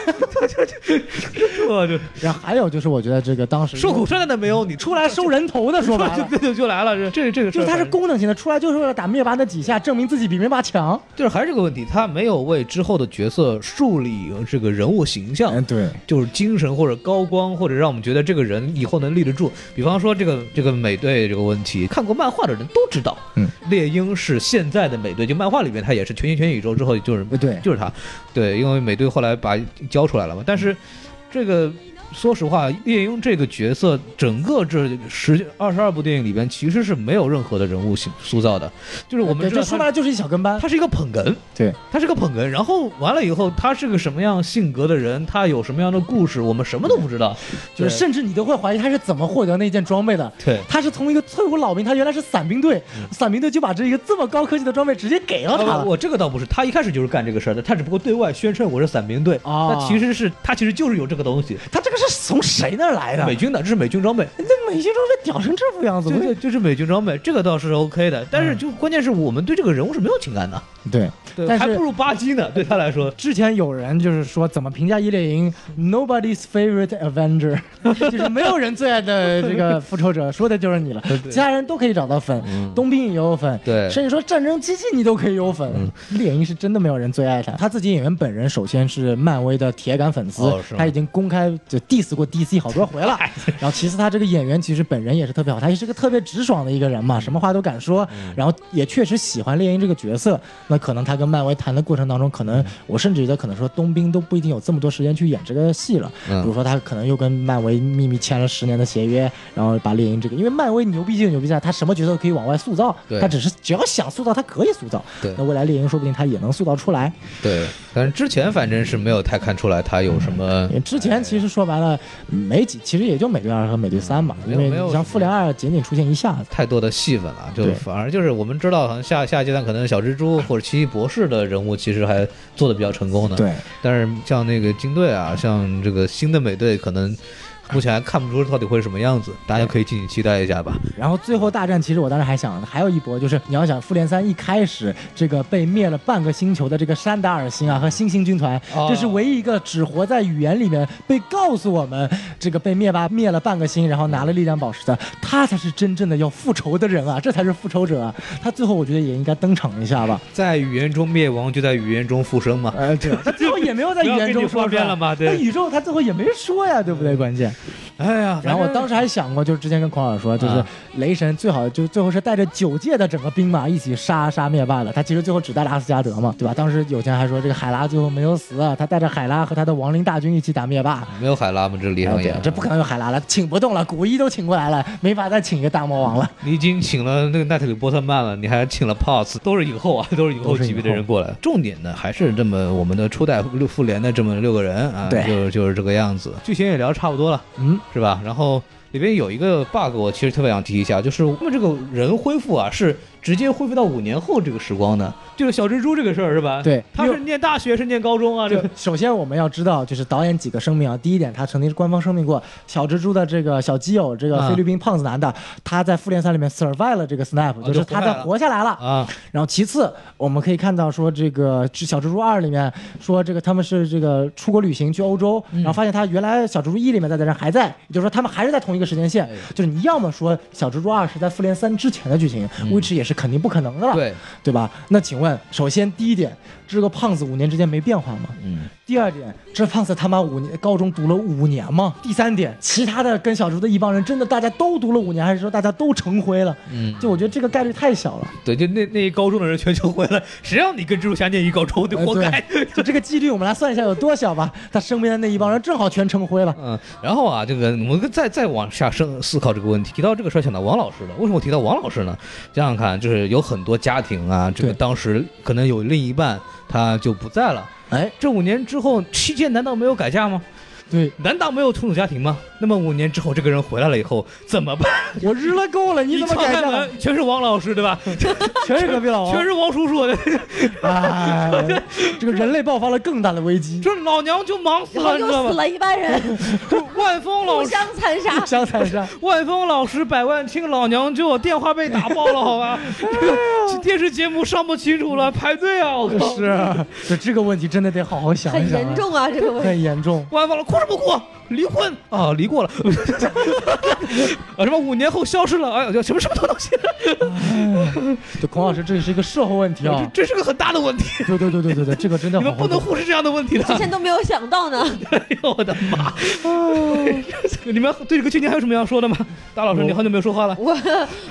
S4: 我就
S1: 然后还有就是，我觉得这个当时
S4: 受苦受难的没有，你出
S1: 出来收人头的，说白
S4: 就
S1: 了。
S4: 就就来了，这这这个
S1: 就是
S4: 事儿
S1: 他是
S4: 反正
S1: 功能性的，出来就是为了打灭霸那几下，证明自己比灭霸强。
S2: 就是还是这个问题，他没有为之后的角色树立这个人物形象，
S1: 嗯对，
S2: 就是精神或者高光，或者让我们觉得这个人以后能立得住。比方说这个这个美队这个问题，看过漫画的人都知道，
S1: 嗯，
S2: 猎鹰是现在的美队，就漫画里面他也是全心全意宇宙之后就是
S1: 呃对
S2: 就是他，对，因为美队后来把交出来了嘛。但是这个说实话，猎鹰这个角色整个这十二十二部电影里边其实是没有任何的人物形塑造的，就是我们
S1: 对
S2: 知道
S1: 这说白
S2: 他
S1: 了就是一小跟班。
S2: 他是一个捧哏，
S1: 对，
S2: 他是个捧哏，然后完了以后，他是个什么样性格的人，他有什么样的故事，我们什么都不知道。
S1: 就是甚至你都会怀疑他是怎么获得那件装备的。
S2: 对
S1: 他是从一个退伍老兵，他原来是伞兵队，伞兵队就把这一个这么高科技的装备直接给了他
S2: 啊
S1: 了。
S2: 我这个倒不是，他一开始就是干这个事儿的，他只不过对外宣称我是伞兵队，
S1: 哦
S2: 那其实是他其实就是有这个东西，
S1: 他这个是从谁那儿来的？
S2: 美军的，这是美军装备。
S1: 那美军装备屌成这副样子，
S2: 对对，就是美军装备，这个倒是 OK 的，但是就关键是我们对这个人物是没有情感的，
S1: 对，
S2: 对，
S1: 但是
S2: 还不如巴基呢，对他来说。
S1: 之前有人就是说怎么评价伊猎鹰，Nobody's favorite Avenger，就是没有人最爱的这个复仇者，说的就是你了。其他人都可以找到粉，冬兵也有粉，
S2: 对嗯
S1: 甚至说战争机器你都可以有粉。猎鹰是真的没有人最爱他，他自己演员本人首先是漫威的铁杆粉丝，
S2: 哦是吗哎
S1: 他已经公开就 diss 过 DC 好多回
S2: <laughs>
S1: 了。然后其次他这个演员其实本人也是特别好，他也是个特别直爽的一个人
S2: 嗯
S1: 嘛，什么话都敢说，然后也确实喜欢猎鹰这个角色。那可能他跟漫威谈的过程当中，可
S2: 嗯
S1: 能我甚至觉得可能说冬兵都不一定有这么多时间去演这个戏了。
S2: 嗯
S1: 比如说他可能又跟漫威秘密签了十年的协约，然后把猎鹰这个，因为漫威牛逼就牛逼在他什么角色都可以往外塑造
S2: 对，
S1: 他只是只要想塑造他可以塑造。
S2: 对
S1: 那未来猎鹰说不定他也能塑造出来。
S2: 对，但是之前反正是没有太看出来他有什么
S1: 因为之前其实说白了没几，其实也就美队二和美队三嘛，
S2: 没
S1: 因
S2: 有
S1: 为
S2: 没有
S1: 你
S2: 什
S1: 像
S2: 么
S1: 复联二仅仅出现一下子。
S2: 太多的戏份了，就
S1: 对
S2: 反而就是我们知道，好像下下一阶段可能小
S1: <laughs>
S2: 蜘蛛或者奇异博士的人物其实还做的比较成功的，。
S1: 对，
S2: 但是像那个金队啊，像这个新的美队，可能目前还看不出到底会是什么样子，大家可以敬请期待一下吧。
S1: 然后最后大战，其实我当时还想，还有一波就是你要想复联三一开始这个被灭了半个星球的这个山达尔星啊和星星军团，
S2: 哦
S1: 这是唯一一个只活在语言里面被告诉我们这个被灭霸灭了半个星，然后拿了力量宝石的，他才是真正的要复仇的人啊，这才是复仇者啊！他最后我觉得也应该登场一下吧。
S2: 在语言中灭亡，就在语言中复生嘛。
S1: 哎，对，他最后也没有在语
S4: 不
S1: 言中
S4: 要跟你
S1: 说
S4: 花
S1: 出来
S4: 边了嘛对
S1: 那宇宙他最后也没说呀，对不对？关键
S2: 哎呀，
S1: 然后我
S2: 嗯反正
S1: 当时还想过，就是之前跟孔老师说，就是
S2: 啊
S1: 雷神最好就最后是带着九界的整个兵马一起杀杀灭霸的，他其实最后只带了阿斯加德嘛，对吧？当时有钱还说这个海拉最后没有死啊，他带着海拉和他的亡灵大军一起打灭霸。
S5: 没有海拉吗？这李
S1: 哎
S5: 商
S1: 对
S5: 言，
S1: 这不可能有海拉了，请不动了，古一都请过来了，没法再请一个大魔王了。
S4: 你已经请了那个奈特里波特曼了，你还请了帕斯，都是影后啊， <laughs> 都是影后
S1: 都是
S4: 级别的
S1: 影后
S4: 人过来。
S2: 重点呢，还是这么我们的初代六复联的这么六个人啊，
S1: 对
S2: 就是就是这个样子，
S4: 剧情也聊差不多了，
S1: <laughs> 嗯，
S2: 是吧？然后
S4: 里边有一个 bug，我其实特别想提一下，就是我们这个人恢复啊，是直接恢复到五年后这个时光的。就是小蜘蛛这个事儿是吧？
S1: 对
S4: 他是念大学是念高中啊？这
S1: 就
S4: 个
S1: 首先我们要知道，就是导演几个声明啊。第一点，他曾经是官方声明过，小蜘蛛的这个小基友，这个菲律宾胖子男的，他在复联三里面 survive 了这个 snap，就是哦他在活下来了。
S2: <laughs>
S4: 啊，
S1: 然后其次，我们可以看到说这个《小蜘蛛二》里面说这个他们是这个出国旅行去欧洲，然后发现他原来《小蜘蛛一》里面在的人还在，也就是说他们还是在同一个时间线。就是你要么说《小蜘蛛二》是在复联三之前的剧情、w h i c h 也是肯定不可能的了，
S5: 对，
S1: 对吧？那请问，首先第一点，这个胖子五年之间没变化吗？
S5: 嗯，
S1: 第二点，这胖子他妈五年高中读了五年吗？第三点，其他的跟小猪的一帮人真的大家都读了五年，还是说大家都成灰了？
S5: 嗯，
S1: 就我觉得这个概率太小了，
S4: 对，就那那一高中的人全球回来，谁让你跟蜘蛛侠念一高中，就
S1: 呃
S4: 活该。
S1: 对就这个几率我们来算一下有多小吧。他身边的那一帮人正好全成灰了。
S2: 嗯，然后啊，这个我们再再往下深思考这个问题。提到这个事儿，想到王老师了。为什么我提到王老师呢？想想看，就是有很多家庭啊，这个
S1: 对
S2: 当时可能有另一半他就不在了。
S1: 哎，
S2: 这五年之后，期间难道没有改嫁吗？ <laughs>
S1: 对
S2: 难道没有重组家庭吗？那么五年之后，这个人回来了以后怎么办？ <laughs>
S1: 我日了够了，你怎么
S4: 一
S1: 改
S4: 敲开
S1: 嫁了？
S4: 门全是王老师对
S1: <laughs>
S4: 吧？
S1: 全是隔壁老王
S4: 全，是王叔叔，
S1: 哎，这个人类爆发了更大的危机。
S2: <laughs> 这老娘就忙死
S3: 然后
S2: 了，你知道
S3: 又死
S2: 吗？
S3: 了一
S1: <laughs>
S3: 帮人，
S2: 万峰老
S3: 互
S2: 师，
S3: 相残杀。
S1: 相残杀，
S2: 万峰老师百万亲老娘舅，电话被打爆了，好吧？这个电视节目上不清楚了，排队啊！我靠，
S1: 是，这这个问题真的得好好想
S3: 很
S1: 一想，
S3: 严，重啊，这个问题。
S1: 很严重。
S2: 万峰老师哭什么哭？离婚啊，离过了， <laughs> 啊什么五年后消失了，哎呀，什么什么东西？
S1: 对，孔老师，这是一个社会问题啊。
S2: 这是个很大的问题，
S1: 对对对对对对，这个真的
S2: 你
S1: 好
S2: 们
S1: 好
S2: 不能
S1: 做。
S2: 忽视这样的问题的。
S3: 之前都没有想到
S1: <laughs>
S3: 呢，
S2: 哎呦我的妈！哎 <laughs> 你们对这个剧情还有什么要说的吗？大老师，你好久没有说话了。
S3: 我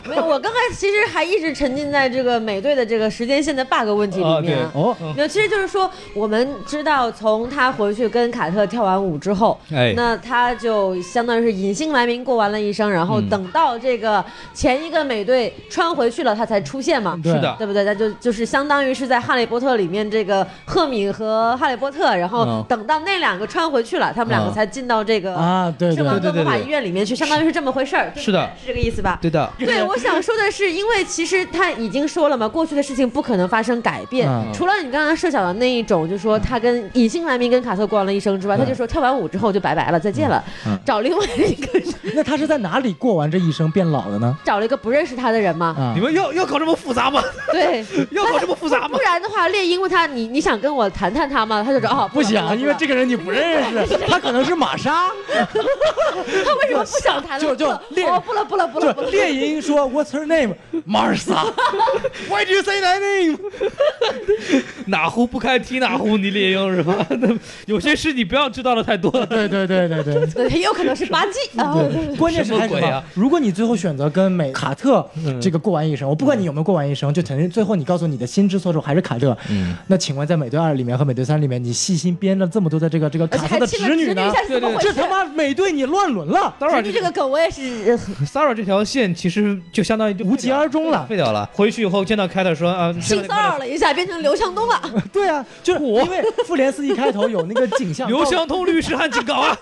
S3: 没有，我刚才其实还一直沉浸在这个美队的这个时间线的 bug 问题里面啊。
S1: 哦，
S3: 没 <laughs> 有，其实就是说，我们知道从他回去跟卡特跳完舞之后，
S2: 哎
S3: 那他就相当于是隐姓埋名过完了一生，然后
S2: 嗯
S3: 等到这个前一个美队穿回去了，他才出现嘛。
S1: 对
S2: 是的
S3: 对不对？那就就是相当于是在《哈利波特》里面，这个赫敏和哈利波特，然后
S2: 嗯
S3: 等到那两个穿回去了，他们两个
S2: 嗯
S3: 才进到这个
S1: 啊，对
S3: 圣
S1: 对
S3: 王
S1: 对
S3: 哥魔法
S2: 对对
S3: 医院里面去，相当于是这么回事儿。对不
S2: 是的
S3: 对是这个意思吧？
S2: 对的，
S3: <laughs> 对，我想说的是，因为其实他已经说了嘛，过去的事情不可能发生改变，
S1: 嗯
S3: 除了你刚刚设想的那一种，就说他跟隐姓埋名跟卡特过完了一生之外，
S1: 嗯
S3: 他就说跳完舞之后就拜拜了，再见了，找另外一个 <laughs> 人，
S1: 那他是在哪里过完这一生变老的呢？
S3: 找了一个不认识他的人嘛，
S1: 啊
S4: 你，们要要搞这么复
S2: <laughs>
S4: 杂吗？
S3: <laughs> 对。
S4: 要搞这么复杂吗
S3: 不？然的话，猎鹰问他，你你想跟我谈谈他吗？他就说哦，
S1: 不
S3: 想了，
S1: 想，因为
S3: 不
S1: 这个人你不认识，他可能是玛莎。
S3: 想了他 <laughs> 为什么不想谈了？
S1: 就就
S3: 不
S1: 猎
S3: 了哦，不了不了
S1: <laughs>
S3: 不
S1: 就
S3: 了不了，
S1: 猎鹰说 What's her name? Martha. Why do you say that name?
S4: 哪壶不开提哪壶，你猎鹰是吧？ <laughs> 那有些事你不要知道的太多
S1: <laughs>
S4: 了。
S1: 对对对对对。
S3: 对，也有可能是八戒啊，
S1: 对，关键是
S4: 什
S1: 还是
S4: 么鬼啊
S1: 嘛如果你最后选择跟美卡特这个过完一生，我不管你有没有过完一生，就承认最后你告诉你的心之所属还是卡特。那请问在美队二里面和美队三里面，你细心编了这么多的这个这个卡
S3: 而且
S1: 特
S3: 还
S1: 的
S3: 亲了侄
S1: 女呢
S3: 一下？是怎么回
S1: 这
S3: 事？
S1: 他妈美队你乱伦了，
S4: Sara
S3: 侄女
S4: 这
S3: 这个梗我也是呃
S4: Sara 这条线其实就相当于就
S1: 无疾而终
S2: <laughs>
S1: 了。
S2: 废掉了。
S4: 回去以后见到凯特说啊，
S3: 性骚扰了一下，变成刘强东了。
S1: 对啊，就是因为复联四一开头有那个景象，
S4: 刘向通律师函警告
S1: <laughs>
S4: 啊！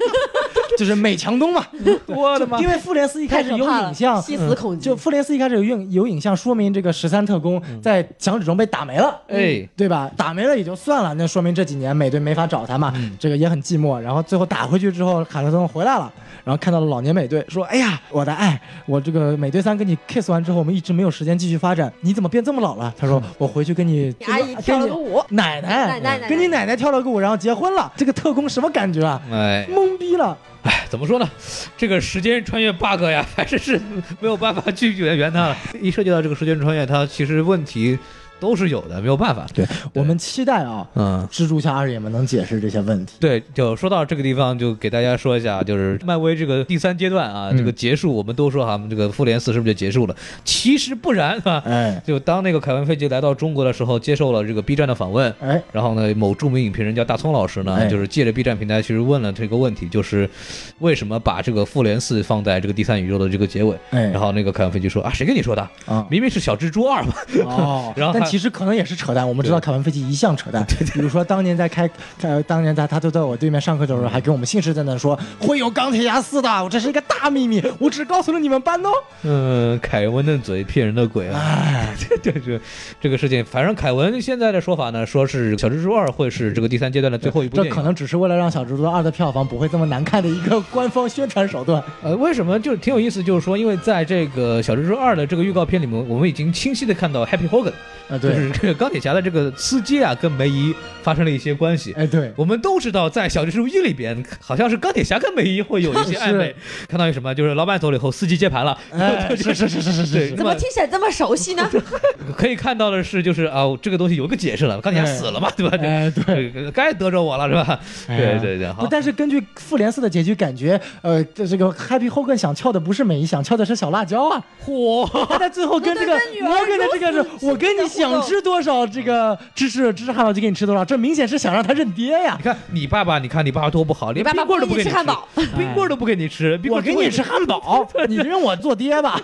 S1: 就是美强东嘛。
S4: 我的妈！
S1: 因为复联四一开始有影像，嗯
S3: 太可怕了细思恐极
S1: 就复联四一开始有影有影像，说明这个十三特工在响指中被打没了。
S2: 哎，
S1: 对吧？打没了也就算了，那说明这几年美队没法找他嘛，这个也很寂寞。然后最后打回去之后，卡特森回来了，然后看到了老年美队，说：“哎呀，我的爱，我这个美队三跟你 kiss 完之后，我们一直没有时间继续发展，你怎么变这么老了？”他说：“我回去跟你
S3: 你阿姨跳了个舞，
S1: 奶
S3: 奶
S1: 奶
S3: 奶奶奶
S1: 跟你奶奶跳了个舞，然后结婚了。这个特工什么感觉啊？
S2: 哎，
S1: 懵逼了。
S4: 哎，怎么说呢？这个时间穿越 bug 呀， <laughs> 还是是没有办法去原原它了。
S2: 一涉及到这个时间穿越，它其实问题都是有的，没有办法。
S1: 对我们期待啊，
S2: 嗯，
S1: 蜘蛛侠二也们能解释这些问题。
S2: 对，就说到这个地方，就给大家说一下，就是漫威这个第三阶段啊，
S1: 嗯
S2: 这个结束，我们都说哈，这个复联四是不是就结束了？其实不然啊，
S1: 哎
S2: 就当那个凯文·费奇来到中国的时候，接受了这个 B 站的访问，
S1: 哎，
S2: 然后呢，某著名影评人叫大葱老师呢，
S1: 哎
S2: 就是借着 B 站平台，其实问了这个问题，就是为什么把这个复联四放在这个第三宇宙的这个结尾？
S1: 哎
S2: 然后那个凯文·费奇说啊，谁跟你说的？
S1: 啊
S2: 明明是小蜘蛛二嘛。
S1: 哦
S2: 然后还
S1: 但其实可能也是扯淡。我们知道凯文·费奇一向扯淡，比如说当年在开，开当年在他就在我对面上课的时
S2: 嗯
S1: 候，还跟我们信誓旦旦说会有钢铁侠四的，我这是一个大秘密，我只告诉了你们班哦。
S2: 嗯，凯文的嘴骗人的鬼啊！
S1: 哎，
S2: <laughs> 这个这个事情，反正凯文现在的说法呢，说是小蜘蛛二会是这个第三阶段的最后一部
S1: 这
S2: 电影。
S1: 可能只是为了让小蜘蛛二的票房不会这么难看的一个官方宣传手段。
S2: 呃，为什么就是挺有意思，就是说，因为在这个小蜘蛛二的这个预告片里面，我们已经清晰的看到 Happy Hogan，
S1: 啊，
S2: 就
S1: 对，
S2: 是这个钢铁侠的这个司机啊，跟梅姨发生了一些关系。
S1: 哎对，
S2: <laughs> 我们都知道，在小蜘蛛一里边，好像是钢铁侠跟梅姨会有一些暧昧。看到有什么， <laughs> 就是老板走了以后，司机接盘了。 <laughs>
S1: 哎是是是是是是
S2: 对
S1: 是，
S3: <laughs> 怎么听起来这么熟悉呢？
S2: 可以看到的是，就是啊，这个东西有一个解释了，钢铁侠死了嘛，对吧？
S1: 哎对。
S2: 对，该得着我了是吧？
S1: 哎
S2: 对
S1: 呀
S2: 对对，
S1: 不，
S2: 好。
S1: 但是根据复联四的结局，感觉呃，这这个 Happy Hogan 想撬的不是美姨，想撬的是小辣椒啊！ <laughs>
S2: 嚯，
S1: 他在最后跟这个
S3: 那他跟女儿
S1: 摩根的这个是，我跟你想吃多少这个芝士芝士汉堡就给你吃多少，这明显是想让他认爹呀
S2: <laughs> 你！看你爸爸，你看你爸爸多不好，连
S3: 爸爸
S2: 冰棍儿都
S3: 不
S2: 给
S3: 给
S2: 你
S3: 你吃汉堡，
S2: 冰棍儿都不给你吃，冰
S1: 哎我
S2: 棍儿
S1: 给你吃。汉
S2: <laughs>
S1: 堡，你认我做爹吧？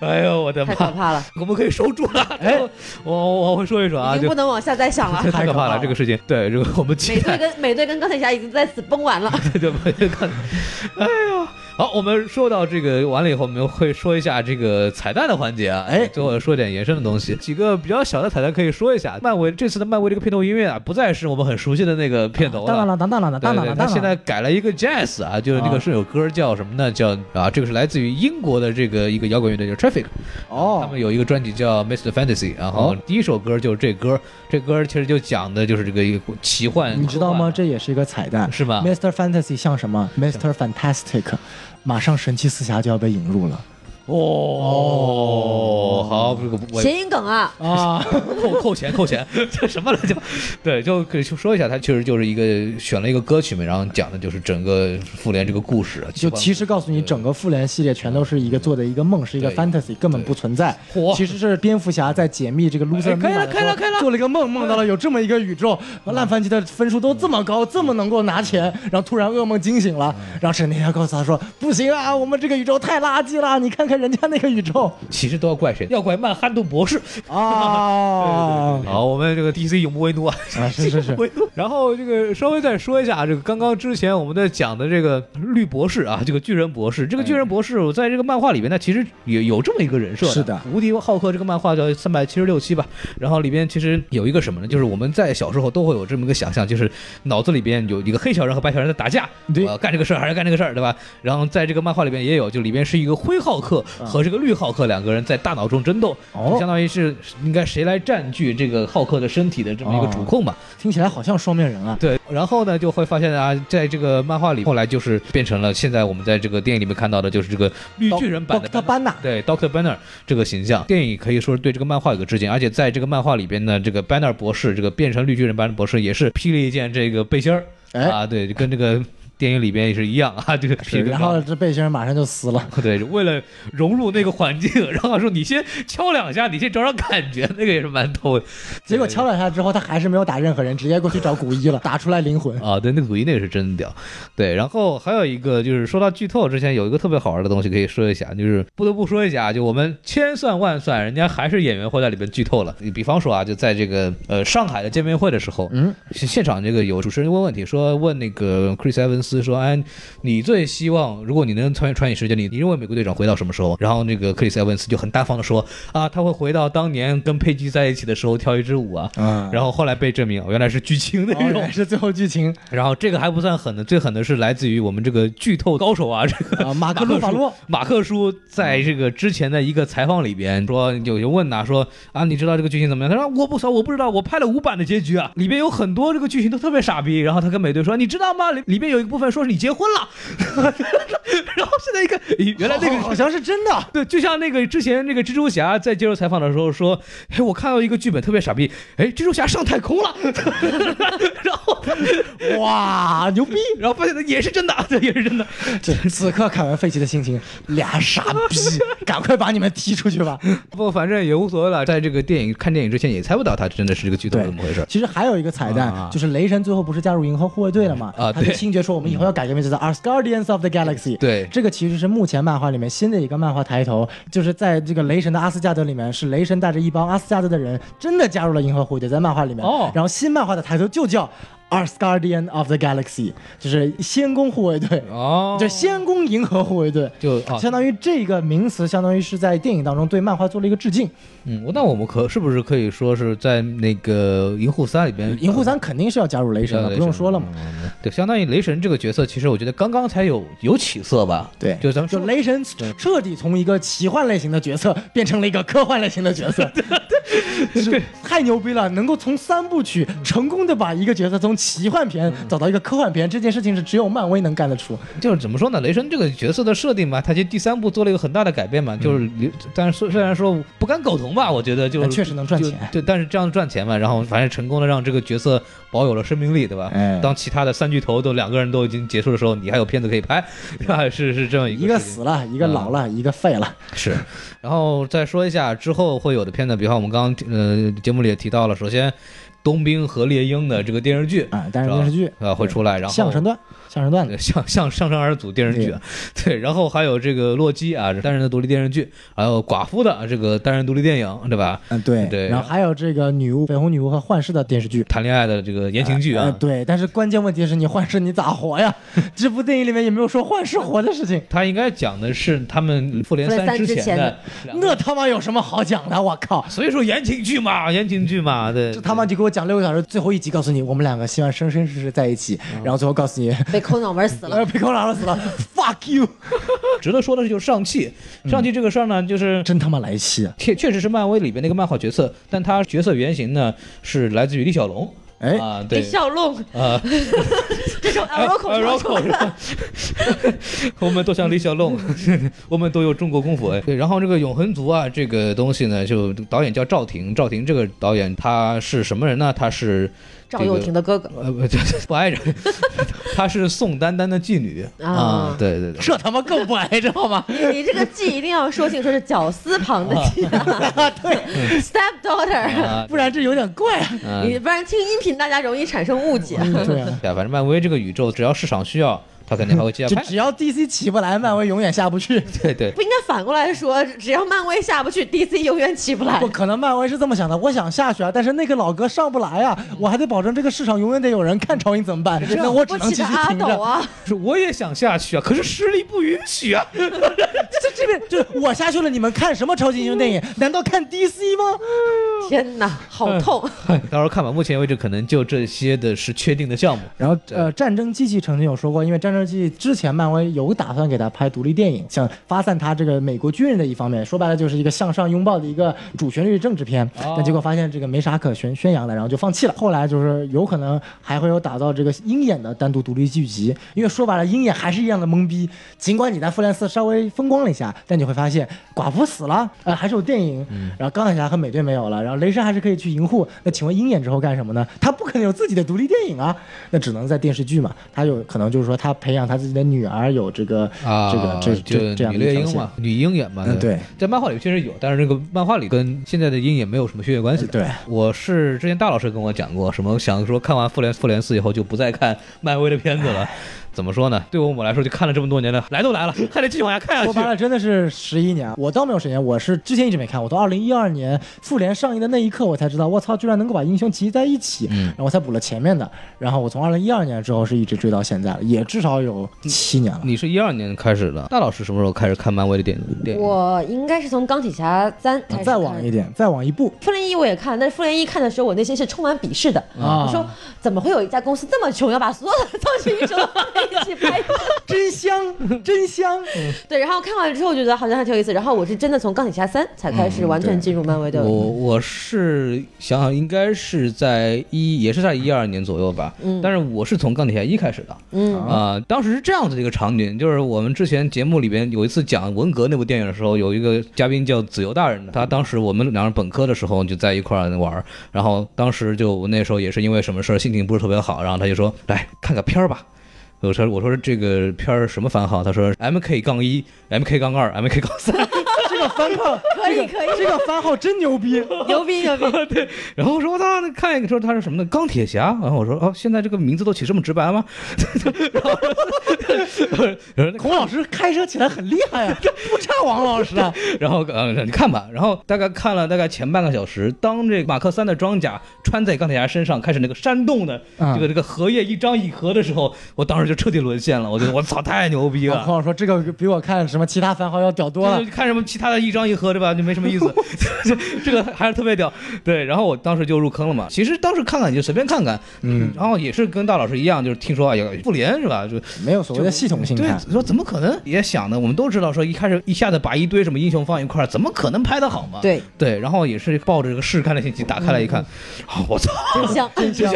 S2: 哎呦我的
S3: 太可
S2: 妈！
S3: 怕了，
S2: 我们可以收住了。
S1: 哎，
S2: 我我会说一说啊，
S3: 已经
S2: 就
S3: 不能往下再想了。
S2: 太可怕了这个事情。 <laughs> 对，这个我们期
S3: 美 <laughs> 队
S2: 待。
S3: 跟美队跟钢铁侠已经在此崩完了，
S2: <laughs> 对吧？看，哎呀，好，我们说到这个完了以后，我们会说一下这个彩蛋的环节啊。
S1: 哎
S2: 最后说点延伸的东西，几个比较小的彩蛋可以说一下。漫威这次的漫威这个片头音乐啊，不再是我们很熟悉的那个片头
S1: 当当
S2: 啊了。
S1: 啷当当啷当
S2: 对
S1: 当
S2: 对，
S1: 啷
S2: 他
S1: 当
S2: 现
S1: 啷。
S2: 在改了一个 jazz 啊，就是那个
S1: 啊
S2: 是有歌叫什么呢？叫啊，这个是来自于英国的这个一个摇滚乐队，叫 Traffic。他
S1: 哦
S2: 们有一个专辑叫《Mr. Fantasy》，然后
S1: 哦
S2: 第一首歌就是这歌，这歌其实就讲的就是这个一个奇幻，
S1: 哦你知道
S2: 科
S1: 吗？
S2: 幻
S1: 这也是一个彩蛋。
S2: 是啊吧？
S1: Mr. Fantasy 像什么？Mr. Fantastic，马上神奇四侠就要被引入了
S2: 哦，好，这个我
S3: 谐音梗啊！
S1: 啊！
S2: 扣扣钱扣钱， <laughs> 这什么来着？对，就可以就说一下，它其实就是一个选了一个歌曲嘛，然后讲的就是整个复联这个故事啊。
S1: 就其
S2: 实
S1: 实告诉你，整个复联系列全都是一个做的一个梦，是一个
S2: 对
S1: fantasy，根本不存在
S2: 嚯。
S1: 其实是蝙蝠侠在解密这个 loser
S2: 哎开
S1: Mina 的时
S2: 了
S1: 候
S2: 开了开了
S1: 做了一个梦，梦到了有这么一个宇宙，烂番茄的分数都这么高，这么能够拿钱，然后突然噩梦惊醒了，然后沈殿霞告诉他说：“不行啊，我们这个宇宙太垃圾了，你看看人家那个宇宙
S2: 其实都要怪谁？要怪曼哈顿博士。！”
S1: 啊
S2: 好，我们这个 DC 永不为奴啊。
S1: 啊，是是 <laughs> 是，
S2: 维度。然后这个稍微再说一下啊，这个刚刚之前我们在讲的这个绿博士啊，这个巨人博士，这个巨人博士，我在这个漫画里边呢，其实有有这么一个人设
S1: 是的
S2: 无敌浩克这个漫画叫三百七十六期吧，然后里边其实有一个什么呢？就是我们在小时候都会有这么一个想象，就是脑子里边有一个黑小人和白小人在打架，
S1: 对
S2: 我要干这个事儿还是干这个事儿，对吧？然后在这个漫画里边也有，就里边是一个灰浩克和这个绿浩克两个人在大脑中争斗，
S1: 哦
S2: 就相当于是应该谁来占据这个浩克的身体的这么一
S1: 哦
S2: 个主控吧。
S1: 听起来好像双面人啊。
S2: 对，然后呢，就会发现啊，在这个漫画里，后来就是变成了现在我们在这个电影里面看到的，就是这个绿巨人版的
S1: 他班纳，
S2: 对 Doctor Banner 这个形象，电影可以说是对这个漫画有个致敬，而且在这个漫画里边呢，这个 Banner 博士，这个变成绿巨人版的博士，也是披了一件这个背心儿、
S1: 哎
S2: 啊，对，就跟这个电影里边也是一样啊，这 <laughs> 个披
S1: 是
S2: 了个
S1: 然后这背心儿马上就撕了。
S2: 对，为了融入那个环境， <laughs> 然后说你先敲两下，你先找找感觉，那个也是蛮逗的
S1: 结果敲两下之后，他还是没有打任何人，直接过去找古 <laughs> 一了，打出来灵魂。
S2: <laughs> 啊。对，那个鲁伊那个是真屌。对，然后还有一个就是说到剧透之前，有一个特别好玩的东西可以说一下，就是不得不说一下啊，就我们千算万算，人家还是演员会在里边剧透了。比方说啊，就在这个呃上海的见面会的时候，
S1: 嗯，
S2: 现现场这个有主持人问问题，说问那个克里斯埃文斯说，哎，你最希望如果你能穿越穿越时间，你你认为美国队长回到什么时候？然后那个克里斯埃文斯就很大方的说啊，他会回到当年跟佩姬在一起的时候跳一支舞啊。
S1: 啊
S2: 然后后来被证明，哦原来是剧情内
S1: 哦 <laughs>
S2: 容
S1: 原来。是最后剧情
S2: 然后这个还不算狠的，最狠的是来自于我们这个剧透高手啊，这个
S1: 啊，马克鲁法 <laughs> 洛
S2: 马克叔在这个之前的一个采访里边说，有人问呐、说啊，你知道这个剧情怎么样？他说我不说，我不知道，啊我拍了五版的结局啊，里边有很多这个剧情都特别傻逼。然后他跟美队说，你知道吗？里里边有一部 <laughs>
S4: 发现说你结婚了，然后现在一看，咦原来那个
S1: 好好像是真的，
S4: 对，就像那个之前那个蜘蛛侠在接受采访的时候说，哎，我看到一个剧本特别傻逼，哎，蜘蛛侠上太空
S2: <laughs>
S4: 了，然后
S1: <laughs> 哇，牛逼！
S4: 然后发现也是真的， <laughs> 对，也是真的，
S1: <laughs> 这此刻凯文·费奇的心情，俩傻 <laughs> 逼，赶快把你们踢出去吧！
S2: 不，反正也无所谓了。在这个电影看电影之前，也猜不到他真的是这个剧透是怎么回事。
S1: 其实还有一个彩蛋，
S2: 啊
S1: 就是雷神最后不是加入银河护卫队了嘛？
S2: 啊
S1: 他就
S2: 对
S1: 亲决说我们以后要改个名字叫 Our Guardians of the Galaxy。
S2: 对
S1: 这个其实是目前漫画里面新的一个漫画抬头，就是在这个雷神的阿斯加德里面，是雷神带着一帮阿斯加德的人真的加入了银河护卫队，在漫画里面。
S4: 哦
S1: 然后新漫画的抬头就叫 Our Guardian of the Galaxy，就是仙宫护卫队。
S2: 哦
S1: 就仙宫银河护卫队，
S2: 就啊，
S1: 相当于这个名词，相当于是在电影当中对漫画做了一个致敬。
S2: 嗯，那我们可是不是可以说是在那个《银护三》里边，
S1: 银护三肯定是要加入雷神
S2: 呃
S1: 的，不用说了嘛。。
S2: 嗯对，相当于雷神这个角色，其实我觉得刚刚才有有起色吧。
S1: 对
S2: 就咱们
S1: 就
S2: 说
S1: 雷神彻底从一个奇幻类型的角色变成了一个科幻类型的角色，是太牛逼了！能够从三部曲
S2: 嗯
S1: 成功的把一个角色从奇幻片走到一个科幻片，这件事情是只有漫威能干得出。
S2: 就是怎么说呢？雷神这个角色的设定嘛，他其实第三部做了一个很大的改
S4: 嗯
S2: 变嘛，就是流，但是虽虽然说不敢苟同吧，我觉得就是
S1: 但确实能赚钱
S2: 就对，但是这样赚钱嘛，然后反正成功的让这个角色保有了生命力，对吧？
S1: 哎
S2: 当其他的三巨头都两个人都已经结束的时候，你还有片子可以拍，对吧？ <laughs> 是是这样一个
S1: 一个
S2: 事情嗯
S1: 死了，一个老了，一个废了。
S2: 是，然后再说一下之后会有的片子，比方我们刚刚呃节目里也提到了，首先《冬兵和猎鹰》的这个电视剧
S1: 啊单人电视剧
S2: 啊、呃会出来，然后
S1: 相声段，相声段子
S2: 对，相相相声二人组电视剧啊，对，然后还有这个洛基啊单人的独立电视剧，还有寡妇的这个单人独立电影，对吧？
S1: 嗯对
S2: 对
S1: 然后还有这个女巫、绯红女巫和幻视的电视剧。
S2: 谈恋爱的这个言情剧
S1: 呃
S2: 啊，
S1: 对，但是关键问题是你幻视你咋活呀？ <laughs> 这部电影里面也没有说幻视活的事情，
S2: 他应该讲的是他们复联
S3: 复联
S2: 三
S3: 三之
S2: 前
S3: 前
S2: 的
S3: 的，
S1: 那他妈有什么好讲的？我靠！
S2: 所以说言情剧嘛，言情剧嘛，对，
S1: 这他妈就给我讲六个小时，最后一集告诉你，我们两个希望生生世世在一起，然后最后告诉你， <laughs>
S3: 被抠脑门死了。
S1: 呃，被我老了死 <laughs> 了，fuck you，
S2: 值得说的是就是上汽，上汽这个事儿呢，就是
S1: 真他妈来气啊！
S2: 确确实是漫威里边那个漫画角色，但他角色原型呢是来自于李小龙。
S1: 哎
S2: 啊，
S3: 李
S2: 对，
S3: 小龙，
S2: 啊，
S3: 这种
S2: 哎
S3: L 口说出来了，
S2: 我们都像李小龙，我们都有中国功夫哎。对，然后这个永恒族啊，这个东西呢，就导演叫赵婷，赵婷这个导演他是什么人呢？他是
S3: <laughs> 赵又廷的哥哥
S2: 呃不 <laughs> 这这不挨着，他是宋丹丹的妓女啊
S3: 啊，
S2: 对对对。
S1: 这他妈更不挨着好 <laughs> 吗？
S3: <laughs> 你这个“记”一定要说清楚，是绞丝旁的
S1: <laughs>
S3: “记”啊，对，step daughter，
S2: 啊，
S1: 不然这有点怪啊。
S2: 嗯
S3: <laughs> 你不然听音频大家容易产生误解。
S1: 对啊，
S2: 对啊，反正漫威这个宇宙，只要市场需要，他肯定还会 <laughs> 接
S1: 就
S2: 着拍。
S1: 只要 DC 起不来，漫威永远下不去。
S2: 对 <laughs> 对，
S3: <laughs> 不应该反过来说，只要漫威下不去，DC 永远起不来
S1: 不。可能，漫威是这么想的，我想下去啊，但是那个老哥上不来啊，我还得保证这个市场永远得有人看超英怎么办？那我只
S3: 我
S1: 能
S3: 起
S1: 继
S3: 的
S1: 续
S3: 阿
S1: 挺
S3: 斗
S1: 着。
S3: 啊， <laughs>
S2: 是我也想下去啊，可是实力不允许 <laughs> 啊。
S1: 这这边就是我下去了，你们看什么超级英雄电影？难道看 DC 吗？
S3: 天哪，好痛！
S2: 哎到时候看吧，目前为止可能就这些的是确定的项目。
S1: 然后呃，战争机器曾经有说过，因为战争机器之前漫威有打算给他拍独立电影，想发散他这个美国军人的一方面，说白了就是一个向上拥抱的一个主旋律政治片。
S2: 哦
S1: 但结果发现这个没啥可宣宣扬的，然后就放弃了。后来就是有可能还会有打造这个鹰眼的单独独立剧集，因为说白了鹰眼还是一样的懵逼。尽管你在复联四稍微风光了一下，但你会发现寡妇死了，呃，还是有电影。
S2: 嗯
S1: 然后钢铁侠和美队没有了，然后雷神还是可以去银护。那请问鹰眼之后干什么呢？他不可能有自己的独立电影啊，那只能在电视剧嘛。他有可能就是说他培养他自己的女儿有这个、这个这这这
S2: 啊就
S1: 样
S2: 女
S1: 的一
S2: 猎
S1: 条
S2: 鹰
S1: 线
S2: 嘛，女鹰眼嘛，
S1: 嗯
S2: 对
S1: 对，
S2: 在漫画里确实有，但是这个漫画里跟现在的鹰眼没有什么血缘关系。
S1: 对，
S2: 我是之前大老师跟我讲过，什么想说看完复联复联四以后就不再看漫威的片子了，怎么说呢？对我们来说，就看了这么多年了，来都来了，还得继续往
S1: <laughs>
S2: 下看
S1: 说白
S2: 下去。
S1: 了，真的是十一年啊，我倒没有时间，我是之前一直没看，我到二零一二年复联上映的那一刻，我才知道，我操，居然能够把英雄集在一起，
S2: 嗯
S1: 然后我才补了前面的，然后我从二零一二年之后是一直追到现在了，也至少有七年了。
S2: 你是一二年开始的，大老师什么时候开始看漫威的电影？电影
S3: <laughs> 我应该是从钢铁侠三嗯开始
S1: 再
S3: 看
S1: 往一点，再往一步，
S3: 复联一我也看，但是复联一看的时候，我内心是充满鄙视的。
S1: 啊
S3: 我说怎么会有一家公司这么穷，要把所有的超级英雄都放在一起拍。 <laughs>
S1: 真香，真香！
S3: 对，然后看完之后觉得好像还挺有意思。然后我是真的从钢铁侠三才开始完全进入漫威的
S2: 我，
S1: 嗯
S2: 我是想想，应该是在一也是在一二年左右吧。
S3: 嗯
S2: 但是我是从钢铁侠一开始的。
S3: 嗯
S2: 啊、当时是这样子的一个场景，就是我们之前节目里边有一次讲文革那部电影的时候，有一个嘉宾叫子由大人
S3: 嗯
S2: 的，他当时我们两人本科的时候就在一块儿玩儿，然后当时就我那时候也是因为什么事儿心情不是特别好，然后他就说来看个片儿吧。我说我说这个片儿什么番号？他说 M K 杠一、M K 杠二、M K 杠三。
S1: 这个番号，
S3: <laughs> 可以可以，
S1: 这个番号真牛
S3: <laughs>
S1: 逼！
S3: 牛
S1: <laughs>
S3: 逼牛逼，
S2: 然后我说我操，那看一个说他是什么呢？钢铁侠。然后我说哦，现在这个名字都起这么直白吗？ <laughs> 然后然后
S1: 孔老师开车起来很厉害
S3: <laughs>
S1: 啊，不差王老师啊。
S2: 然后呃，你看吧，然后大概看了大概前半个小时，当这马克三的装甲穿在钢铁侠身上，开始那个煽动的
S1: 嗯
S2: 这个这个荷叶一张一合的时候，我当时就彻底沦陷了，我觉得我操太牛逼
S1: 孔
S2: 了。
S1: 老师说这个比我看什么其他番号要屌多了
S2: 就。是看什么其他的一张一合对吧，就没什么意思。这这个还是特别屌，对。然后我当时就入坑了嘛。其实当时看看也就随便看看，
S1: 嗯，
S2: 然后也是跟大老师一样，就是听说啊有复联是吧？就
S1: 没有所谓的系统性
S2: 对
S1: 看，，
S2: 说怎么可能？也想呢，我们都知道说一开始一下子把一堆什么英雄放一块儿，怎么可能拍得好嘛？
S3: 对，
S2: 对，然后也是抱着这个试看的心情打开来一看，啊，我操！
S3: 真
S1: <laughs>
S3: 香。
S1: 真香。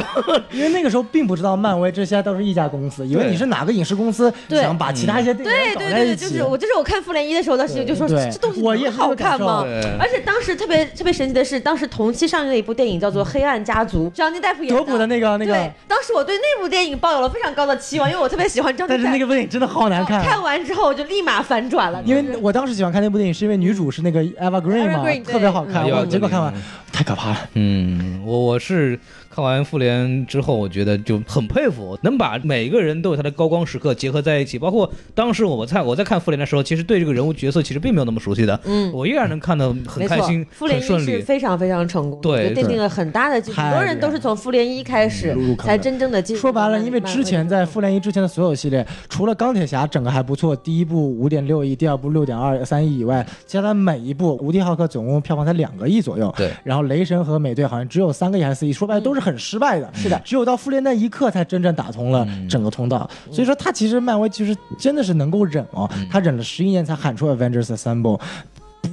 S1: 因为那个时候并不知道漫威这些都是一家公司，以为
S2: 对
S1: 你是哪个影视公司
S3: 对
S1: 想把其他一
S2: 嗯
S1: 些电
S3: 对
S1: 影搞
S3: 对
S1: 在
S3: 对，
S1: 一
S3: 就
S1: 起
S3: 是。我，就是我看复联一的时候，当时就说
S1: 对
S3: 这东西
S1: 我也
S3: 能
S1: 是
S3: 好
S1: 这感
S3: 看吗
S1: 受？
S2: 对
S3: 而且当时特别特别神奇的是，当时同期上映的一部电影叫做《黑暗家族》，张尼大夫
S1: 嗯
S3: 演
S1: 德普的那个那
S3: 对
S1: 个，，
S3: 当时我对那部电影抱有了非常高的期望，因为我特别喜欢张
S1: 但
S3: 尼
S1: 是
S3: 大
S1: 那
S3: 夫。
S1: 个电影真的好难看啊。
S3: 看完之后我就立马反转了，
S1: 因为我当时喜欢看那部电影，是因为女主是那个 Eva Green 嘛
S3: Eva Green，，对
S1: 特别好看。
S2: 嗯
S1: 我
S2: Eva
S1: 结果看完
S2: Green
S1: 太可怕了。
S2: 嗯，我我是看完复联之后，我觉得就很佩服，能把每个人都有他的高光时刻结合在一起。包括当时我在我在看复联的时候，其实对这个人物角色其实并没有那么熟悉的，
S3: 嗯，
S2: 我依然能看得很
S3: 没错
S2: 开心，，
S3: 复联
S2: 很
S3: 一
S2: 顺
S3: 是
S2: 利。
S3: 非常非常成功的，
S2: 对
S3: 就奠定了很大的基础，
S1: 太
S3: 很多人
S1: 厉
S3: 都
S1: 害
S3: 是从复联一开始
S1: 嗯入坑的
S3: 才真正的进入
S1: 说白了，
S3: 漫
S1: 因为之前在复联一之前的所有系列，除了钢铁侠整个还不错，第一部五点六亿，第二部六点二三亿以外，其他的每一部，无敌浩克总共票房才两个亿左右。
S2: 对，
S1: 然后雷神和美队好像只有三个亿还是四亿，说白了都是很失败
S2: 嗯
S1: 的。是的，只有到复联那一刻才真正打通了整个通道。所以说他其实漫威其实真的是能够忍哦，
S2: 嗯
S1: 他忍了十一年才喊出 Avengers Assemble。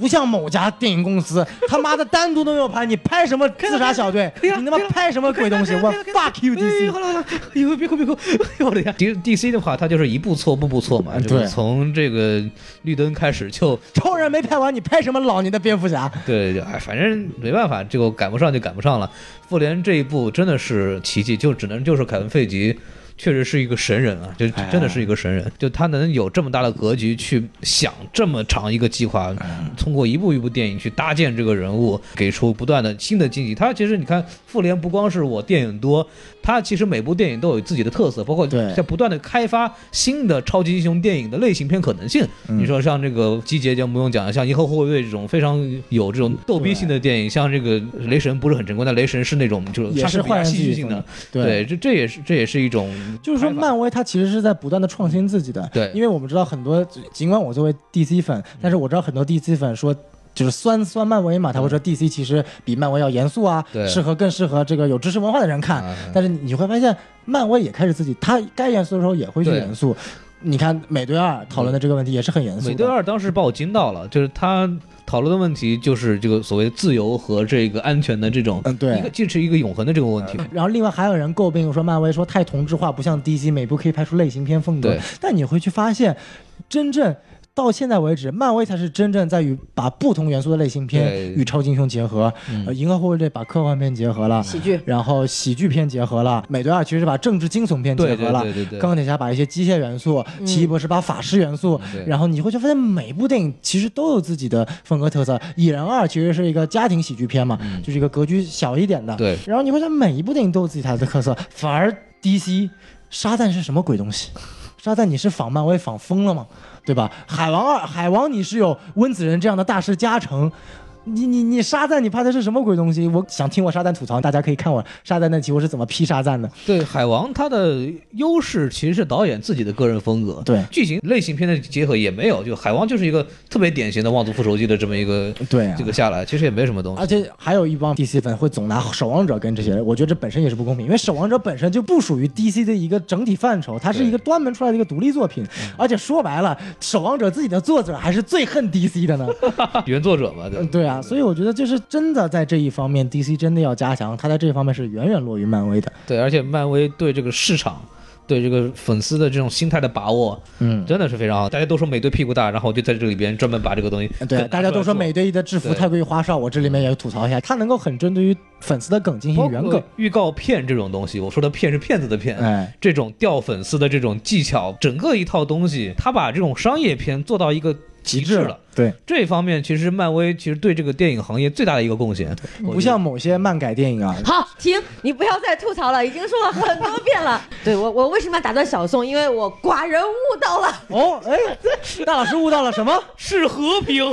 S1: 不像某家电影公
S2: <laughs>
S1: 司，他妈的单独都没有拍，你拍什么自杀小队？你他妈拍什么鬼东西？我 fuck you
S2: 哎
S1: DC！
S2: <laughs> 好了好了，哎呦别哭别哭，哎呦我的天！D 嗯 D C 的话，它就是一步错步步错嘛，就
S1: 对
S2: 是从这个绿灯开始就
S1: 超人没拍完，你拍什么老年的蝙蝠侠？
S2: <laughs> 对，对，哎，反正没办法，这个赶不上就赶不上了。复联这一部真的是奇迹，就只能就是凯文费吉。确实是一个神人啊，就
S1: 哎
S2: 真的是一个神人，就他能有这么大的格局去想这么长一个计划，通过一部一部电影去搭建这个人物，给出不断的新的惊喜。他其实你看，复联不光是我电影多，他其实每部电影都有自己的特色，包括
S1: 对
S2: 在不断的开发新的超级英雄电影的类型片可能性。
S1: 嗯
S2: 你说像这个集结就不用讲了，像《银河护卫队》这种非常有这种逗逼性的电影，像这个雷神不是很成功，但雷神是那种就是莎士比亚戏剧性的，对，这这也是这也是一种
S1: 就是说
S2: 拍法
S1: 漫威它其实是在不断的创新自己的。
S2: 对嗯
S1: 因为我们知道很多，尽管我作为 DC 粉，但是我知道很多 DC 粉说。就是酸酸漫威嘛，他会说 DC 其实比漫威要严肃啊，
S2: 嗯对
S1: 适合更适合这个有知识文化的人看。
S2: 啊
S1: 但是你会发现，漫威也开始自己，他该严肃的时候也会去
S2: 对
S1: 严肃。你看美队二讨论的这个问题也是很严肃的。
S2: 美队二当时把我惊到了，就是他讨论的问题就是这个所谓自由和这个安全的这种，
S1: 嗯对呃
S2: 一个这是一个永恒的这个问题。
S1: 然后另外还有人诟病说漫威说太同质化，不像 DC 每部可以拍出类型片风格
S2: 对。
S1: 但你会去发现，真正到现在为止，漫威才是真正在于把不同元素的类型
S2: 对
S1: 片与超级英雄结合。
S2: 嗯
S1: 呃，银河护卫队把科幻片结合了，
S3: 喜剧
S1: 然后喜剧片结合了，美队二其实是把政治惊悚片结
S2: 对
S1: 合
S2: 对
S1: 了。
S2: 对对对，
S1: 钢铁侠把一些机械元素，奇异博士把法师元素，
S2: 对
S1: 然后你会就发现每部电影其实都有自己的风格特色。蚁人二其实是一个家庭喜剧片嘛，
S2: 嗯
S1: 就是一个格局小一点的。
S2: 对
S1: 然后你会发现每一部电影都有自己它的特色，反而 DC 沙赞是什么鬼东西？沙赞你是仿漫威仿疯了吗？对吧？海王二海王你是有温子仁这样的大师加成。你你你沙赞，你拍的是什么鬼东西？我想听我沙赞吐槽，大家可以看我沙赞那期我是怎么批沙赞的。
S2: 对，海王他的优势其实是导演自己的个人风格，
S1: 对
S2: 剧情类型片的结合也没有，就海王就是一个特别典型的望族复仇记的这么一个，
S1: 对啊
S2: 这个下来其实也没什么东西
S1: 而。且还有一帮 DC 粉会总拿《守望者》跟这些人，我觉得这本身也是不公平，因为《守望者》本身就不属于 DC 的一个整体范畴，它是一个专门出来的一个独立作品。而且说白了，《守望者》自己的作者还是最恨 DC 的呢。
S2: 原作者嘛，对吧
S1: 嗯，对啊，所以我觉得就是真的在这一方面，DC 真的要加强，它在这一方面是远远落于漫威的。
S2: 对，而且漫威对这个市场。对这个粉丝的这种心态的把握，
S1: 嗯，
S2: 真的是非常好。大家都说美队屁股大，然后我就在这里边专门把这个东西
S1: 对啊，大家都说美
S2: 美，
S1: 队的制服
S2: 对
S1: 太过于花哨，我这里面也吐槽一下，它能够很针对于粉丝的梗进
S2: 包
S1: 行圆
S2: 括
S1: 梗。
S2: 预告片这种东西，我说的骗是骗子的骗，
S1: 哎，
S2: 这种钓粉丝的这种技巧，整个一套东西，他把这种商业片做到一个极致了。，
S1: 对，
S2: 这一方面，其实漫威其实对这个电影行业最大的一个贡献，我觉
S1: 不
S2: 得
S1: 像某些漫改电影
S2: <laughs>
S1: 啊，
S3: 好，停！你不要再吐槽了，已经说了很多
S1: <laughs>
S3: 遍了。对我，我为什么要打断小宋？因为我寡人悟到了。 <laughs>
S1: 哦，哎，大老师悟到了什么？
S2: 是和平。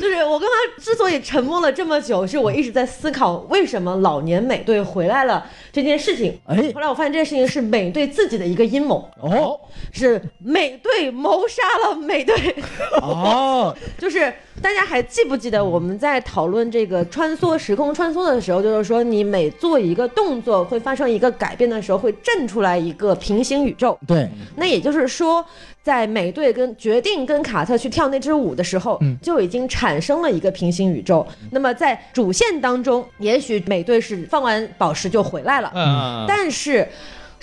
S3: 就是我跟他之所以沉默了这么久，是我一直在思考为什么老年美队回来了这件事情。
S1: 哎
S3: 后来我发现这件事情是美队自己的一个阴谋，
S1: 哦
S3: 是美队谋杀了美队。 <laughs>
S2: <laughs>
S1: 哦，
S3: 就是大家还记不记得我们在讨论这个穿梭时空穿梭的时候，就是说你每做一个动作会发生一个改变的时候，会震出来一个平行宇宙。
S1: 对，
S3: 那也就是说，在美队跟决定跟卡特去跳那支舞的时候，
S1: 嗯
S3: 就已经产生了一个平行宇宙。那么在主线当中，也许美队是放完宝石就回来了，
S2: 嗯，
S3: 但是。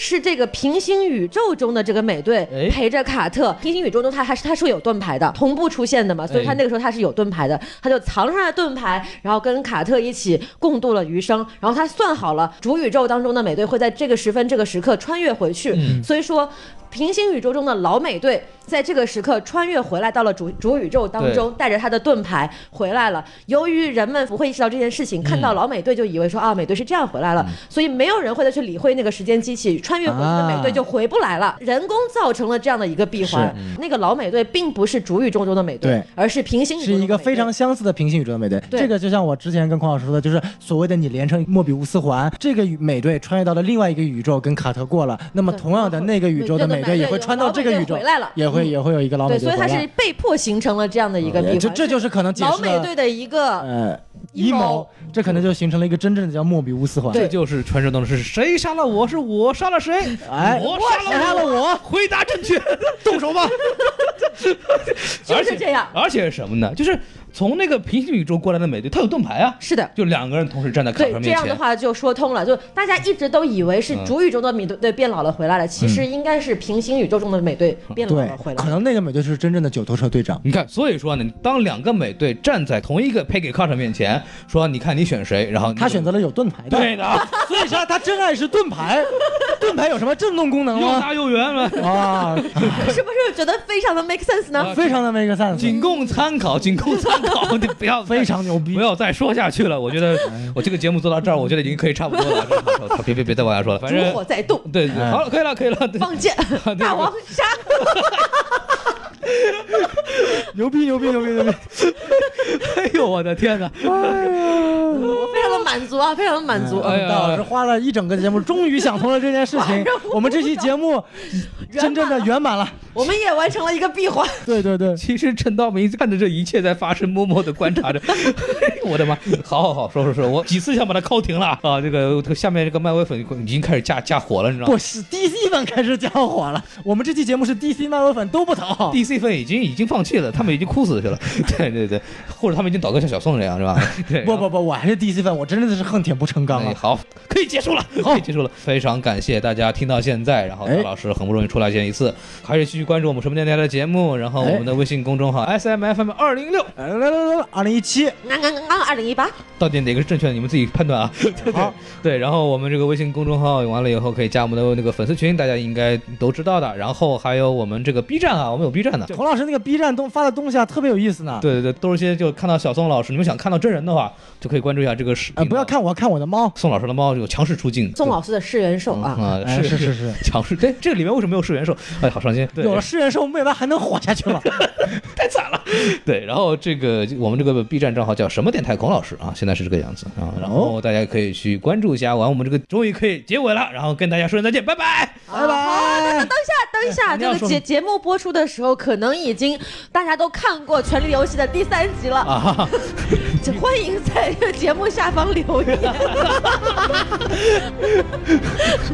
S3: 是这个平行宇宙中的这个美队
S2: 哎
S3: 陪着卡特，平行宇宙中他还是他是有盾牌的，同步出现的嘛，所以他
S2: 哎
S3: 那个时候他是有盾牌的，他就藏上了盾牌，然后跟卡特一起共度了余生，然后他算好了主宇宙当中的美队会在这个时分这个时刻穿越回去，所以说平行宇宙中的老美队在这个时刻穿越回来到了主主宇宙当中，带着他的盾牌回来了。由于人们不会意识到这件事情，看到老美队就以为说啊，美队是这样回来了，所以没有人会再去理会那个时间机器穿越回去的美队就回不来了。人工造成了这样的一个闭环
S1: 是。
S3: 那个老美队并不是主宇宙中的美
S1: 嗯
S3: 队
S1: 对，
S3: 而是平行宇宙
S1: 是
S3: 中的
S1: 一个
S3: 美队
S1: 非常相似的平行宇宙的美队。
S3: 对
S1: 这个就像我之前跟孔老师说的，就是所谓的你连成莫比乌斯环，这个美队穿越到了另外一个宇宙跟卡特过了，那么
S3: 对
S1: 同样的那个宇宙的美队也会穿到这个宇宙
S3: 老美队回来了嗯
S1: 也会也会有一个老美
S3: 对，
S1: 队
S3: 所以
S1: 回
S3: 他是
S1: 来。
S3: 被迫形成了这样的一个闭环。
S1: 这这嗯就是可能解
S3: 老
S1: 释
S3: 美
S1: 了
S3: 队的一个
S1: 呃
S3: 阴
S1: 阴
S3: 谋
S1: 谋，这可能就形成了一个真正的叫莫比乌斯环。
S3: 对
S2: 这就是传说当中是谁杀了我，是我杀了谁，
S1: 哎，
S2: 我
S1: 杀
S2: 杀
S1: 了我，
S2: 回答正确，动手 <laughs> 吧。
S3: 就是这样
S2: 而且是什么呢？就是从那个平行宇宙过来的美队，他有盾牌啊，
S3: 是的。
S2: 就两个人同时站在卡特
S3: 对，
S2: 面前。
S3: 这样的话就说通了。就大家一直都以为是主宇宙的美队变老了回来了，其实
S1: 嗯
S3: 应该是平行宇宙中的美队变老
S1: 对
S3: 了回，来
S1: 可
S3: 了。
S1: 能那个美队是真正的九头蛇队长。
S2: 你看，所以说呢，当两个美队站在同一个 Peggy Carter 面前，说你看你选谁，然后你
S1: 他选择了有盾牌的，
S2: 对的，
S1: 所以说他真爱是盾
S3: <laughs>
S1: 牌，盾牌有什么震动功能
S2: 又
S1: 吗？
S2: 大又圆了。
S1: 啊，
S2: <laughs>
S3: <laughs> 是不是觉得非常的 make sense
S1: <laughs>
S2: 啊
S3: 呢？
S1: 非常的 make sense，
S2: 仅供参考，仅供参考，你不要再
S1: <laughs> 非常牛逼
S2: 不。要再说下去了。我觉得我这个节目做到这儿，我觉得已经可以差不多了。好好好别别别再往下说了，反
S3: 烛
S2: 正
S3: 火在动，
S2: 对，对好了，可以了，可以了。对
S3: <laughs>
S1: <laughs>
S3: 放箭，大王杀。
S1: 牛逼牛逼牛逼牛
S2: <laughs>
S1: 逼！
S2: <laughs> 哎呦，我的天哪！
S3: 我非常的满足啊，非常的满足。
S1: 哎
S2: 哎
S1: 呀，
S2: 呀
S1: 大老师花了一整个节目，终于想通了这件事
S2: <laughs>
S1: 情。我们这期节目真正的圆满了。
S3: 我们也完成了一个闭环。 <laughs>
S1: 对对对，
S2: 其实陈道明看着这一切在发生，默默地观察着。哎我的妈！好好好，说说说，我几次想把他敲停了啊！这个这个下面这个漫威粉已经开始架架火了，你知道吗
S1: 不是 DC 粉开始讲火了。我们这期节目是 DC 漫威粉都不讨。
S2: ？DC 粉已经已经放弃了，他们已经哭死去了。对对对，或者他们已经倒戈像小宋这样是吧？对，
S1: 不不不，我还是 DC 粉，我真的是恨铁不成钢
S2: 哎，
S1: 啊！
S2: 好，可以结束了，可以结束了。非常感谢大家听到现在，然后
S1: 哎
S2: 大老师很不容易出来见一次，还是继续关注我们什么电台的节目，然
S1: 哎
S2: 后我们的微信公众号 S M F M 二零六，
S1: 来来来来，二零一七，
S3: 刚刚刚刚二零一八，
S2: 到底哪个是正确的，你们自己判断啊。
S1: <laughs> 好，
S2: 对，然后我们这个微信公众号完了以后，可以加我们的那个粉丝群，大家应该都知道的。然后还有我们这个 B 站啊，我们有 B 站的。
S1: 孔老师那个 B 站东发的东西啊，特别有意思呢。
S2: 对对对，都是些就看到小宋老师，你们想看到真人的话，就可以关注一下这个视频、啊
S1: 呃，不要看我，看我的猫。
S2: 宋老师的猫有强势出镜，
S3: 宋老师的世元兽啊，
S2: 啊
S1: 哎，
S2: 是
S1: 是是是，
S4: 哎
S2: 强势。对，这个里面为什么没有
S4: 噬元兽，哎，好伤心。对
S1: 有了世元兽，我们未来还能活下去
S2: <laughs>
S1: 吗？
S4: 太惨了。对，然后这个我们这个 B 站账号叫什么电台孔老师啊，现在是这个样子啊。然后大家可以去关注一下。完，我们这个终于可以结尾了，然后跟大家说声再见，拜拜。
S1: 拜拜。
S3: 等一
S1: 哎
S3: 下，
S4: 你要
S3: 这个
S4: 说
S3: 节节目播出的时候，可能已经大家都看过《权力游戏》的第三集了，
S4: 啊，
S3: 请欢迎在这个节目下方
S1: <laughs>
S3: 留言。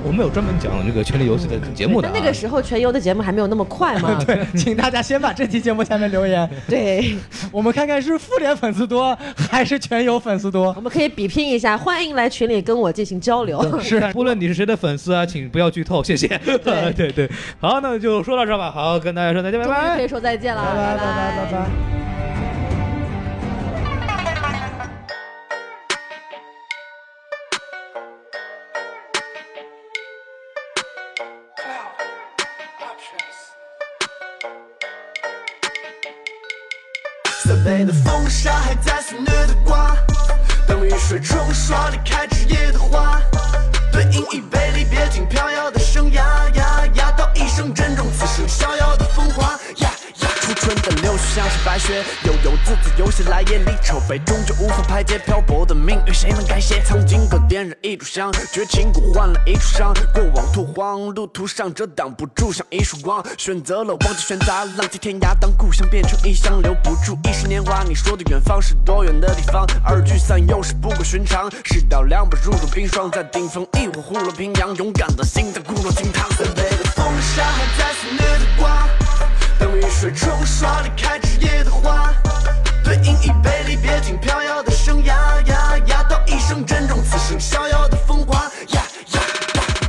S4: 我们有专门讲这个《权力游戏》的节目的、
S3: 那
S4: 啊。
S3: 那个时候全游的节目还没有那么快嘛？
S1: 啊 <laughs> 对，请大家先把这期节目下面留 <laughs> 言，
S3: 对，
S1: 我们看看是复联粉丝多还是全友粉丝多
S3: 我。们可以比拼一下，欢迎来群里跟我进行
S1: <laughs>
S3: 交流。 <laughs>
S4: 是，不论你是谁的粉丝啊，请不要剧透，谢谢。 <laughs> 对对对，好，那就说到这儿吧。好，跟大家说再见，拜
S3: 终于
S4: 拜
S3: 可。以说再见了，
S1: 拜拜拜
S3: 拜
S1: 拜拜拜。
S5: Cloud options.
S6: 三倍的风沙还在肆虐的刮，当雨水冲刷离开枝叶的花，对饮一杯离别挺飘摇的生涯呀呀，道一声珍重，此生逍遥的风华呀呀。初春的柳絮像是白雪，悠悠自自由袭来夜里愁悲，终究无法排解漂泊的命运，谁能改写？曾经可点燃一炷香，绝情谷换了一处伤，过往拓荒路途上遮挡不住，像一束光，选择了忘记选择，浪迹天涯，当故乡变成异乡，留不住一时年华。你说的远方是多远的地方？而聚散又是不过寻常，世道凉薄如入冰霜，在顶峰一火护了平阳，勇敢的心在鼓落惊堂。三杯的风沙还在肆虐的刮，等雨水冲刷离开枝叶的花，对饮一杯离别挺飘摇的生涯呀呀，道一声珍重，此生逍遥的风华呀呀。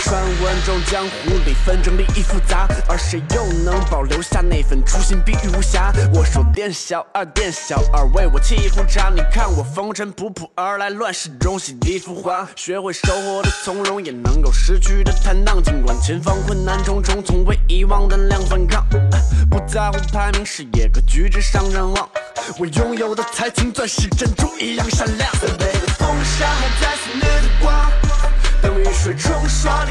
S6: 传闻中江湖里纷争利益复杂，而谁又能保留下那份初心碧玉无瑕？我说店小二，店小二为我沏一壶茶，你看我风尘仆仆而来，乱世中洗涤浮华，学会收获的从容，也能够失去的坦荡，尽管前方困难重重，从未遗忘胆量反抗，不在乎排名，视野格局之上展望。我拥有的才情钻石珍珠一样闪亮。三杯的风沙还在肆虐的刮。等雨水冲刷离